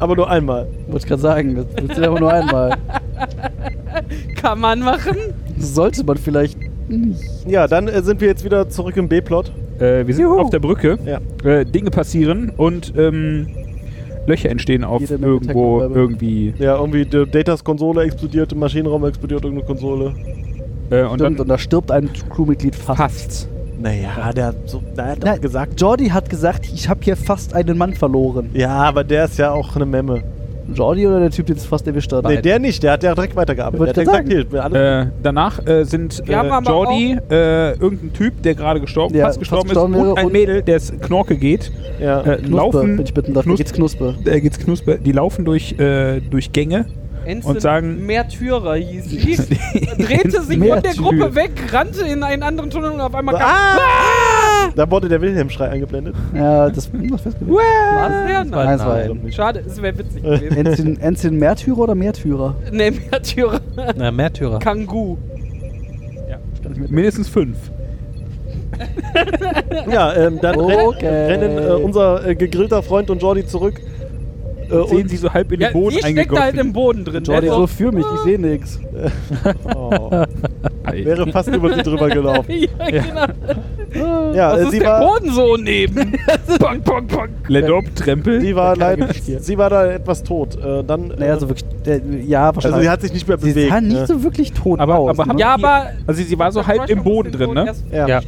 [SPEAKER 2] Aber nur einmal.
[SPEAKER 3] wollte ich gerade sagen. Das funktioniert aber nur einmal.
[SPEAKER 1] Kann man machen.
[SPEAKER 3] Das sollte man vielleicht nicht.
[SPEAKER 2] Ja, dann äh, sind wir jetzt wieder zurück im B-Plot.
[SPEAKER 5] Äh, wir sind auf der Brücke.
[SPEAKER 2] Ja.
[SPEAKER 5] Äh, Dinge passieren und ähm, Löcher entstehen auf
[SPEAKER 3] Jede Menge
[SPEAKER 5] irgendwo
[SPEAKER 3] Techno-Werbe.
[SPEAKER 5] irgendwie.
[SPEAKER 2] Ja, irgendwie die Datas Konsole explodiert, im Maschinenraum explodiert irgendeine Konsole.
[SPEAKER 5] Äh, und
[SPEAKER 3] Stimmt,
[SPEAKER 5] dann
[SPEAKER 3] und da stirbt ein Crewmitglied fast.
[SPEAKER 5] passt's.
[SPEAKER 2] Naja, der hat so, der hat
[SPEAKER 3] Nein, Jordi hat gesagt, ich habe hier fast einen Mann verloren.
[SPEAKER 2] Ja, aber der ist ja auch eine Memme.
[SPEAKER 3] Jordi oder der Typ, den es fast erwischt hat?
[SPEAKER 2] Nee, der nicht, der hat ja direkt weitergearbeitet.
[SPEAKER 3] Wollte
[SPEAKER 2] Der
[SPEAKER 3] ich
[SPEAKER 2] hat
[SPEAKER 3] grad
[SPEAKER 2] direkt gesagt, hier, alle-
[SPEAKER 5] Äh, danach äh, sind
[SPEAKER 1] Wir haben
[SPEAKER 5] äh,
[SPEAKER 1] aber
[SPEAKER 5] Jordi, äh, irgendein Typ, der gerade gestorben,
[SPEAKER 3] Ja,
[SPEAKER 5] fast gestorben
[SPEAKER 3] fast gestorben
[SPEAKER 5] ist, und
[SPEAKER 3] wäre
[SPEAKER 5] ein
[SPEAKER 3] und-
[SPEAKER 5] Mädel, der es Knorke geht,
[SPEAKER 2] ja.
[SPEAKER 5] äh,
[SPEAKER 3] Knusper,
[SPEAKER 5] laufen,
[SPEAKER 3] wenn ich bitten darf. Mir
[SPEAKER 5] Knus-
[SPEAKER 3] geht's Knusper.
[SPEAKER 5] da geht's knusper, die laufen durch, äh, durch Gänge
[SPEAKER 1] Ensign
[SPEAKER 5] Und sagen-
[SPEAKER 1] Märtyrer hieß sie. drehte sich von der
[SPEAKER 3] Märtyrer.
[SPEAKER 1] Gruppe weg, rannte in einen anderen Tunnel und auf einmal kam.
[SPEAKER 2] ah! Da wurde der Wilhelm-Schrei eingeblendet.
[SPEAKER 3] Ja, das hm, das wär's gewesen.
[SPEAKER 1] Was? Ja,
[SPEAKER 3] war
[SPEAKER 1] nein.
[SPEAKER 3] Eins war ein.
[SPEAKER 1] Schade, es wäre witzig gewesen.
[SPEAKER 3] Enzin, Enzin Märtyrer oder Märtyrer?
[SPEAKER 1] ne, Märtyrer.
[SPEAKER 6] Na, Märtyrer.
[SPEAKER 1] Kangu.
[SPEAKER 5] mindestens fünf.
[SPEAKER 2] Ja, ähm, dann
[SPEAKER 3] Okay.
[SPEAKER 2] rennen, rennen äh, unser äh, gegrillter Freund und Jordi zurück. Äh,
[SPEAKER 5] Sehen
[SPEAKER 2] und,
[SPEAKER 5] sie so halb in
[SPEAKER 1] Ja,
[SPEAKER 5] den Boden
[SPEAKER 1] die steckt halt im
[SPEAKER 5] eingegossen.
[SPEAKER 1] Boden drin.
[SPEAKER 3] Jordi,
[SPEAKER 1] Also-
[SPEAKER 3] so für mich, ich sehe nix.
[SPEAKER 2] oh, wäre fast über sie drüber gelaufen.
[SPEAKER 1] ja, genau.
[SPEAKER 2] Ja,
[SPEAKER 1] Was
[SPEAKER 2] äh,
[SPEAKER 1] ist
[SPEAKER 2] sie
[SPEAKER 1] der
[SPEAKER 2] war,
[SPEAKER 1] Boden so neben? pong, pong, pong.
[SPEAKER 5] Ledop, Trempel.
[SPEAKER 2] sie war, leid,
[SPEAKER 3] Gemisch hier.
[SPEAKER 2] sie war da etwas tot. Äh, dann, äh,
[SPEAKER 3] Naja, also wirklich. Der, ja,
[SPEAKER 2] also sie
[SPEAKER 3] wahrscheinlich.
[SPEAKER 2] hat sich nicht mehr
[SPEAKER 3] sie
[SPEAKER 2] bewegt.
[SPEAKER 3] sah nicht
[SPEAKER 2] ne?
[SPEAKER 3] so wirklich tot
[SPEAKER 5] Aber-
[SPEAKER 3] aus.
[SPEAKER 5] aber
[SPEAKER 3] ne?
[SPEAKER 5] haben-
[SPEAKER 1] Ja, aber.
[SPEAKER 5] Also sie war so halb im Boden drin, ne?
[SPEAKER 2] Ja.
[SPEAKER 1] Ja.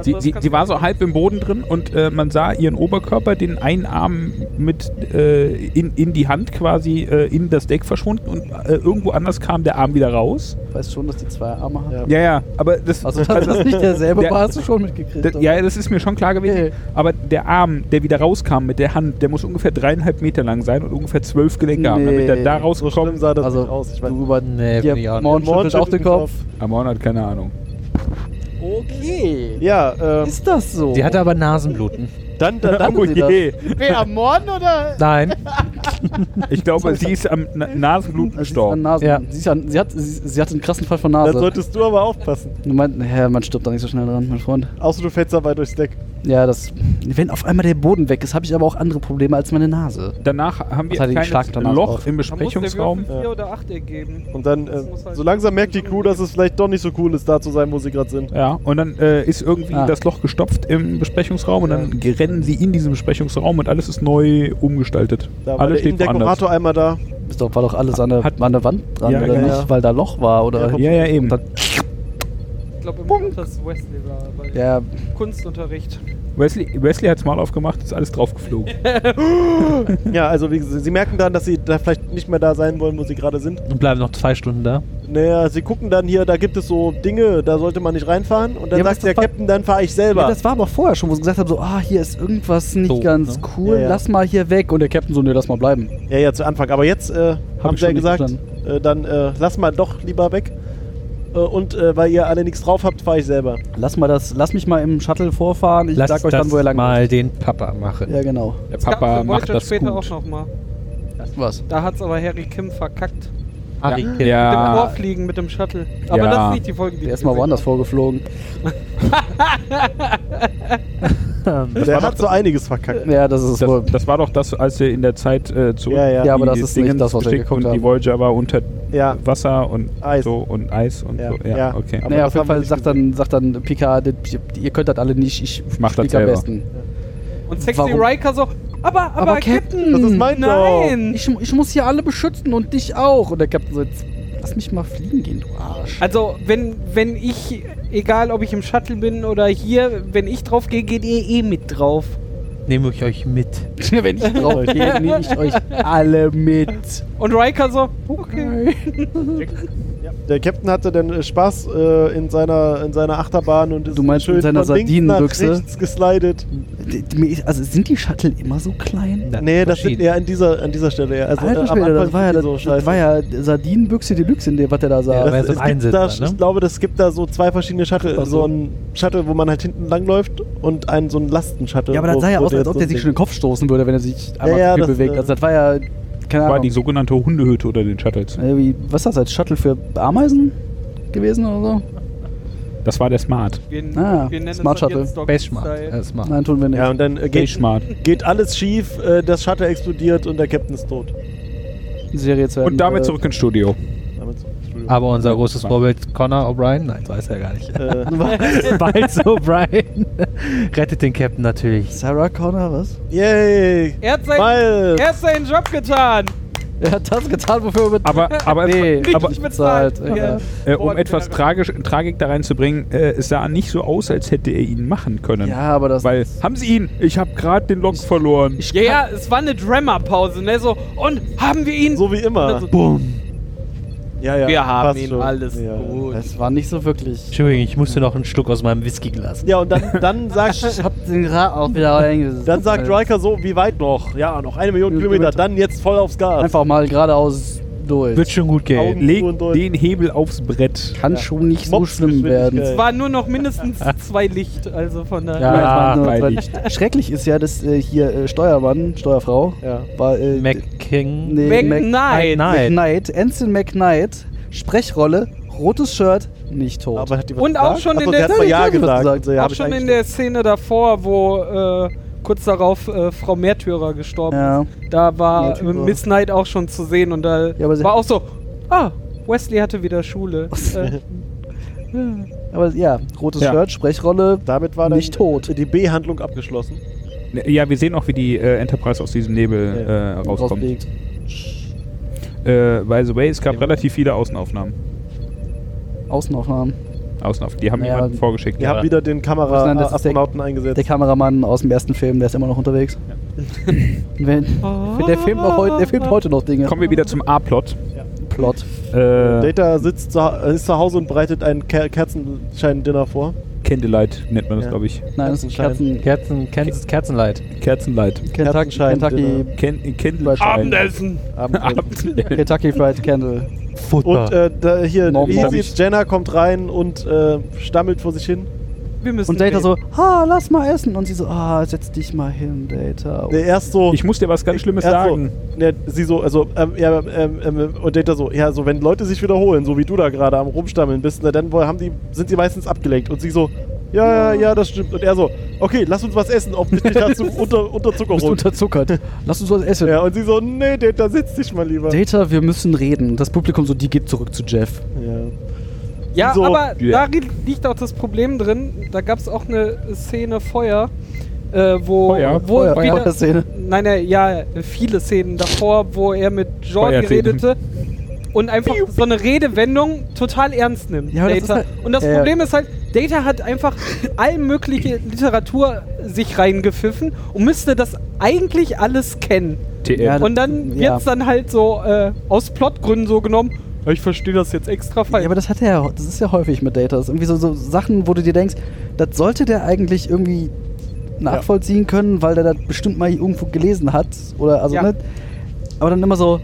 [SPEAKER 5] Sie, sie, sie war so halb im Boden drin und äh, man sah ihren Oberkörper, den einen Arm mit äh, in, in die Hand quasi äh, in das Deck verschwunden und äh, irgendwo anders kam der Arm wieder raus.
[SPEAKER 3] ich weiß schon, dass die zwei Arme hat.
[SPEAKER 2] Ja.
[SPEAKER 5] Ja, ja, aber das,
[SPEAKER 3] Also, dass das nicht derselbe
[SPEAKER 5] Der-
[SPEAKER 3] war, hast du schon mitgekriegt.
[SPEAKER 5] das,
[SPEAKER 3] oder?
[SPEAKER 5] ja, das ist mir schon klar gewesen. Aber der Arm, der wieder rauskam mit der Hand, der muss ungefähr dreieinhalb Meter lang sein und ungefähr zwölf Gelenke haben, damit er
[SPEAKER 3] Nee,
[SPEAKER 5] da
[SPEAKER 2] so
[SPEAKER 5] rausgekommen
[SPEAKER 2] schlimm
[SPEAKER 5] ist.
[SPEAKER 2] sah das
[SPEAKER 3] also,
[SPEAKER 2] nicht aus. Ich weiß,
[SPEAKER 3] du über
[SPEAKER 6] Nee,
[SPEAKER 3] hier,
[SPEAKER 6] bin ich auch nicht.
[SPEAKER 3] Morn
[SPEAKER 2] Morn
[SPEAKER 3] schüttelt auf den
[SPEAKER 2] schüttelt
[SPEAKER 3] Kopf.
[SPEAKER 5] Amon hat keine Ahnung.
[SPEAKER 3] Okay.
[SPEAKER 2] Ja, ähm,
[SPEAKER 3] Ist das so?
[SPEAKER 6] Sie hatte aber Nasenbluten.
[SPEAKER 2] dann, dann, dann
[SPEAKER 5] Oh
[SPEAKER 3] sie das?
[SPEAKER 5] je.
[SPEAKER 2] wer am Morden oder?
[SPEAKER 6] Nein.
[SPEAKER 5] Ich glaube, sie ist am Na Nasenblut
[SPEAKER 3] Also sie, ist an
[SPEAKER 5] gestorben.
[SPEAKER 3] Nasen.
[SPEAKER 6] Ja.
[SPEAKER 3] Sie, ist an, sie, hat, sie, sie hat einen krassen Fall von
[SPEAKER 2] Dann
[SPEAKER 3] Nase.
[SPEAKER 2] solltest du aber aufpassen.
[SPEAKER 3] Du meinst, hä, man stirbt da nicht so schnell dran, mein Freund.
[SPEAKER 2] Außer du fällst dabei durchs Deck.
[SPEAKER 3] Ja, das. Wenn auf einmal der Boden weg ist, habe ich aber auch andere Probleme als meine Nase.
[SPEAKER 5] Danach haben wir
[SPEAKER 3] Was hat
[SPEAKER 5] ein
[SPEAKER 3] die
[SPEAKER 5] kleines
[SPEAKER 3] Schlag danach
[SPEAKER 5] Loch
[SPEAKER 3] drauf?
[SPEAKER 5] im
[SPEAKER 1] Da muss der
[SPEAKER 5] Besprechungsraum.
[SPEAKER 2] Ja.
[SPEAKER 1] Würfel 4 oder 8 ergeben.
[SPEAKER 2] Und dann,
[SPEAKER 1] Das
[SPEAKER 2] äh,
[SPEAKER 1] muss halt-
[SPEAKER 2] so langsam merkt die Crew, dass es vielleicht doch nicht so cool ist, da zu sein, wo sie gerade sind.
[SPEAKER 5] Ja, und dann äh, ist irgendwie
[SPEAKER 3] Ah.
[SPEAKER 5] das Loch gestopft im Besprechungsraum und dann rennen sie in diesem Besprechungsraum und alles ist neu umgestaltet.
[SPEAKER 2] Da war
[SPEAKER 5] alles
[SPEAKER 2] der
[SPEAKER 5] steht woanders.
[SPEAKER 2] Innendekorator einmal da.
[SPEAKER 3] Ist doch, war doch alles an der,
[SPEAKER 5] Hat-
[SPEAKER 3] an der Wand dran,
[SPEAKER 5] Ja,
[SPEAKER 3] oder
[SPEAKER 5] ja,
[SPEAKER 3] nicht?
[SPEAKER 2] ja.
[SPEAKER 3] Weil da Loch war, oder?
[SPEAKER 5] Ja, ja, eben.
[SPEAKER 1] Ich glaube, im Punkt, dass Wesley war. Bei
[SPEAKER 3] Ja,
[SPEAKER 1] Kunstunterricht.
[SPEAKER 5] Wesley, Wesley hat's mal aufgemacht, ist alles draufgeflogen.
[SPEAKER 2] Ja, also wie, gesagt, sie merken dann, dass sie da vielleicht nicht mehr da sein wollen, wo sie gerade sind.
[SPEAKER 6] Und bleiben noch zwei Stunden da.
[SPEAKER 2] Naja, sie gucken dann hier, da gibt es so Dinge, da sollte man nicht reinfahren. Und dann
[SPEAKER 3] Ja, aber
[SPEAKER 2] sagt
[SPEAKER 3] das
[SPEAKER 2] der
[SPEAKER 3] war-
[SPEAKER 2] Captain, dann fahre ich selber.
[SPEAKER 3] ja, das war aber vorher schon, wo sie gesagt haben, so, ah, hier ist irgendwas nicht
[SPEAKER 6] So,
[SPEAKER 3] ganz
[SPEAKER 6] ne?
[SPEAKER 3] cool,
[SPEAKER 2] Ja, ja.
[SPEAKER 3] lass mal hier weg. Und der Captain so, ne, lass mal bleiben.
[SPEAKER 2] ja, ja, zu Anfang. Aber jetzt äh, haben
[SPEAKER 3] ich
[SPEAKER 2] sie ja
[SPEAKER 3] schon nicht
[SPEAKER 2] gesagt, äh, dann äh, lass mal doch lieber weg. Äh, und äh, weil ihr alle nichts drauf habt, fahre ich selber.
[SPEAKER 3] Lass mal das, lass mich mal im Shuttle vorfahren, ich
[SPEAKER 6] Lasst
[SPEAKER 3] sag euch
[SPEAKER 6] das
[SPEAKER 3] dann, wo ihr lang
[SPEAKER 6] mal den Papa machen.
[SPEAKER 3] Ja, genau.
[SPEAKER 5] Der
[SPEAKER 1] Das gab's
[SPEAKER 5] Papa
[SPEAKER 1] in
[SPEAKER 5] macht
[SPEAKER 1] Voyager
[SPEAKER 5] das
[SPEAKER 1] später
[SPEAKER 5] gut.
[SPEAKER 1] auch nochmal.
[SPEAKER 3] Was?
[SPEAKER 1] Da hat's aber Harry Kim verkackt.
[SPEAKER 6] Harry Kim.
[SPEAKER 5] Ja.
[SPEAKER 1] Mit dem
[SPEAKER 5] Ja.
[SPEAKER 1] Vorfliegen, mit dem Shuttle. Aber
[SPEAKER 5] Ja.
[SPEAKER 1] das ist nicht die Folge, die
[SPEAKER 3] Der
[SPEAKER 1] wir
[SPEAKER 3] ist mal
[SPEAKER 1] gesehen
[SPEAKER 3] woanders vorgeflogen.
[SPEAKER 2] der hat so einiges verkackt.
[SPEAKER 3] Ja, das ist wohl.
[SPEAKER 5] Das, das war doch das, als sie in der Zeit äh, zurück.
[SPEAKER 2] Ja, ja.
[SPEAKER 3] Ja, aber
[SPEAKER 5] die
[SPEAKER 3] das ist
[SPEAKER 5] Dingens
[SPEAKER 3] nicht das, was wir
[SPEAKER 5] geschickt
[SPEAKER 3] geguckt
[SPEAKER 5] und Die
[SPEAKER 3] haben.
[SPEAKER 5] Voyager war unter
[SPEAKER 2] Ja.
[SPEAKER 5] Wasser und
[SPEAKER 2] Eis.
[SPEAKER 5] so und Eis und
[SPEAKER 2] Ja,
[SPEAKER 5] so. Ja,
[SPEAKER 2] ja.
[SPEAKER 5] okay.
[SPEAKER 2] Aber
[SPEAKER 3] Naja,
[SPEAKER 2] das haben
[SPEAKER 3] auf jeden
[SPEAKER 2] wir
[SPEAKER 3] Fall
[SPEAKER 2] nicht
[SPEAKER 3] sagt dann, sagt dann Picard, "Die- die- ihr könnt das alle nicht, ich
[SPEAKER 5] mach das
[SPEAKER 3] flieg
[SPEAKER 5] selber."
[SPEAKER 3] am besten.
[SPEAKER 1] haben. Und Sexy
[SPEAKER 3] Warum?
[SPEAKER 1] Riker so. Aber, aber,
[SPEAKER 3] Aber
[SPEAKER 1] Captain.
[SPEAKER 3] Captain,
[SPEAKER 2] Das ist mein
[SPEAKER 1] Nein!
[SPEAKER 3] Ich, ich muss hier alle beschützen und dich auch. Und der Captain so, jetzt lass mich mal fliegen gehen, du Arsch.
[SPEAKER 1] Also, wenn, wenn ich, egal ob ich im Shuttle bin oder hier, wenn ich drauf gehe, geht ihr eh mit drauf.
[SPEAKER 6] Nehme ich euch mit.
[SPEAKER 3] Wenn ich drauf gehe, nehme ich euch alle mit.
[SPEAKER 1] Und Riker so, okay.
[SPEAKER 2] Der Captain hatte dann äh, Spaß äh, in, seiner, in seiner Achterbahn und ist
[SPEAKER 3] Du meinst,
[SPEAKER 2] schön
[SPEAKER 3] in seiner
[SPEAKER 2] von links nach
[SPEAKER 3] Sardinenbüchse?
[SPEAKER 2] rechts geslidet.
[SPEAKER 3] Die- die- mir ist- Also sind die Shuttle immer so klein?
[SPEAKER 2] Nee, das sind
[SPEAKER 6] Maschinen.
[SPEAKER 2] eher an dieser, an dieser Stelle. eher. Also,
[SPEAKER 3] Alter
[SPEAKER 2] äh, am
[SPEAKER 3] Schwede, das
[SPEAKER 2] Anfang
[SPEAKER 3] war ja,
[SPEAKER 2] sind die
[SPEAKER 3] das,
[SPEAKER 2] so
[SPEAKER 3] das
[SPEAKER 2] scheiße.
[SPEAKER 3] war ja Sardinenbüchse Deluxe, in der, was der da sah.
[SPEAKER 6] Ja, das war
[SPEAKER 2] Das,
[SPEAKER 6] ja so ein
[SPEAKER 2] es gibt da,
[SPEAKER 6] Einsitzer, ne?
[SPEAKER 2] Ich glaube, es gibt da so zwei verschiedene Shuttle.
[SPEAKER 3] Ach so.
[SPEAKER 2] So ein Shuttle, wo man halt hinten langläuft und ein so ein Lastenshuttle.
[SPEAKER 3] Ja, aber das
[SPEAKER 2] wo-
[SPEAKER 3] sah ja
[SPEAKER 2] wo
[SPEAKER 3] aus, als ob der
[SPEAKER 2] so
[SPEAKER 3] sich
[SPEAKER 2] ein
[SPEAKER 3] schon den Kopf stoßen würde, wenn er sich einmal
[SPEAKER 2] ja,
[SPEAKER 3] zu viel
[SPEAKER 2] das,
[SPEAKER 3] bewegt.
[SPEAKER 2] äh,
[SPEAKER 3] Also das war ja, keine
[SPEAKER 5] War
[SPEAKER 3] Ahnung,
[SPEAKER 5] die sogenannte Hundehütte unter den Shuttles.
[SPEAKER 3] irgendwie, was ist das als Shuttle für Ameisen gewesen oder so?
[SPEAKER 5] Das war der Smart.
[SPEAKER 1] Wir,
[SPEAKER 3] Ah,
[SPEAKER 1] wir nennen
[SPEAKER 3] Smart
[SPEAKER 1] es
[SPEAKER 3] Also.
[SPEAKER 1] halt
[SPEAKER 3] Shuttle.
[SPEAKER 1] jetzt Dog
[SPEAKER 6] Space Smart.
[SPEAKER 1] Style.
[SPEAKER 6] Äh,
[SPEAKER 4] Ah.
[SPEAKER 6] Smart.
[SPEAKER 3] Nein, tun wir
[SPEAKER 2] Ding.
[SPEAKER 3] nicht.
[SPEAKER 2] Ja, und dann äh,
[SPEAKER 5] Stage
[SPEAKER 2] geht,
[SPEAKER 5] Smart.
[SPEAKER 2] geht alles schief, äh, das Shuttle explodiert und der Captain ist tot.
[SPEAKER 3] Die Serie zu Ende.
[SPEAKER 5] Und damit
[SPEAKER 3] Äh,
[SPEAKER 5] zurück ins Studio.
[SPEAKER 2] Damit so. Entschuldigung.
[SPEAKER 6] Aber unser großes
[SPEAKER 5] Smart.
[SPEAKER 6] Vorbild Connor O'Brien, nein, das weiß er gar nicht.
[SPEAKER 2] Äh,
[SPEAKER 6] Miles O'Brien rettet den Captain natürlich.
[SPEAKER 3] Sarah Connor, was?
[SPEAKER 2] yay!
[SPEAKER 1] Er hat, sein,
[SPEAKER 2] Miles!
[SPEAKER 1] er hat seinen Job getan.
[SPEAKER 3] Er hat das getan, wofür er mit
[SPEAKER 5] Aber, aber,
[SPEAKER 3] nee,
[SPEAKER 5] aber
[SPEAKER 3] nicht bezahlt. Ja.
[SPEAKER 5] äh, um etwas tragisch, Tragik da reinzubringen, äh, es sah nicht so aus, als hätte er ihn machen können.
[SPEAKER 3] ja, aber das.
[SPEAKER 5] Weil, haben Sie ihn? Ich habe gerade den Lock verloren.
[SPEAKER 1] Ja, ja, es war eine Drama-Pause, ne? So, und haben wir ihn?
[SPEAKER 2] So wie immer.
[SPEAKER 1] Also-
[SPEAKER 2] Boom. Ja, ja.
[SPEAKER 1] wir haben
[SPEAKER 2] passt
[SPEAKER 1] ihn,
[SPEAKER 2] schon.
[SPEAKER 1] alles
[SPEAKER 2] ja.
[SPEAKER 1] gut.
[SPEAKER 3] das war nicht so wirklich.
[SPEAKER 6] Entschuldigung, ich musste noch einen Schluck aus meinem Whiskyglas.
[SPEAKER 2] Ja, und dann, dann sagt,
[SPEAKER 3] Ich hab den Rad auch wieder eingesetzt. Also
[SPEAKER 2] dann sagt Riker so, wie weit noch? Ja, noch eine Million Kilometer, dann jetzt voll aufs Gas.
[SPEAKER 3] Einfach mal geradeaus durch.
[SPEAKER 6] Wird schon gut gehen.
[SPEAKER 2] Augen zu
[SPEAKER 5] Leg
[SPEAKER 2] und durch.
[SPEAKER 5] den Hebel aufs Brett.
[SPEAKER 3] Kann schon nicht so
[SPEAKER 2] Mops-
[SPEAKER 3] schlimm werden.
[SPEAKER 1] Es waren nur noch mindestens zwei Licht, also von daher.
[SPEAKER 5] Ja,
[SPEAKER 3] Ja, das war
[SPEAKER 5] bei
[SPEAKER 3] nur-
[SPEAKER 5] Licht.
[SPEAKER 3] Schrecklich ist ja, dass äh, hier äh, Steuermann, Steuerfrau,
[SPEAKER 2] Ja.
[SPEAKER 3] war äh,
[SPEAKER 6] McKing.
[SPEAKER 3] nee,
[SPEAKER 1] McKnight.
[SPEAKER 3] Mac- McKnight, Ensign McKnight, Sprechrolle, rotes Shirt, nicht tot.
[SPEAKER 2] Aber hat die was
[SPEAKER 1] Und auch
[SPEAKER 2] gesagt?
[SPEAKER 1] schon
[SPEAKER 2] Ach so,
[SPEAKER 1] in
[SPEAKER 2] sie
[SPEAKER 1] der-
[SPEAKER 2] hat mal
[SPEAKER 3] Ja,
[SPEAKER 2] Ja
[SPEAKER 3] die hat was
[SPEAKER 2] gesagt.
[SPEAKER 3] gesagt.
[SPEAKER 2] So, ja,
[SPEAKER 1] Auch
[SPEAKER 2] hab ich
[SPEAKER 1] schon in
[SPEAKER 2] eigentlich-
[SPEAKER 1] der Szene davor, wo äh, kurz darauf äh, Frau Märtyrer gestorben
[SPEAKER 3] Ja.
[SPEAKER 1] ist, da war äh,
[SPEAKER 3] Märtyrer.
[SPEAKER 1] Miss Knight auch schon zu sehen und da
[SPEAKER 3] Ja, aber sie-
[SPEAKER 1] war auch so, ah, Wesley hatte wieder Schule. äh,
[SPEAKER 3] Aber ja, rotes
[SPEAKER 5] Ja.
[SPEAKER 3] Shirt, Sprechrolle,
[SPEAKER 2] Damit war dann
[SPEAKER 3] Nicht tot.
[SPEAKER 2] die B-Handlung abgeschlossen.
[SPEAKER 5] Ja, wir sehen auch, wie die äh, Enterprise aus diesem Nebel
[SPEAKER 2] Ja.
[SPEAKER 5] äh, rauskommt. Äh,
[SPEAKER 3] rausblickt.
[SPEAKER 5] by the way, es gab relativ viele Außenaufnahmen.
[SPEAKER 3] Außenaufnahmen.
[SPEAKER 5] Außenaufnahmen. Die haben
[SPEAKER 3] Ja.
[SPEAKER 5] jemanden vorgeschickt.
[SPEAKER 2] Wir haben wieder den
[SPEAKER 3] Was nein, das ist
[SPEAKER 2] Kamera-Astronauten
[SPEAKER 3] Der
[SPEAKER 2] eingesetzt.
[SPEAKER 3] Kameramann aus dem ersten Film, der ist immer noch unterwegs. Wenn, der, filmt noch heute, der filmt heute noch Dinge.
[SPEAKER 5] Kommen wir wieder zum A-Plot.
[SPEAKER 3] Plot.
[SPEAKER 5] Äh,
[SPEAKER 2] Data sitzt zu, äh, ist zu Hause und bereitet ein Ke Kerzenschein-Dinner vor.
[SPEAKER 5] Candlelight nennt man das,
[SPEAKER 2] Ja.
[SPEAKER 5] glaube ich.
[SPEAKER 3] Nein, das ist Kerzen.
[SPEAKER 6] Kerzen, Kerzen, Kerzenleid.
[SPEAKER 5] Kerzenlight.
[SPEAKER 3] Kentucky,
[SPEAKER 2] Kerzenschein,
[SPEAKER 3] Kentucky,
[SPEAKER 5] Ken
[SPEAKER 3] Abendessen.
[SPEAKER 5] Candlelight. Abendessen.
[SPEAKER 3] Kentucky Fried Candle.
[SPEAKER 6] Football.
[SPEAKER 2] Und äh, da, hier,
[SPEAKER 3] Norman
[SPEAKER 2] Easy
[SPEAKER 3] Hobbit.
[SPEAKER 2] Jenner kommt rein und äh, stammelt vor sich hin.
[SPEAKER 1] wir müssen
[SPEAKER 3] Und Data
[SPEAKER 1] reden.
[SPEAKER 3] so, ah, lass mal essen. Und sie so, ah, setz dich mal hin, Data.
[SPEAKER 2] Der erst so.
[SPEAKER 5] Ich muss dir was ganz Schlimmes
[SPEAKER 2] erst
[SPEAKER 5] sagen.
[SPEAKER 2] So, ne, sie so, also, ähm, ja, ähm, ähm, und Data so, ja, so, wenn Leute sich wiederholen, so wie du da gerade am Rumstammeln bist, ne, dann wohl haben die, sind die meistens abgelenkt. Und sie so, ja, ja, ja, das stimmt. Und er so, okay, lass uns was essen. Offensichtlich hast du unter, Unterzucker
[SPEAKER 3] Bist
[SPEAKER 2] runter.
[SPEAKER 3] unterzuckert. Lass uns was essen.
[SPEAKER 2] Ja, und sie so, nee, Data, setz dich mal lieber.
[SPEAKER 3] Data, wir müssen reden. Das Publikum so, die geht zurück zu Jeff.
[SPEAKER 2] Ja.
[SPEAKER 1] Ja,
[SPEAKER 2] So.
[SPEAKER 1] aber
[SPEAKER 5] Ja.
[SPEAKER 1] da liegt auch das Problem drin. Da gab es auch eine Szene Feuer, äh, wo,
[SPEAKER 5] Feuer?
[SPEAKER 1] wo
[SPEAKER 3] Feuer-
[SPEAKER 1] wieder,
[SPEAKER 3] Feuerszene.
[SPEAKER 1] Nein, nein, ja, viele Szenen davor, wo er mit Jordi
[SPEAKER 5] Feuerszene.
[SPEAKER 1] redete und einfach so eine Redewendung total ernst nimmt.
[SPEAKER 3] Ja, aber das
[SPEAKER 1] Data.
[SPEAKER 3] ist halt-
[SPEAKER 1] und das
[SPEAKER 3] ja, ja.
[SPEAKER 1] Problem ist halt, Data hat einfach all mögliche Literatur sich reingepfiffen und müsste das eigentlich alles kennen.
[SPEAKER 5] TM.
[SPEAKER 3] Ja,
[SPEAKER 1] Und dann
[SPEAKER 3] ja.
[SPEAKER 1] wird's dann halt so äh, aus Plotgründen so genommen. "Ja, Ich verstehe das jetzt extra falsch.
[SPEAKER 3] Ja, aber das hat er ja, das ist ja häufig mit Data. Das ist irgendwie so, so Sachen, wo du dir denkst, das sollte der eigentlich irgendwie nachvollziehen können, weil der das bestimmt mal irgendwo gelesen hat. Oder also
[SPEAKER 1] Ja.
[SPEAKER 3] nicht. Aber dann immer so,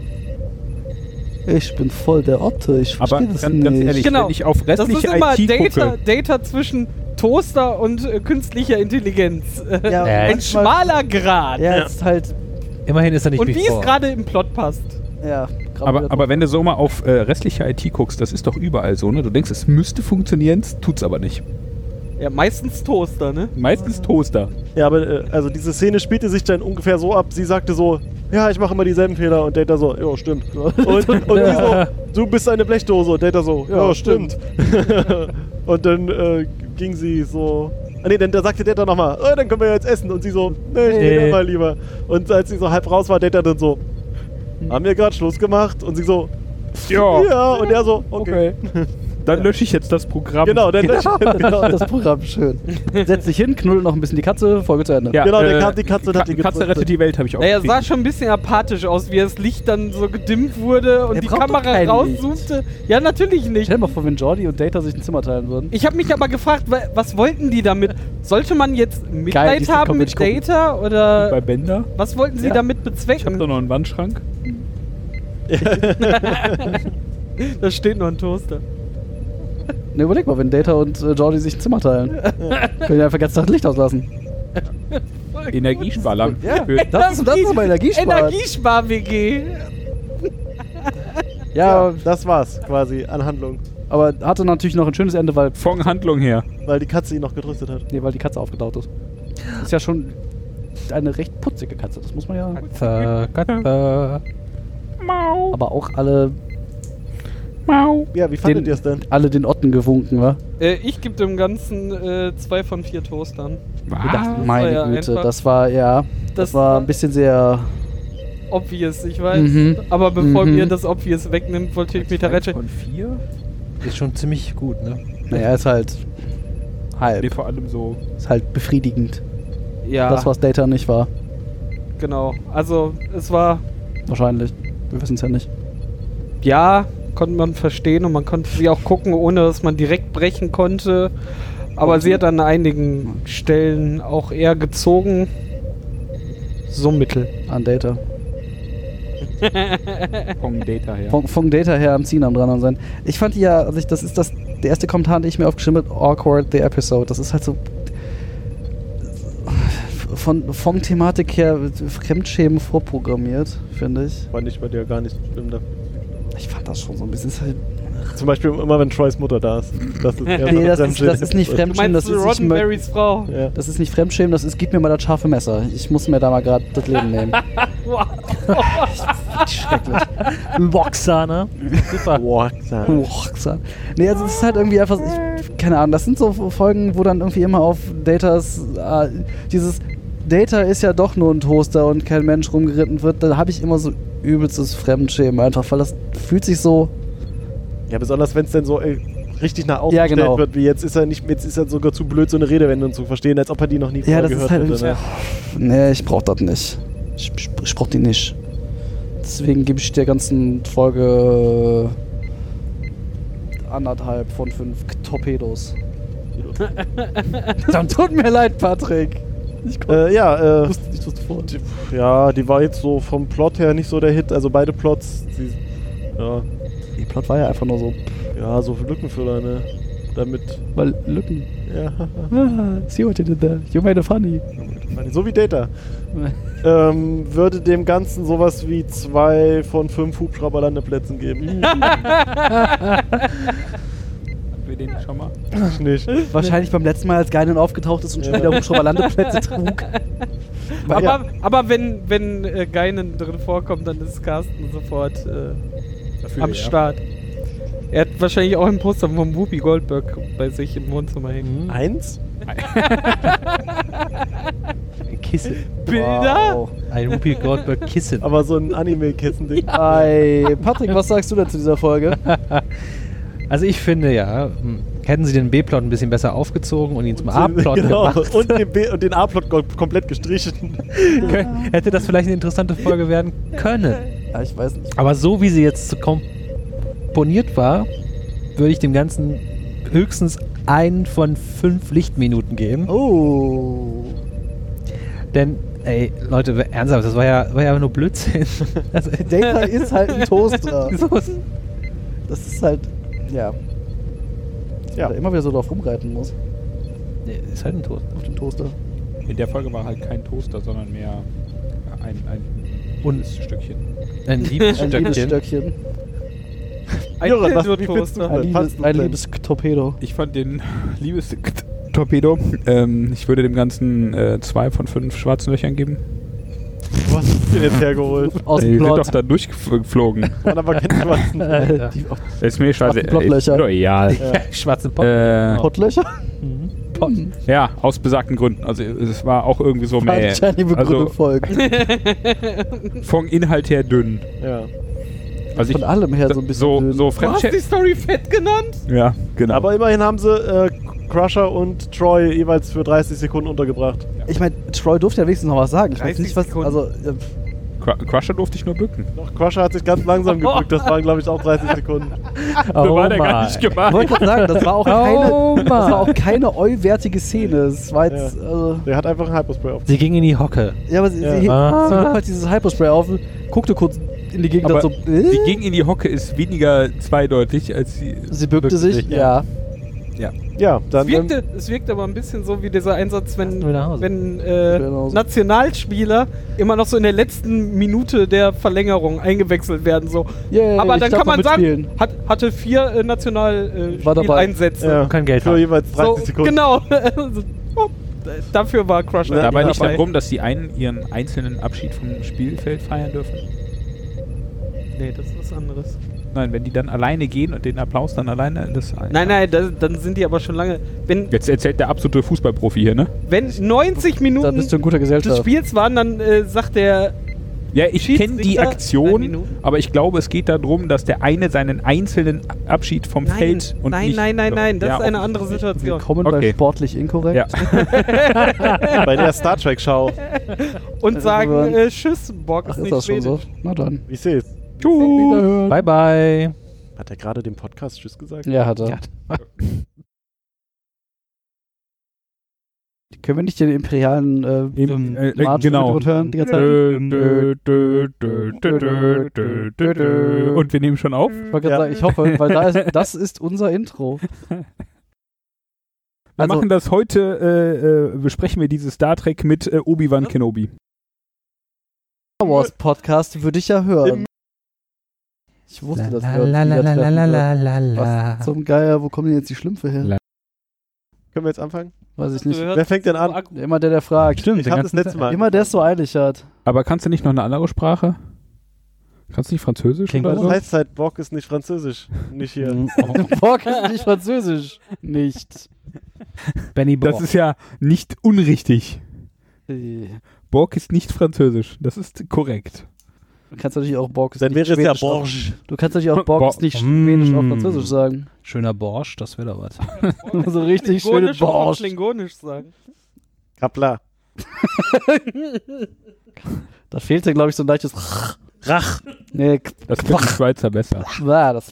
[SPEAKER 3] ich bin voll der Otto, ich
[SPEAKER 5] Aber
[SPEAKER 3] verstehe das
[SPEAKER 5] ganz, ganz
[SPEAKER 3] nicht.
[SPEAKER 5] ehrlich,
[SPEAKER 1] Genau.
[SPEAKER 5] wenn ich auf
[SPEAKER 1] Das ist
[SPEAKER 5] restliche
[SPEAKER 1] immer
[SPEAKER 5] IT
[SPEAKER 1] Data,
[SPEAKER 5] gucke,
[SPEAKER 1] Data zwischen Toaster und äh, künstlicher Intelligenz. Äh,
[SPEAKER 3] Ja,
[SPEAKER 6] Äh,
[SPEAKER 1] Ein
[SPEAKER 3] manchmal-
[SPEAKER 1] schmaler Grad.
[SPEAKER 3] Ja, ist halt,
[SPEAKER 6] Immerhin ist er nicht
[SPEAKER 1] Und wie es
[SPEAKER 6] before.
[SPEAKER 1] gerade im Plot passt.
[SPEAKER 3] ja. gerade
[SPEAKER 5] aber,
[SPEAKER 3] wieder-
[SPEAKER 5] aber wenn du so mal auf äh, restliche IT guckst, das ist doch überall so, ne? Du denkst, es müsste funktionieren, es tut's aber nicht.
[SPEAKER 1] Ja, meistens Toaster, ne?
[SPEAKER 5] Meistens Toaster.
[SPEAKER 2] Ja, aber äh, also diese Szene spielte sich dann ungefähr so ab. Sie sagte so, ja, ich mache immer dieselben Fehler und Data so, ja, stimmt. Und, und die so, du bist eine Blechdose und Data so, ja,
[SPEAKER 3] Ja,
[SPEAKER 2] stimmt. und dann äh, ging sie so. Ah nee, dann da sagte Data nochmal, oh, dann können wir jetzt essen. Und sie so, nee, ich
[SPEAKER 6] Nee.
[SPEAKER 2] nee. mal lieber. Und als sie so halb raus war, Data dann so, haben wir gerade Schluss gemacht? Und sie so,
[SPEAKER 5] Ja.
[SPEAKER 2] ja. Und er so, okay.
[SPEAKER 5] Okay. Dann lösche ich jetzt das Programm.
[SPEAKER 2] Genau, dann genau.
[SPEAKER 3] das Programm schön. Setz dich hin, knuddel noch ein bisschen die Katze, Folge zu Ende.
[SPEAKER 5] Ja, Äh,
[SPEAKER 2] genau, der kam, die Katze und hat
[SPEAKER 5] Ka-
[SPEAKER 2] ihn
[SPEAKER 5] Katze
[SPEAKER 2] getröstet.
[SPEAKER 5] rettet die Welt, habe ich auch
[SPEAKER 1] Naja,
[SPEAKER 5] geschrieben.
[SPEAKER 1] sah schon ein bisschen apathisch aus, wie das Licht dann so gedimmt wurde und
[SPEAKER 3] Er
[SPEAKER 1] die
[SPEAKER 3] braucht doch
[SPEAKER 1] Kamera
[SPEAKER 3] kein
[SPEAKER 1] rauszoomte. Ja, natürlich nicht.
[SPEAKER 3] Stell dir mal vor, wenn Jordi und Data sich ein Zimmer teilen würden.
[SPEAKER 1] Ich habe mich aber gefragt, wa- was wollten die damit? Sollte man jetzt Mitleid
[SPEAKER 3] die Sitcom
[SPEAKER 1] haben
[SPEAKER 3] will
[SPEAKER 1] mit
[SPEAKER 3] ich gucken.
[SPEAKER 1] Data
[SPEAKER 5] Bei
[SPEAKER 1] oder
[SPEAKER 5] Bender.
[SPEAKER 1] was wollten sie
[SPEAKER 3] Ja.
[SPEAKER 1] damit
[SPEAKER 5] Ich habe
[SPEAKER 1] bezwecken?
[SPEAKER 5] da noch einen Wandschrank.
[SPEAKER 1] Da steht noch ein Toaster.
[SPEAKER 3] Ne, überleg mal, wenn Data und äh, Jordi sich ein Zimmer teilen. Können die einfach ganz Tag Licht auslassen.
[SPEAKER 5] Energiesparlampen.
[SPEAKER 3] Ja. Das ist, das ist aber Energiesparen.
[SPEAKER 1] Energiespar-WG.
[SPEAKER 3] Ja,
[SPEAKER 2] Ja, das war's quasi an Handlung.
[SPEAKER 3] aber hatte natürlich noch ein schönes Ende, weil,
[SPEAKER 5] Von Handlung her.
[SPEAKER 2] Weil die Katze ihn noch getröstet hat.
[SPEAKER 3] nee, weil die Katze aufgedaut ist. Ist ja schon eine recht putzige Katze, das muss man ja.
[SPEAKER 6] Katze, Katze.
[SPEAKER 5] Mau,
[SPEAKER 3] Aber auch alle,
[SPEAKER 5] mau.
[SPEAKER 2] Ja, wie fandet ihr es denn?
[SPEAKER 3] alle den Otten gewunken, wa?
[SPEAKER 1] Äh, ich gebe dem Ganzen äh, zwei von vier Toastern.
[SPEAKER 3] Ich dachte,
[SPEAKER 5] Was?
[SPEAKER 1] war
[SPEAKER 3] meine
[SPEAKER 1] ja
[SPEAKER 3] Güte,
[SPEAKER 1] einfach-
[SPEAKER 3] das war ja. Das,
[SPEAKER 1] Das
[SPEAKER 3] war
[SPEAKER 1] war-
[SPEAKER 3] ein bisschen sehr.
[SPEAKER 1] obvious, ich weiß.
[SPEAKER 3] Mhm.
[SPEAKER 1] Aber bevor
[SPEAKER 3] Mhm.
[SPEAKER 1] mir das obvious wegnimmt, wollte ich mich da
[SPEAKER 5] Eins
[SPEAKER 1] retten.
[SPEAKER 5] von vier?
[SPEAKER 6] Ist schon ziemlich gut, ne?
[SPEAKER 3] Naja, ist halt
[SPEAKER 5] Nee,
[SPEAKER 3] halb.
[SPEAKER 5] vor allem so.
[SPEAKER 3] Ist halt befriedigend.
[SPEAKER 1] Ja,
[SPEAKER 3] Das, was Data nicht war.
[SPEAKER 1] genau. Also, es war,
[SPEAKER 3] Wahrscheinlich. Wir wissen es ja nicht.
[SPEAKER 1] ja, konnte man verstehen und man konnte sie auch gucken, ohne dass man direkt brechen konnte. Aber sie hat an einigen Stellen auch eher gezogen. So mittel.
[SPEAKER 3] An Data.
[SPEAKER 5] Pong Data her.
[SPEAKER 3] Von, von Data her am Ziehen am dran am sein. Ich fand die ja, also ich, das ist das der erste Kommentar, den ich mir aufgeschrieben habe, awkward the episode. Das ist halt so von von Thematik her Fremdschämen vorprogrammiert, finde ich.
[SPEAKER 2] Fand ich bei dir gar nicht schlimm. Da.
[SPEAKER 3] Ich fand das schon so ein bisschen. Ist halt,
[SPEAKER 2] Zum Beispiel immer, wenn Troys Mutter da ist. Das ist eher
[SPEAKER 3] nee,
[SPEAKER 2] so
[SPEAKER 3] das ist,
[SPEAKER 2] Fremdschämen.
[SPEAKER 3] das ist nicht
[SPEAKER 1] Du
[SPEAKER 3] Fremdschämen, das
[SPEAKER 1] meinst
[SPEAKER 3] ist ich mö-
[SPEAKER 1] Roddenberrys Frau?
[SPEAKER 2] Ja.
[SPEAKER 3] das ist nicht Fremdschämen, das ist gib mir mal das scharfe Messer. Ich muss mir da mal gerade das Leben nehmen. Schrecklich.
[SPEAKER 6] Loxana. Super.
[SPEAKER 2] Boah, sag.
[SPEAKER 3] Hochzahn. Nee, also es ist halt irgendwie einfach, ich, keine Ahnung, das sind so Folgen, wo dann irgendwie immer auf Datas, äh, dieses Data ist ja doch nur ein Toaster und kein Mensch rumgeritten wird, da habe ich immer so übelstes Fremdschämen einfach, weil das fühlt sich so,
[SPEAKER 2] Ja, besonders wenn es dann so äh, richtig nach außen
[SPEAKER 3] Ja,
[SPEAKER 2] gestellt
[SPEAKER 3] genau.
[SPEAKER 2] wird, wie jetzt ist er nicht, jetzt ist er sogar zu blöd, so eine Redewendung zu verstehen, als ob er die noch nie
[SPEAKER 3] ja,
[SPEAKER 2] vorher
[SPEAKER 3] das
[SPEAKER 2] gehört
[SPEAKER 3] ist halt,
[SPEAKER 2] hätte.
[SPEAKER 3] irgendwie
[SPEAKER 2] Ne?
[SPEAKER 3] so, nee, ich brauche das nicht. Ich, ich, ich brauche die nicht. Deswegen gebe ich der ganzen Folge anderthalb von fünf Torpedos. Dann tut mir leid, Patrick.
[SPEAKER 2] Äh, ja, äh,
[SPEAKER 3] Ich wusste vor.
[SPEAKER 2] die, ja, die war jetzt so vom Plot her nicht so der Hit, also beide Plots, die, ja,
[SPEAKER 3] Der Plot war ja einfach nur so,
[SPEAKER 2] ja, so Lückenfüller, ne? Damit,
[SPEAKER 3] weil Lücken.
[SPEAKER 2] ja,
[SPEAKER 3] Ah, see what you did there. You made it funny.
[SPEAKER 2] so wie Data. Ähm, würde dem Ganzen sowas wie zwei von fünf Hubschrauberlandeplätzen geben.
[SPEAKER 5] Hatten wir den schon mal?
[SPEAKER 2] Ich nicht.
[SPEAKER 3] Wahrscheinlich beim letzten Mal, als Geinen aufgetaucht ist und schon
[SPEAKER 2] Ja.
[SPEAKER 3] wieder Hubschrauberlandeplätze trug.
[SPEAKER 1] Aber,
[SPEAKER 2] Ja.
[SPEAKER 1] aber wenn, wenn äh, Geinen drin vorkommt, dann ist Carsten sofort äh,
[SPEAKER 5] Dafür,
[SPEAKER 1] am
[SPEAKER 5] ja.
[SPEAKER 1] Start. Er hat wahrscheinlich auch ein Poster von Whoopi Goldberg bei sich im Wohnzimmer hängen.
[SPEAKER 6] Mhm.
[SPEAKER 2] Eins?
[SPEAKER 6] Kissen.
[SPEAKER 1] Bilder?
[SPEAKER 6] Ein Whoopi Goldberg Kissen.
[SPEAKER 2] Aber so ein Anime-Kissen-Ding.
[SPEAKER 3] Ey, Patrick, was sagst du denn zu dieser Folge?
[SPEAKER 6] Also ich finde ja, hm, hätten sie den B-Plot ein bisschen besser aufgezogen und ihn zum A-Plot
[SPEAKER 2] Genau.
[SPEAKER 6] gemacht,
[SPEAKER 2] Und den, B- und den A-Plot go- komplett gestrichen.
[SPEAKER 6] kö- hätte das vielleicht eine interessante Folge werden können.
[SPEAKER 3] Ja, ich weiß nicht.
[SPEAKER 6] Aber so wie sie jetzt komponiert war, würde ich dem Ganzen höchstens einen von fünf Lichtminuten geben.
[SPEAKER 3] Oh.
[SPEAKER 6] Denn, ey, Leute, wer- ernsthaft, das war ja, war ja nur Blödsinn. Also,
[SPEAKER 3] Data ist halt ein Toaster.
[SPEAKER 6] so ist-
[SPEAKER 3] Das ist halt, ja.
[SPEAKER 2] Ja.
[SPEAKER 3] Da immer wieder so drauf rumreiten muss.
[SPEAKER 6] nee, ist halt ein Tod.
[SPEAKER 3] Auf dem Toaster.
[SPEAKER 5] In der Folge war halt kein Toaster, sondern mehr ein, ein buntes Stückchen.
[SPEAKER 6] Ein
[SPEAKER 3] Ein liebes
[SPEAKER 6] Liebesstöckchen.
[SPEAKER 3] Stöckchen.
[SPEAKER 1] Ein
[SPEAKER 2] Joran, was- wie
[SPEAKER 1] Dildo-Toaster.
[SPEAKER 3] Ein
[SPEAKER 2] Dann
[SPEAKER 3] liebes,
[SPEAKER 2] passt es
[SPEAKER 3] ein
[SPEAKER 2] dann.
[SPEAKER 3] liebes Torpedo.
[SPEAKER 5] Ich fand den liebes Torpedo. Ähm, ich würde dem Ganzen äh, zwei von fünf schwarzen Löchern geben.
[SPEAKER 2] Wo hast du den jetzt hergeholt?
[SPEAKER 3] Aus
[SPEAKER 5] Ey,
[SPEAKER 3] dem
[SPEAKER 5] wir sind doch
[SPEAKER 3] Plot.
[SPEAKER 5] da durchgeflogen.
[SPEAKER 2] Man aber kein Schwarzen.
[SPEAKER 3] Äh, die- auf
[SPEAKER 5] ist mir scheiße.
[SPEAKER 3] Ach, die Plottlöcher.
[SPEAKER 5] Ist mir doch egal.
[SPEAKER 6] Schwarzen Pop.
[SPEAKER 5] Äh,
[SPEAKER 3] Pottlöcher?
[SPEAKER 5] ja, aus besagten Gründen. Also es war auch irgendwie so
[SPEAKER 3] Fand
[SPEAKER 5] mehr.
[SPEAKER 3] ich eine Begründung
[SPEAKER 5] Also
[SPEAKER 3] folgt.
[SPEAKER 5] vom Inhalt her dünn.
[SPEAKER 2] Ja.
[SPEAKER 5] Also
[SPEAKER 3] Von
[SPEAKER 5] ich,
[SPEAKER 3] allem her so ein bisschen.
[SPEAKER 5] so,
[SPEAKER 3] dünn.
[SPEAKER 5] so
[SPEAKER 1] Du hast die
[SPEAKER 5] Fremdschämen.
[SPEAKER 1] Story fett genannt?
[SPEAKER 5] Ja, genau.
[SPEAKER 2] Aber immerhin haben sie äh, Crusher und Troy jeweils für 30 Sekunden untergebracht.
[SPEAKER 3] Ich meine, Troy durfte ja wenigstens noch was sagen. Ich weiß
[SPEAKER 1] 30
[SPEAKER 3] nicht, was.
[SPEAKER 1] Sekunden.
[SPEAKER 3] Also, äh, pff,
[SPEAKER 5] Cru- Crusher durfte ich nur bücken.
[SPEAKER 2] Doch, Crusher hat sich ganz langsam gebückt. Das waren, glaube ich, auch 30 Sekunden.
[SPEAKER 3] Oh
[SPEAKER 5] so war der
[SPEAKER 6] my.
[SPEAKER 5] gar nicht
[SPEAKER 3] ich
[SPEAKER 5] gemeint.
[SPEAKER 3] wollte gerade sagen, das war auch keine,
[SPEAKER 6] Oh
[SPEAKER 3] das war auch keine euwertige Szene. Es war jetzt.
[SPEAKER 2] Ja.
[SPEAKER 3] Also,
[SPEAKER 2] Der hat einfach einen Hyperspray auf.
[SPEAKER 6] Sie ging in die Hocke.
[SPEAKER 3] ja, aber sie,
[SPEAKER 2] Ja.
[SPEAKER 3] sie, sie
[SPEAKER 6] Ah.
[SPEAKER 3] hob halt dieses Hyperspray auf, guckte kurz in die Gegend
[SPEAKER 5] Aber
[SPEAKER 3] und so. Äh?
[SPEAKER 5] Die ging in die Hocke ist weniger zweideutig als sie.
[SPEAKER 3] sie bückte sich. Ja.
[SPEAKER 2] Ja,
[SPEAKER 1] Es
[SPEAKER 2] dann. ähm,
[SPEAKER 1] wirkte, es wirkte aber ein bisschen so wie dieser Einsatz, wenn,
[SPEAKER 6] Lass mir nach Hause.
[SPEAKER 1] wenn äh,
[SPEAKER 3] nach Hause.
[SPEAKER 1] Nationalspieler immer noch so in der letzten Minute der Verlängerung eingewechselt werden. So.
[SPEAKER 3] Yay,
[SPEAKER 1] aber
[SPEAKER 3] ich
[SPEAKER 1] dann
[SPEAKER 3] darf
[SPEAKER 1] kann man
[SPEAKER 3] noch
[SPEAKER 1] sagen,
[SPEAKER 3] mitspielen.
[SPEAKER 1] hat, hatte vier äh, National, äh,
[SPEAKER 3] War dabei.
[SPEAKER 1] Spieleinsätze.
[SPEAKER 2] ja,
[SPEAKER 6] kein Geld
[SPEAKER 2] Für
[SPEAKER 6] haben.
[SPEAKER 2] jeweils 30
[SPEAKER 1] so,
[SPEAKER 2] Sekunden.
[SPEAKER 1] Genau. So, oh, dafür war Crusher.
[SPEAKER 2] Ja,
[SPEAKER 5] Dabei
[SPEAKER 2] ja,
[SPEAKER 5] nicht
[SPEAKER 2] dabei.
[SPEAKER 5] darum, dass die einen ihren einzelnen Abschied vom Spielfeld feiern dürfen.
[SPEAKER 1] Nee, das ist was anderes.
[SPEAKER 5] Nein, wenn die dann alleine gehen und den Applaus dann alleine. Das
[SPEAKER 1] Nein, nein, da, dann sind die aber schon lange. Wenn,
[SPEAKER 5] Jetzt erzählt der absolute Fußballprofi hier, ne?
[SPEAKER 1] wenn 90
[SPEAKER 3] Da
[SPEAKER 1] Minuten
[SPEAKER 3] bist du in guter
[SPEAKER 1] des
[SPEAKER 3] Gesellschaft.
[SPEAKER 1] Spiels waren, dann äh, sagt der
[SPEAKER 5] Ja, ich kenne die
[SPEAKER 1] Schiedsrichter? Nein,
[SPEAKER 5] Aktion,
[SPEAKER 1] Minuten.
[SPEAKER 5] aber ich glaube, es geht darum, dass der eine seinen einzelnen Abschied vom
[SPEAKER 1] Nein,
[SPEAKER 5] Feld und
[SPEAKER 1] nein,
[SPEAKER 5] nicht,
[SPEAKER 1] nein, nein, nein, das
[SPEAKER 5] Ja,
[SPEAKER 1] ist eine andere Situation.
[SPEAKER 3] Willkommen bei
[SPEAKER 5] Okay.
[SPEAKER 3] Sportlich Inkorrekt.
[SPEAKER 5] Ja.
[SPEAKER 1] genau.
[SPEAKER 2] Bei der Star Trek Schau.
[SPEAKER 1] Und sagen,
[SPEAKER 3] Irgendwann-
[SPEAKER 1] äh, tschüss, Bock,
[SPEAKER 3] Ach,
[SPEAKER 1] ist
[SPEAKER 3] ist
[SPEAKER 1] nicht
[SPEAKER 3] das schon so?
[SPEAKER 1] schwedisch.
[SPEAKER 3] Na dann.
[SPEAKER 2] Ich sehe es.
[SPEAKER 5] Tschüss.
[SPEAKER 4] Bye, bye.
[SPEAKER 2] Hat er gerade dem Podcast Tschüss gesagt?
[SPEAKER 3] Ja, hat er. Können wir nicht den imperialen äh,
[SPEAKER 5] Im- äh, äh,
[SPEAKER 3] March
[SPEAKER 5] genau.
[SPEAKER 3] Hintergrund hören die ganze Zeit?
[SPEAKER 5] Dö, dö, dö, dö, dö, dö, dö, dö. Und wir nehmen schon auf.
[SPEAKER 3] Ich wollte gerade
[SPEAKER 2] Ja.
[SPEAKER 3] sagen, ich hoffe, weil da ist, das ist unser Intro.
[SPEAKER 5] Wir
[SPEAKER 3] Also-
[SPEAKER 5] machen das heute, äh, äh, besprechen wir dieses Star Trek mit äh, Obi-Wan Kenobi.
[SPEAKER 3] Star Wars Podcast würde ich ja hören. Ich wusste, das hört wieder treffen wird. Was zum Geier, wo kommen denn jetzt die Schlümpfe her?
[SPEAKER 4] La-
[SPEAKER 2] Können wir jetzt anfangen?
[SPEAKER 3] Weiß ich
[SPEAKER 1] Du
[SPEAKER 3] nicht.
[SPEAKER 1] hörst
[SPEAKER 2] Wer fängt denn an?
[SPEAKER 1] Akku.
[SPEAKER 3] Immer der, der fragt.
[SPEAKER 4] Stimmt,
[SPEAKER 2] Ich habe das letzte Mal.
[SPEAKER 3] Immer der es so eilig hat.
[SPEAKER 5] Aber kannst du nicht noch eine andere Sprache? Kannst du nicht Französisch
[SPEAKER 6] Klingt
[SPEAKER 5] oder
[SPEAKER 2] Das
[SPEAKER 5] so?
[SPEAKER 2] heißt halt, Borg ist nicht französisch. Nicht
[SPEAKER 3] Mm,
[SPEAKER 2] hier.
[SPEAKER 3] Borg ist nicht französisch. Nicht.
[SPEAKER 6] Ähm, Benny
[SPEAKER 5] Das ist ja nicht unrichtig.
[SPEAKER 3] Du
[SPEAKER 5] Borg ist nicht Französisch. Das ist korrekt.
[SPEAKER 3] kannst natürlich auch Borg ist
[SPEAKER 2] Dann
[SPEAKER 3] nicht
[SPEAKER 2] wäre es ja hm.
[SPEAKER 3] schwedisch auf-
[SPEAKER 2] Borsch.
[SPEAKER 3] Du kannst natürlich auch Borg ist nicht
[SPEAKER 4] Bo-
[SPEAKER 3] schwedisch auf
[SPEAKER 4] Mm.
[SPEAKER 3] französisch sagen.
[SPEAKER 6] Schöner Borsch, das wäre doch was.
[SPEAKER 3] so richtig schöne
[SPEAKER 1] Klingonisch oder
[SPEAKER 3] Borsch.
[SPEAKER 1] Klingonisch sagen.
[SPEAKER 2] Kapla.
[SPEAKER 3] Da fehlte, glaube ich, so ein leichtes
[SPEAKER 2] Rach.
[SPEAKER 3] Nee,
[SPEAKER 5] Das finden Schweizer besser.
[SPEAKER 3] Ah, das.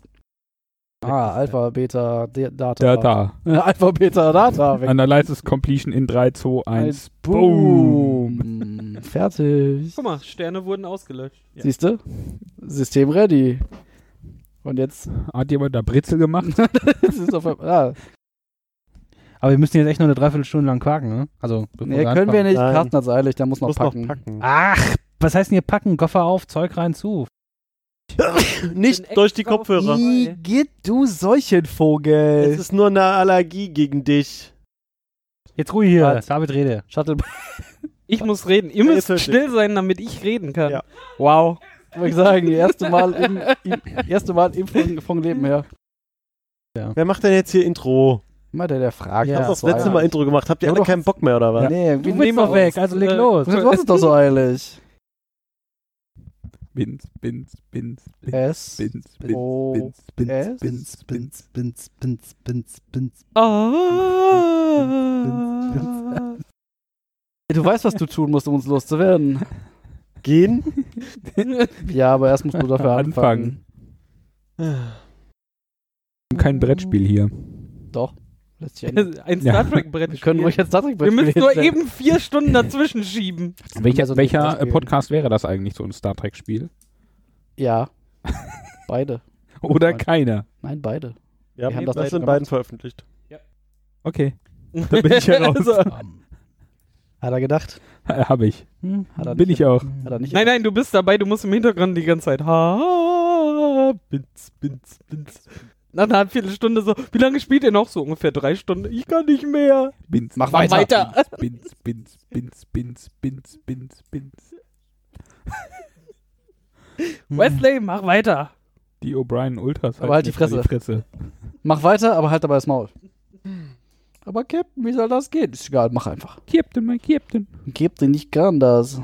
[SPEAKER 3] Ah, Alpha, Beta, D- Data.
[SPEAKER 5] Da, da.
[SPEAKER 3] Äh, Alpha, Beta, Data. Weg.
[SPEAKER 5] Analysis Completion in 3, 2, 1. Boom.
[SPEAKER 3] Boom. Fertig.
[SPEAKER 1] Guck mal, Sterne wurden ausgelöscht.
[SPEAKER 3] Siehst du? System ready. Und jetzt
[SPEAKER 5] Hat jemand da Britzel gemacht?
[SPEAKER 3] ist es auf einmal. Ah,
[SPEAKER 4] Aber wir müssen jetzt echt nur eine Dreiviertelstunde lang quaken, ne? Also, bevor
[SPEAKER 3] nee, können wir
[SPEAKER 4] anfangen.
[SPEAKER 3] nicht.
[SPEAKER 2] Nein.
[SPEAKER 3] Carsten hat's eilig, der muss noch
[SPEAKER 2] Muss
[SPEAKER 3] packen.
[SPEAKER 2] noch packen.
[SPEAKER 4] Ach, was heißt denn hier packen? Koffer auf, Zeug rein zu.
[SPEAKER 1] Bin
[SPEAKER 2] Nicht
[SPEAKER 1] extra
[SPEAKER 2] durch die
[SPEAKER 1] auf
[SPEAKER 2] Kopfhörer.
[SPEAKER 3] Igitt, du solchen Vogel.
[SPEAKER 2] Es ist nur eine Allergie gegen dich.
[SPEAKER 4] Jetzt Ruhe hier.
[SPEAKER 3] Was?
[SPEAKER 4] David rede.
[SPEAKER 3] Shuttle.
[SPEAKER 1] Ich muss reden. Ihr
[SPEAKER 2] Ja,
[SPEAKER 1] müsst
[SPEAKER 2] jetzt hört
[SPEAKER 1] still sein, damit ich reden kann.
[SPEAKER 2] Ja.
[SPEAKER 1] Wow.
[SPEAKER 3] Wollte ich sagen, das erste Mal im, im, erste Mal im von, von Leben her.
[SPEAKER 2] Wer macht denn jetzt hier Intro?
[SPEAKER 3] Immer der, der fragt.
[SPEAKER 4] Ja,
[SPEAKER 2] Ich hab das
[SPEAKER 3] so
[SPEAKER 2] letzte
[SPEAKER 3] eilig.
[SPEAKER 2] Mal Intro gemacht. Habt ihr
[SPEAKER 3] Ja,
[SPEAKER 2] alle
[SPEAKER 3] doch.
[SPEAKER 2] keinen Bock mehr, oder was?
[SPEAKER 3] Nee,
[SPEAKER 4] Du
[SPEAKER 3] irgendwie
[SPEAKER 4] willst
[SPEAKER 3] nehmen
[SPEAKER 4] doch
[SPEAKER 3] wir
[SPEAKER 4] weg, also leg
[SPEAKER 1] äh,
[SPEAKER 4] los.
[SPEAKER 3] Was ist doch so eilig?
[SPEAKER 5] Bins, bins, bins, bins,
[SPEAKER 3] S.
[SPEAKER 5] bins,
[SPEAKER 3] O.
[SPEAKER 5] bins,
[SPEAKER 3] S?
[SPEAKER 5] bins, bins, bins.
[SPEAKER 6] binz, binz, binz, binz.
[SPEAKER 1] Ah.
[SPEAKER 3] Du weißt, was du tun musst, um uns loszuwerden.
[SPEAKER 2] Gehen?
[SPEAKER 3] Ja, aber erst musst du dafür anfangen.
[SPEAKER 5] Kein Brettspiel hier.
[SPEAKER 3] Doch. Lässt sich ändern.
[SPEAKER 1] Ein
[SPEAKER 5] Ja.
[SPEAKER 1] Star Trek Brett.
[SPEAKER 3] Wir können ruhig jetzt Star Trek
[SPEAKER 1] Wir müssen
[SPEAKER 3] Brettspiel
[SPEAKER 1] nur
[SPEAKER 3] hinstellen.
[SPEAKER 1] eben vier Stunden dazwischen schieben.
[SPEAKER 5] Welcher,
[SPEAKER 3] so Also ein
[SPEAKER 5] welcher äh,
[SPEAKER 3] Brettspiel.
[SPEAKER 5] Podcast wäre das eigentlich, so ein Star Trek-Spiel?
[SPEAKER 3] Ja. Beide.
[SPEAKER 5] Oder
[SPEAKER 3] Nein.
[SPEAKER 5] keiner?
[SPEAKER 3] Nein, beide.
[SPEAKER 2] Ja,
[SPEAKER 3] Wir
[SPEAKER 2] wir
[SPEAKER 3] haben
[SPEAKER 2] haben
[SPEAKER 3] das
[SPEAKER 2] das
[SPEAKER 3] letzte
[SPEAKER 2] in beiden veröffentlicht.
[SPEAKER 5] Okay. Da bin ich ja raus.
[SPEAKER 1] Also,
[SPEAKER 3] Hat er gedacht?
[SPEAKER 5] Äh, Hab ich.
[SPEAKER 4] Hm?
[SPEAKER 3] Hat er
[SPEAKER 5] Bin
[SPEAKER 3] nicht.
[SPEAKER 5] ich auch.
[SPEAKER 3] Hat er nicht.
[SPEAKER 1] nein, nein, du bist dabei, du musst im Hintergrund die ganze Zeit. Ha, binz, binz, binz. Nach einer Viertelstunde so. Wie lange spielt ihr noch? So ungefähr drei Stunden. Ich kann nicht mehr.
[SPEAKER 5] Binz,
[SPEAKER 3] Mach
[SPEAKER 5] binz,
[SPEAKER 3] weiter.
[SPEAKER 5] Binz, binz, binz, binz, binz, binz, binz.
[SPEAKER 3] Hm.
[SPEAKER 1] Wesley, mach weiter.
[SPEAKER 5] Die O'Brien Ultras.
[SPEAKER 3] Aber halt die
[SPEAKER 5] nicht mal
[SPEAKER 3] Mach weiter, aber halt dabei das Maul. Aber Captain, wie soll das gehen? Ist egal, mach einfach.
[SPEAKER 5] Captain, mein Captain.
[SPEAKER 3] Gebt dir nicht gern das.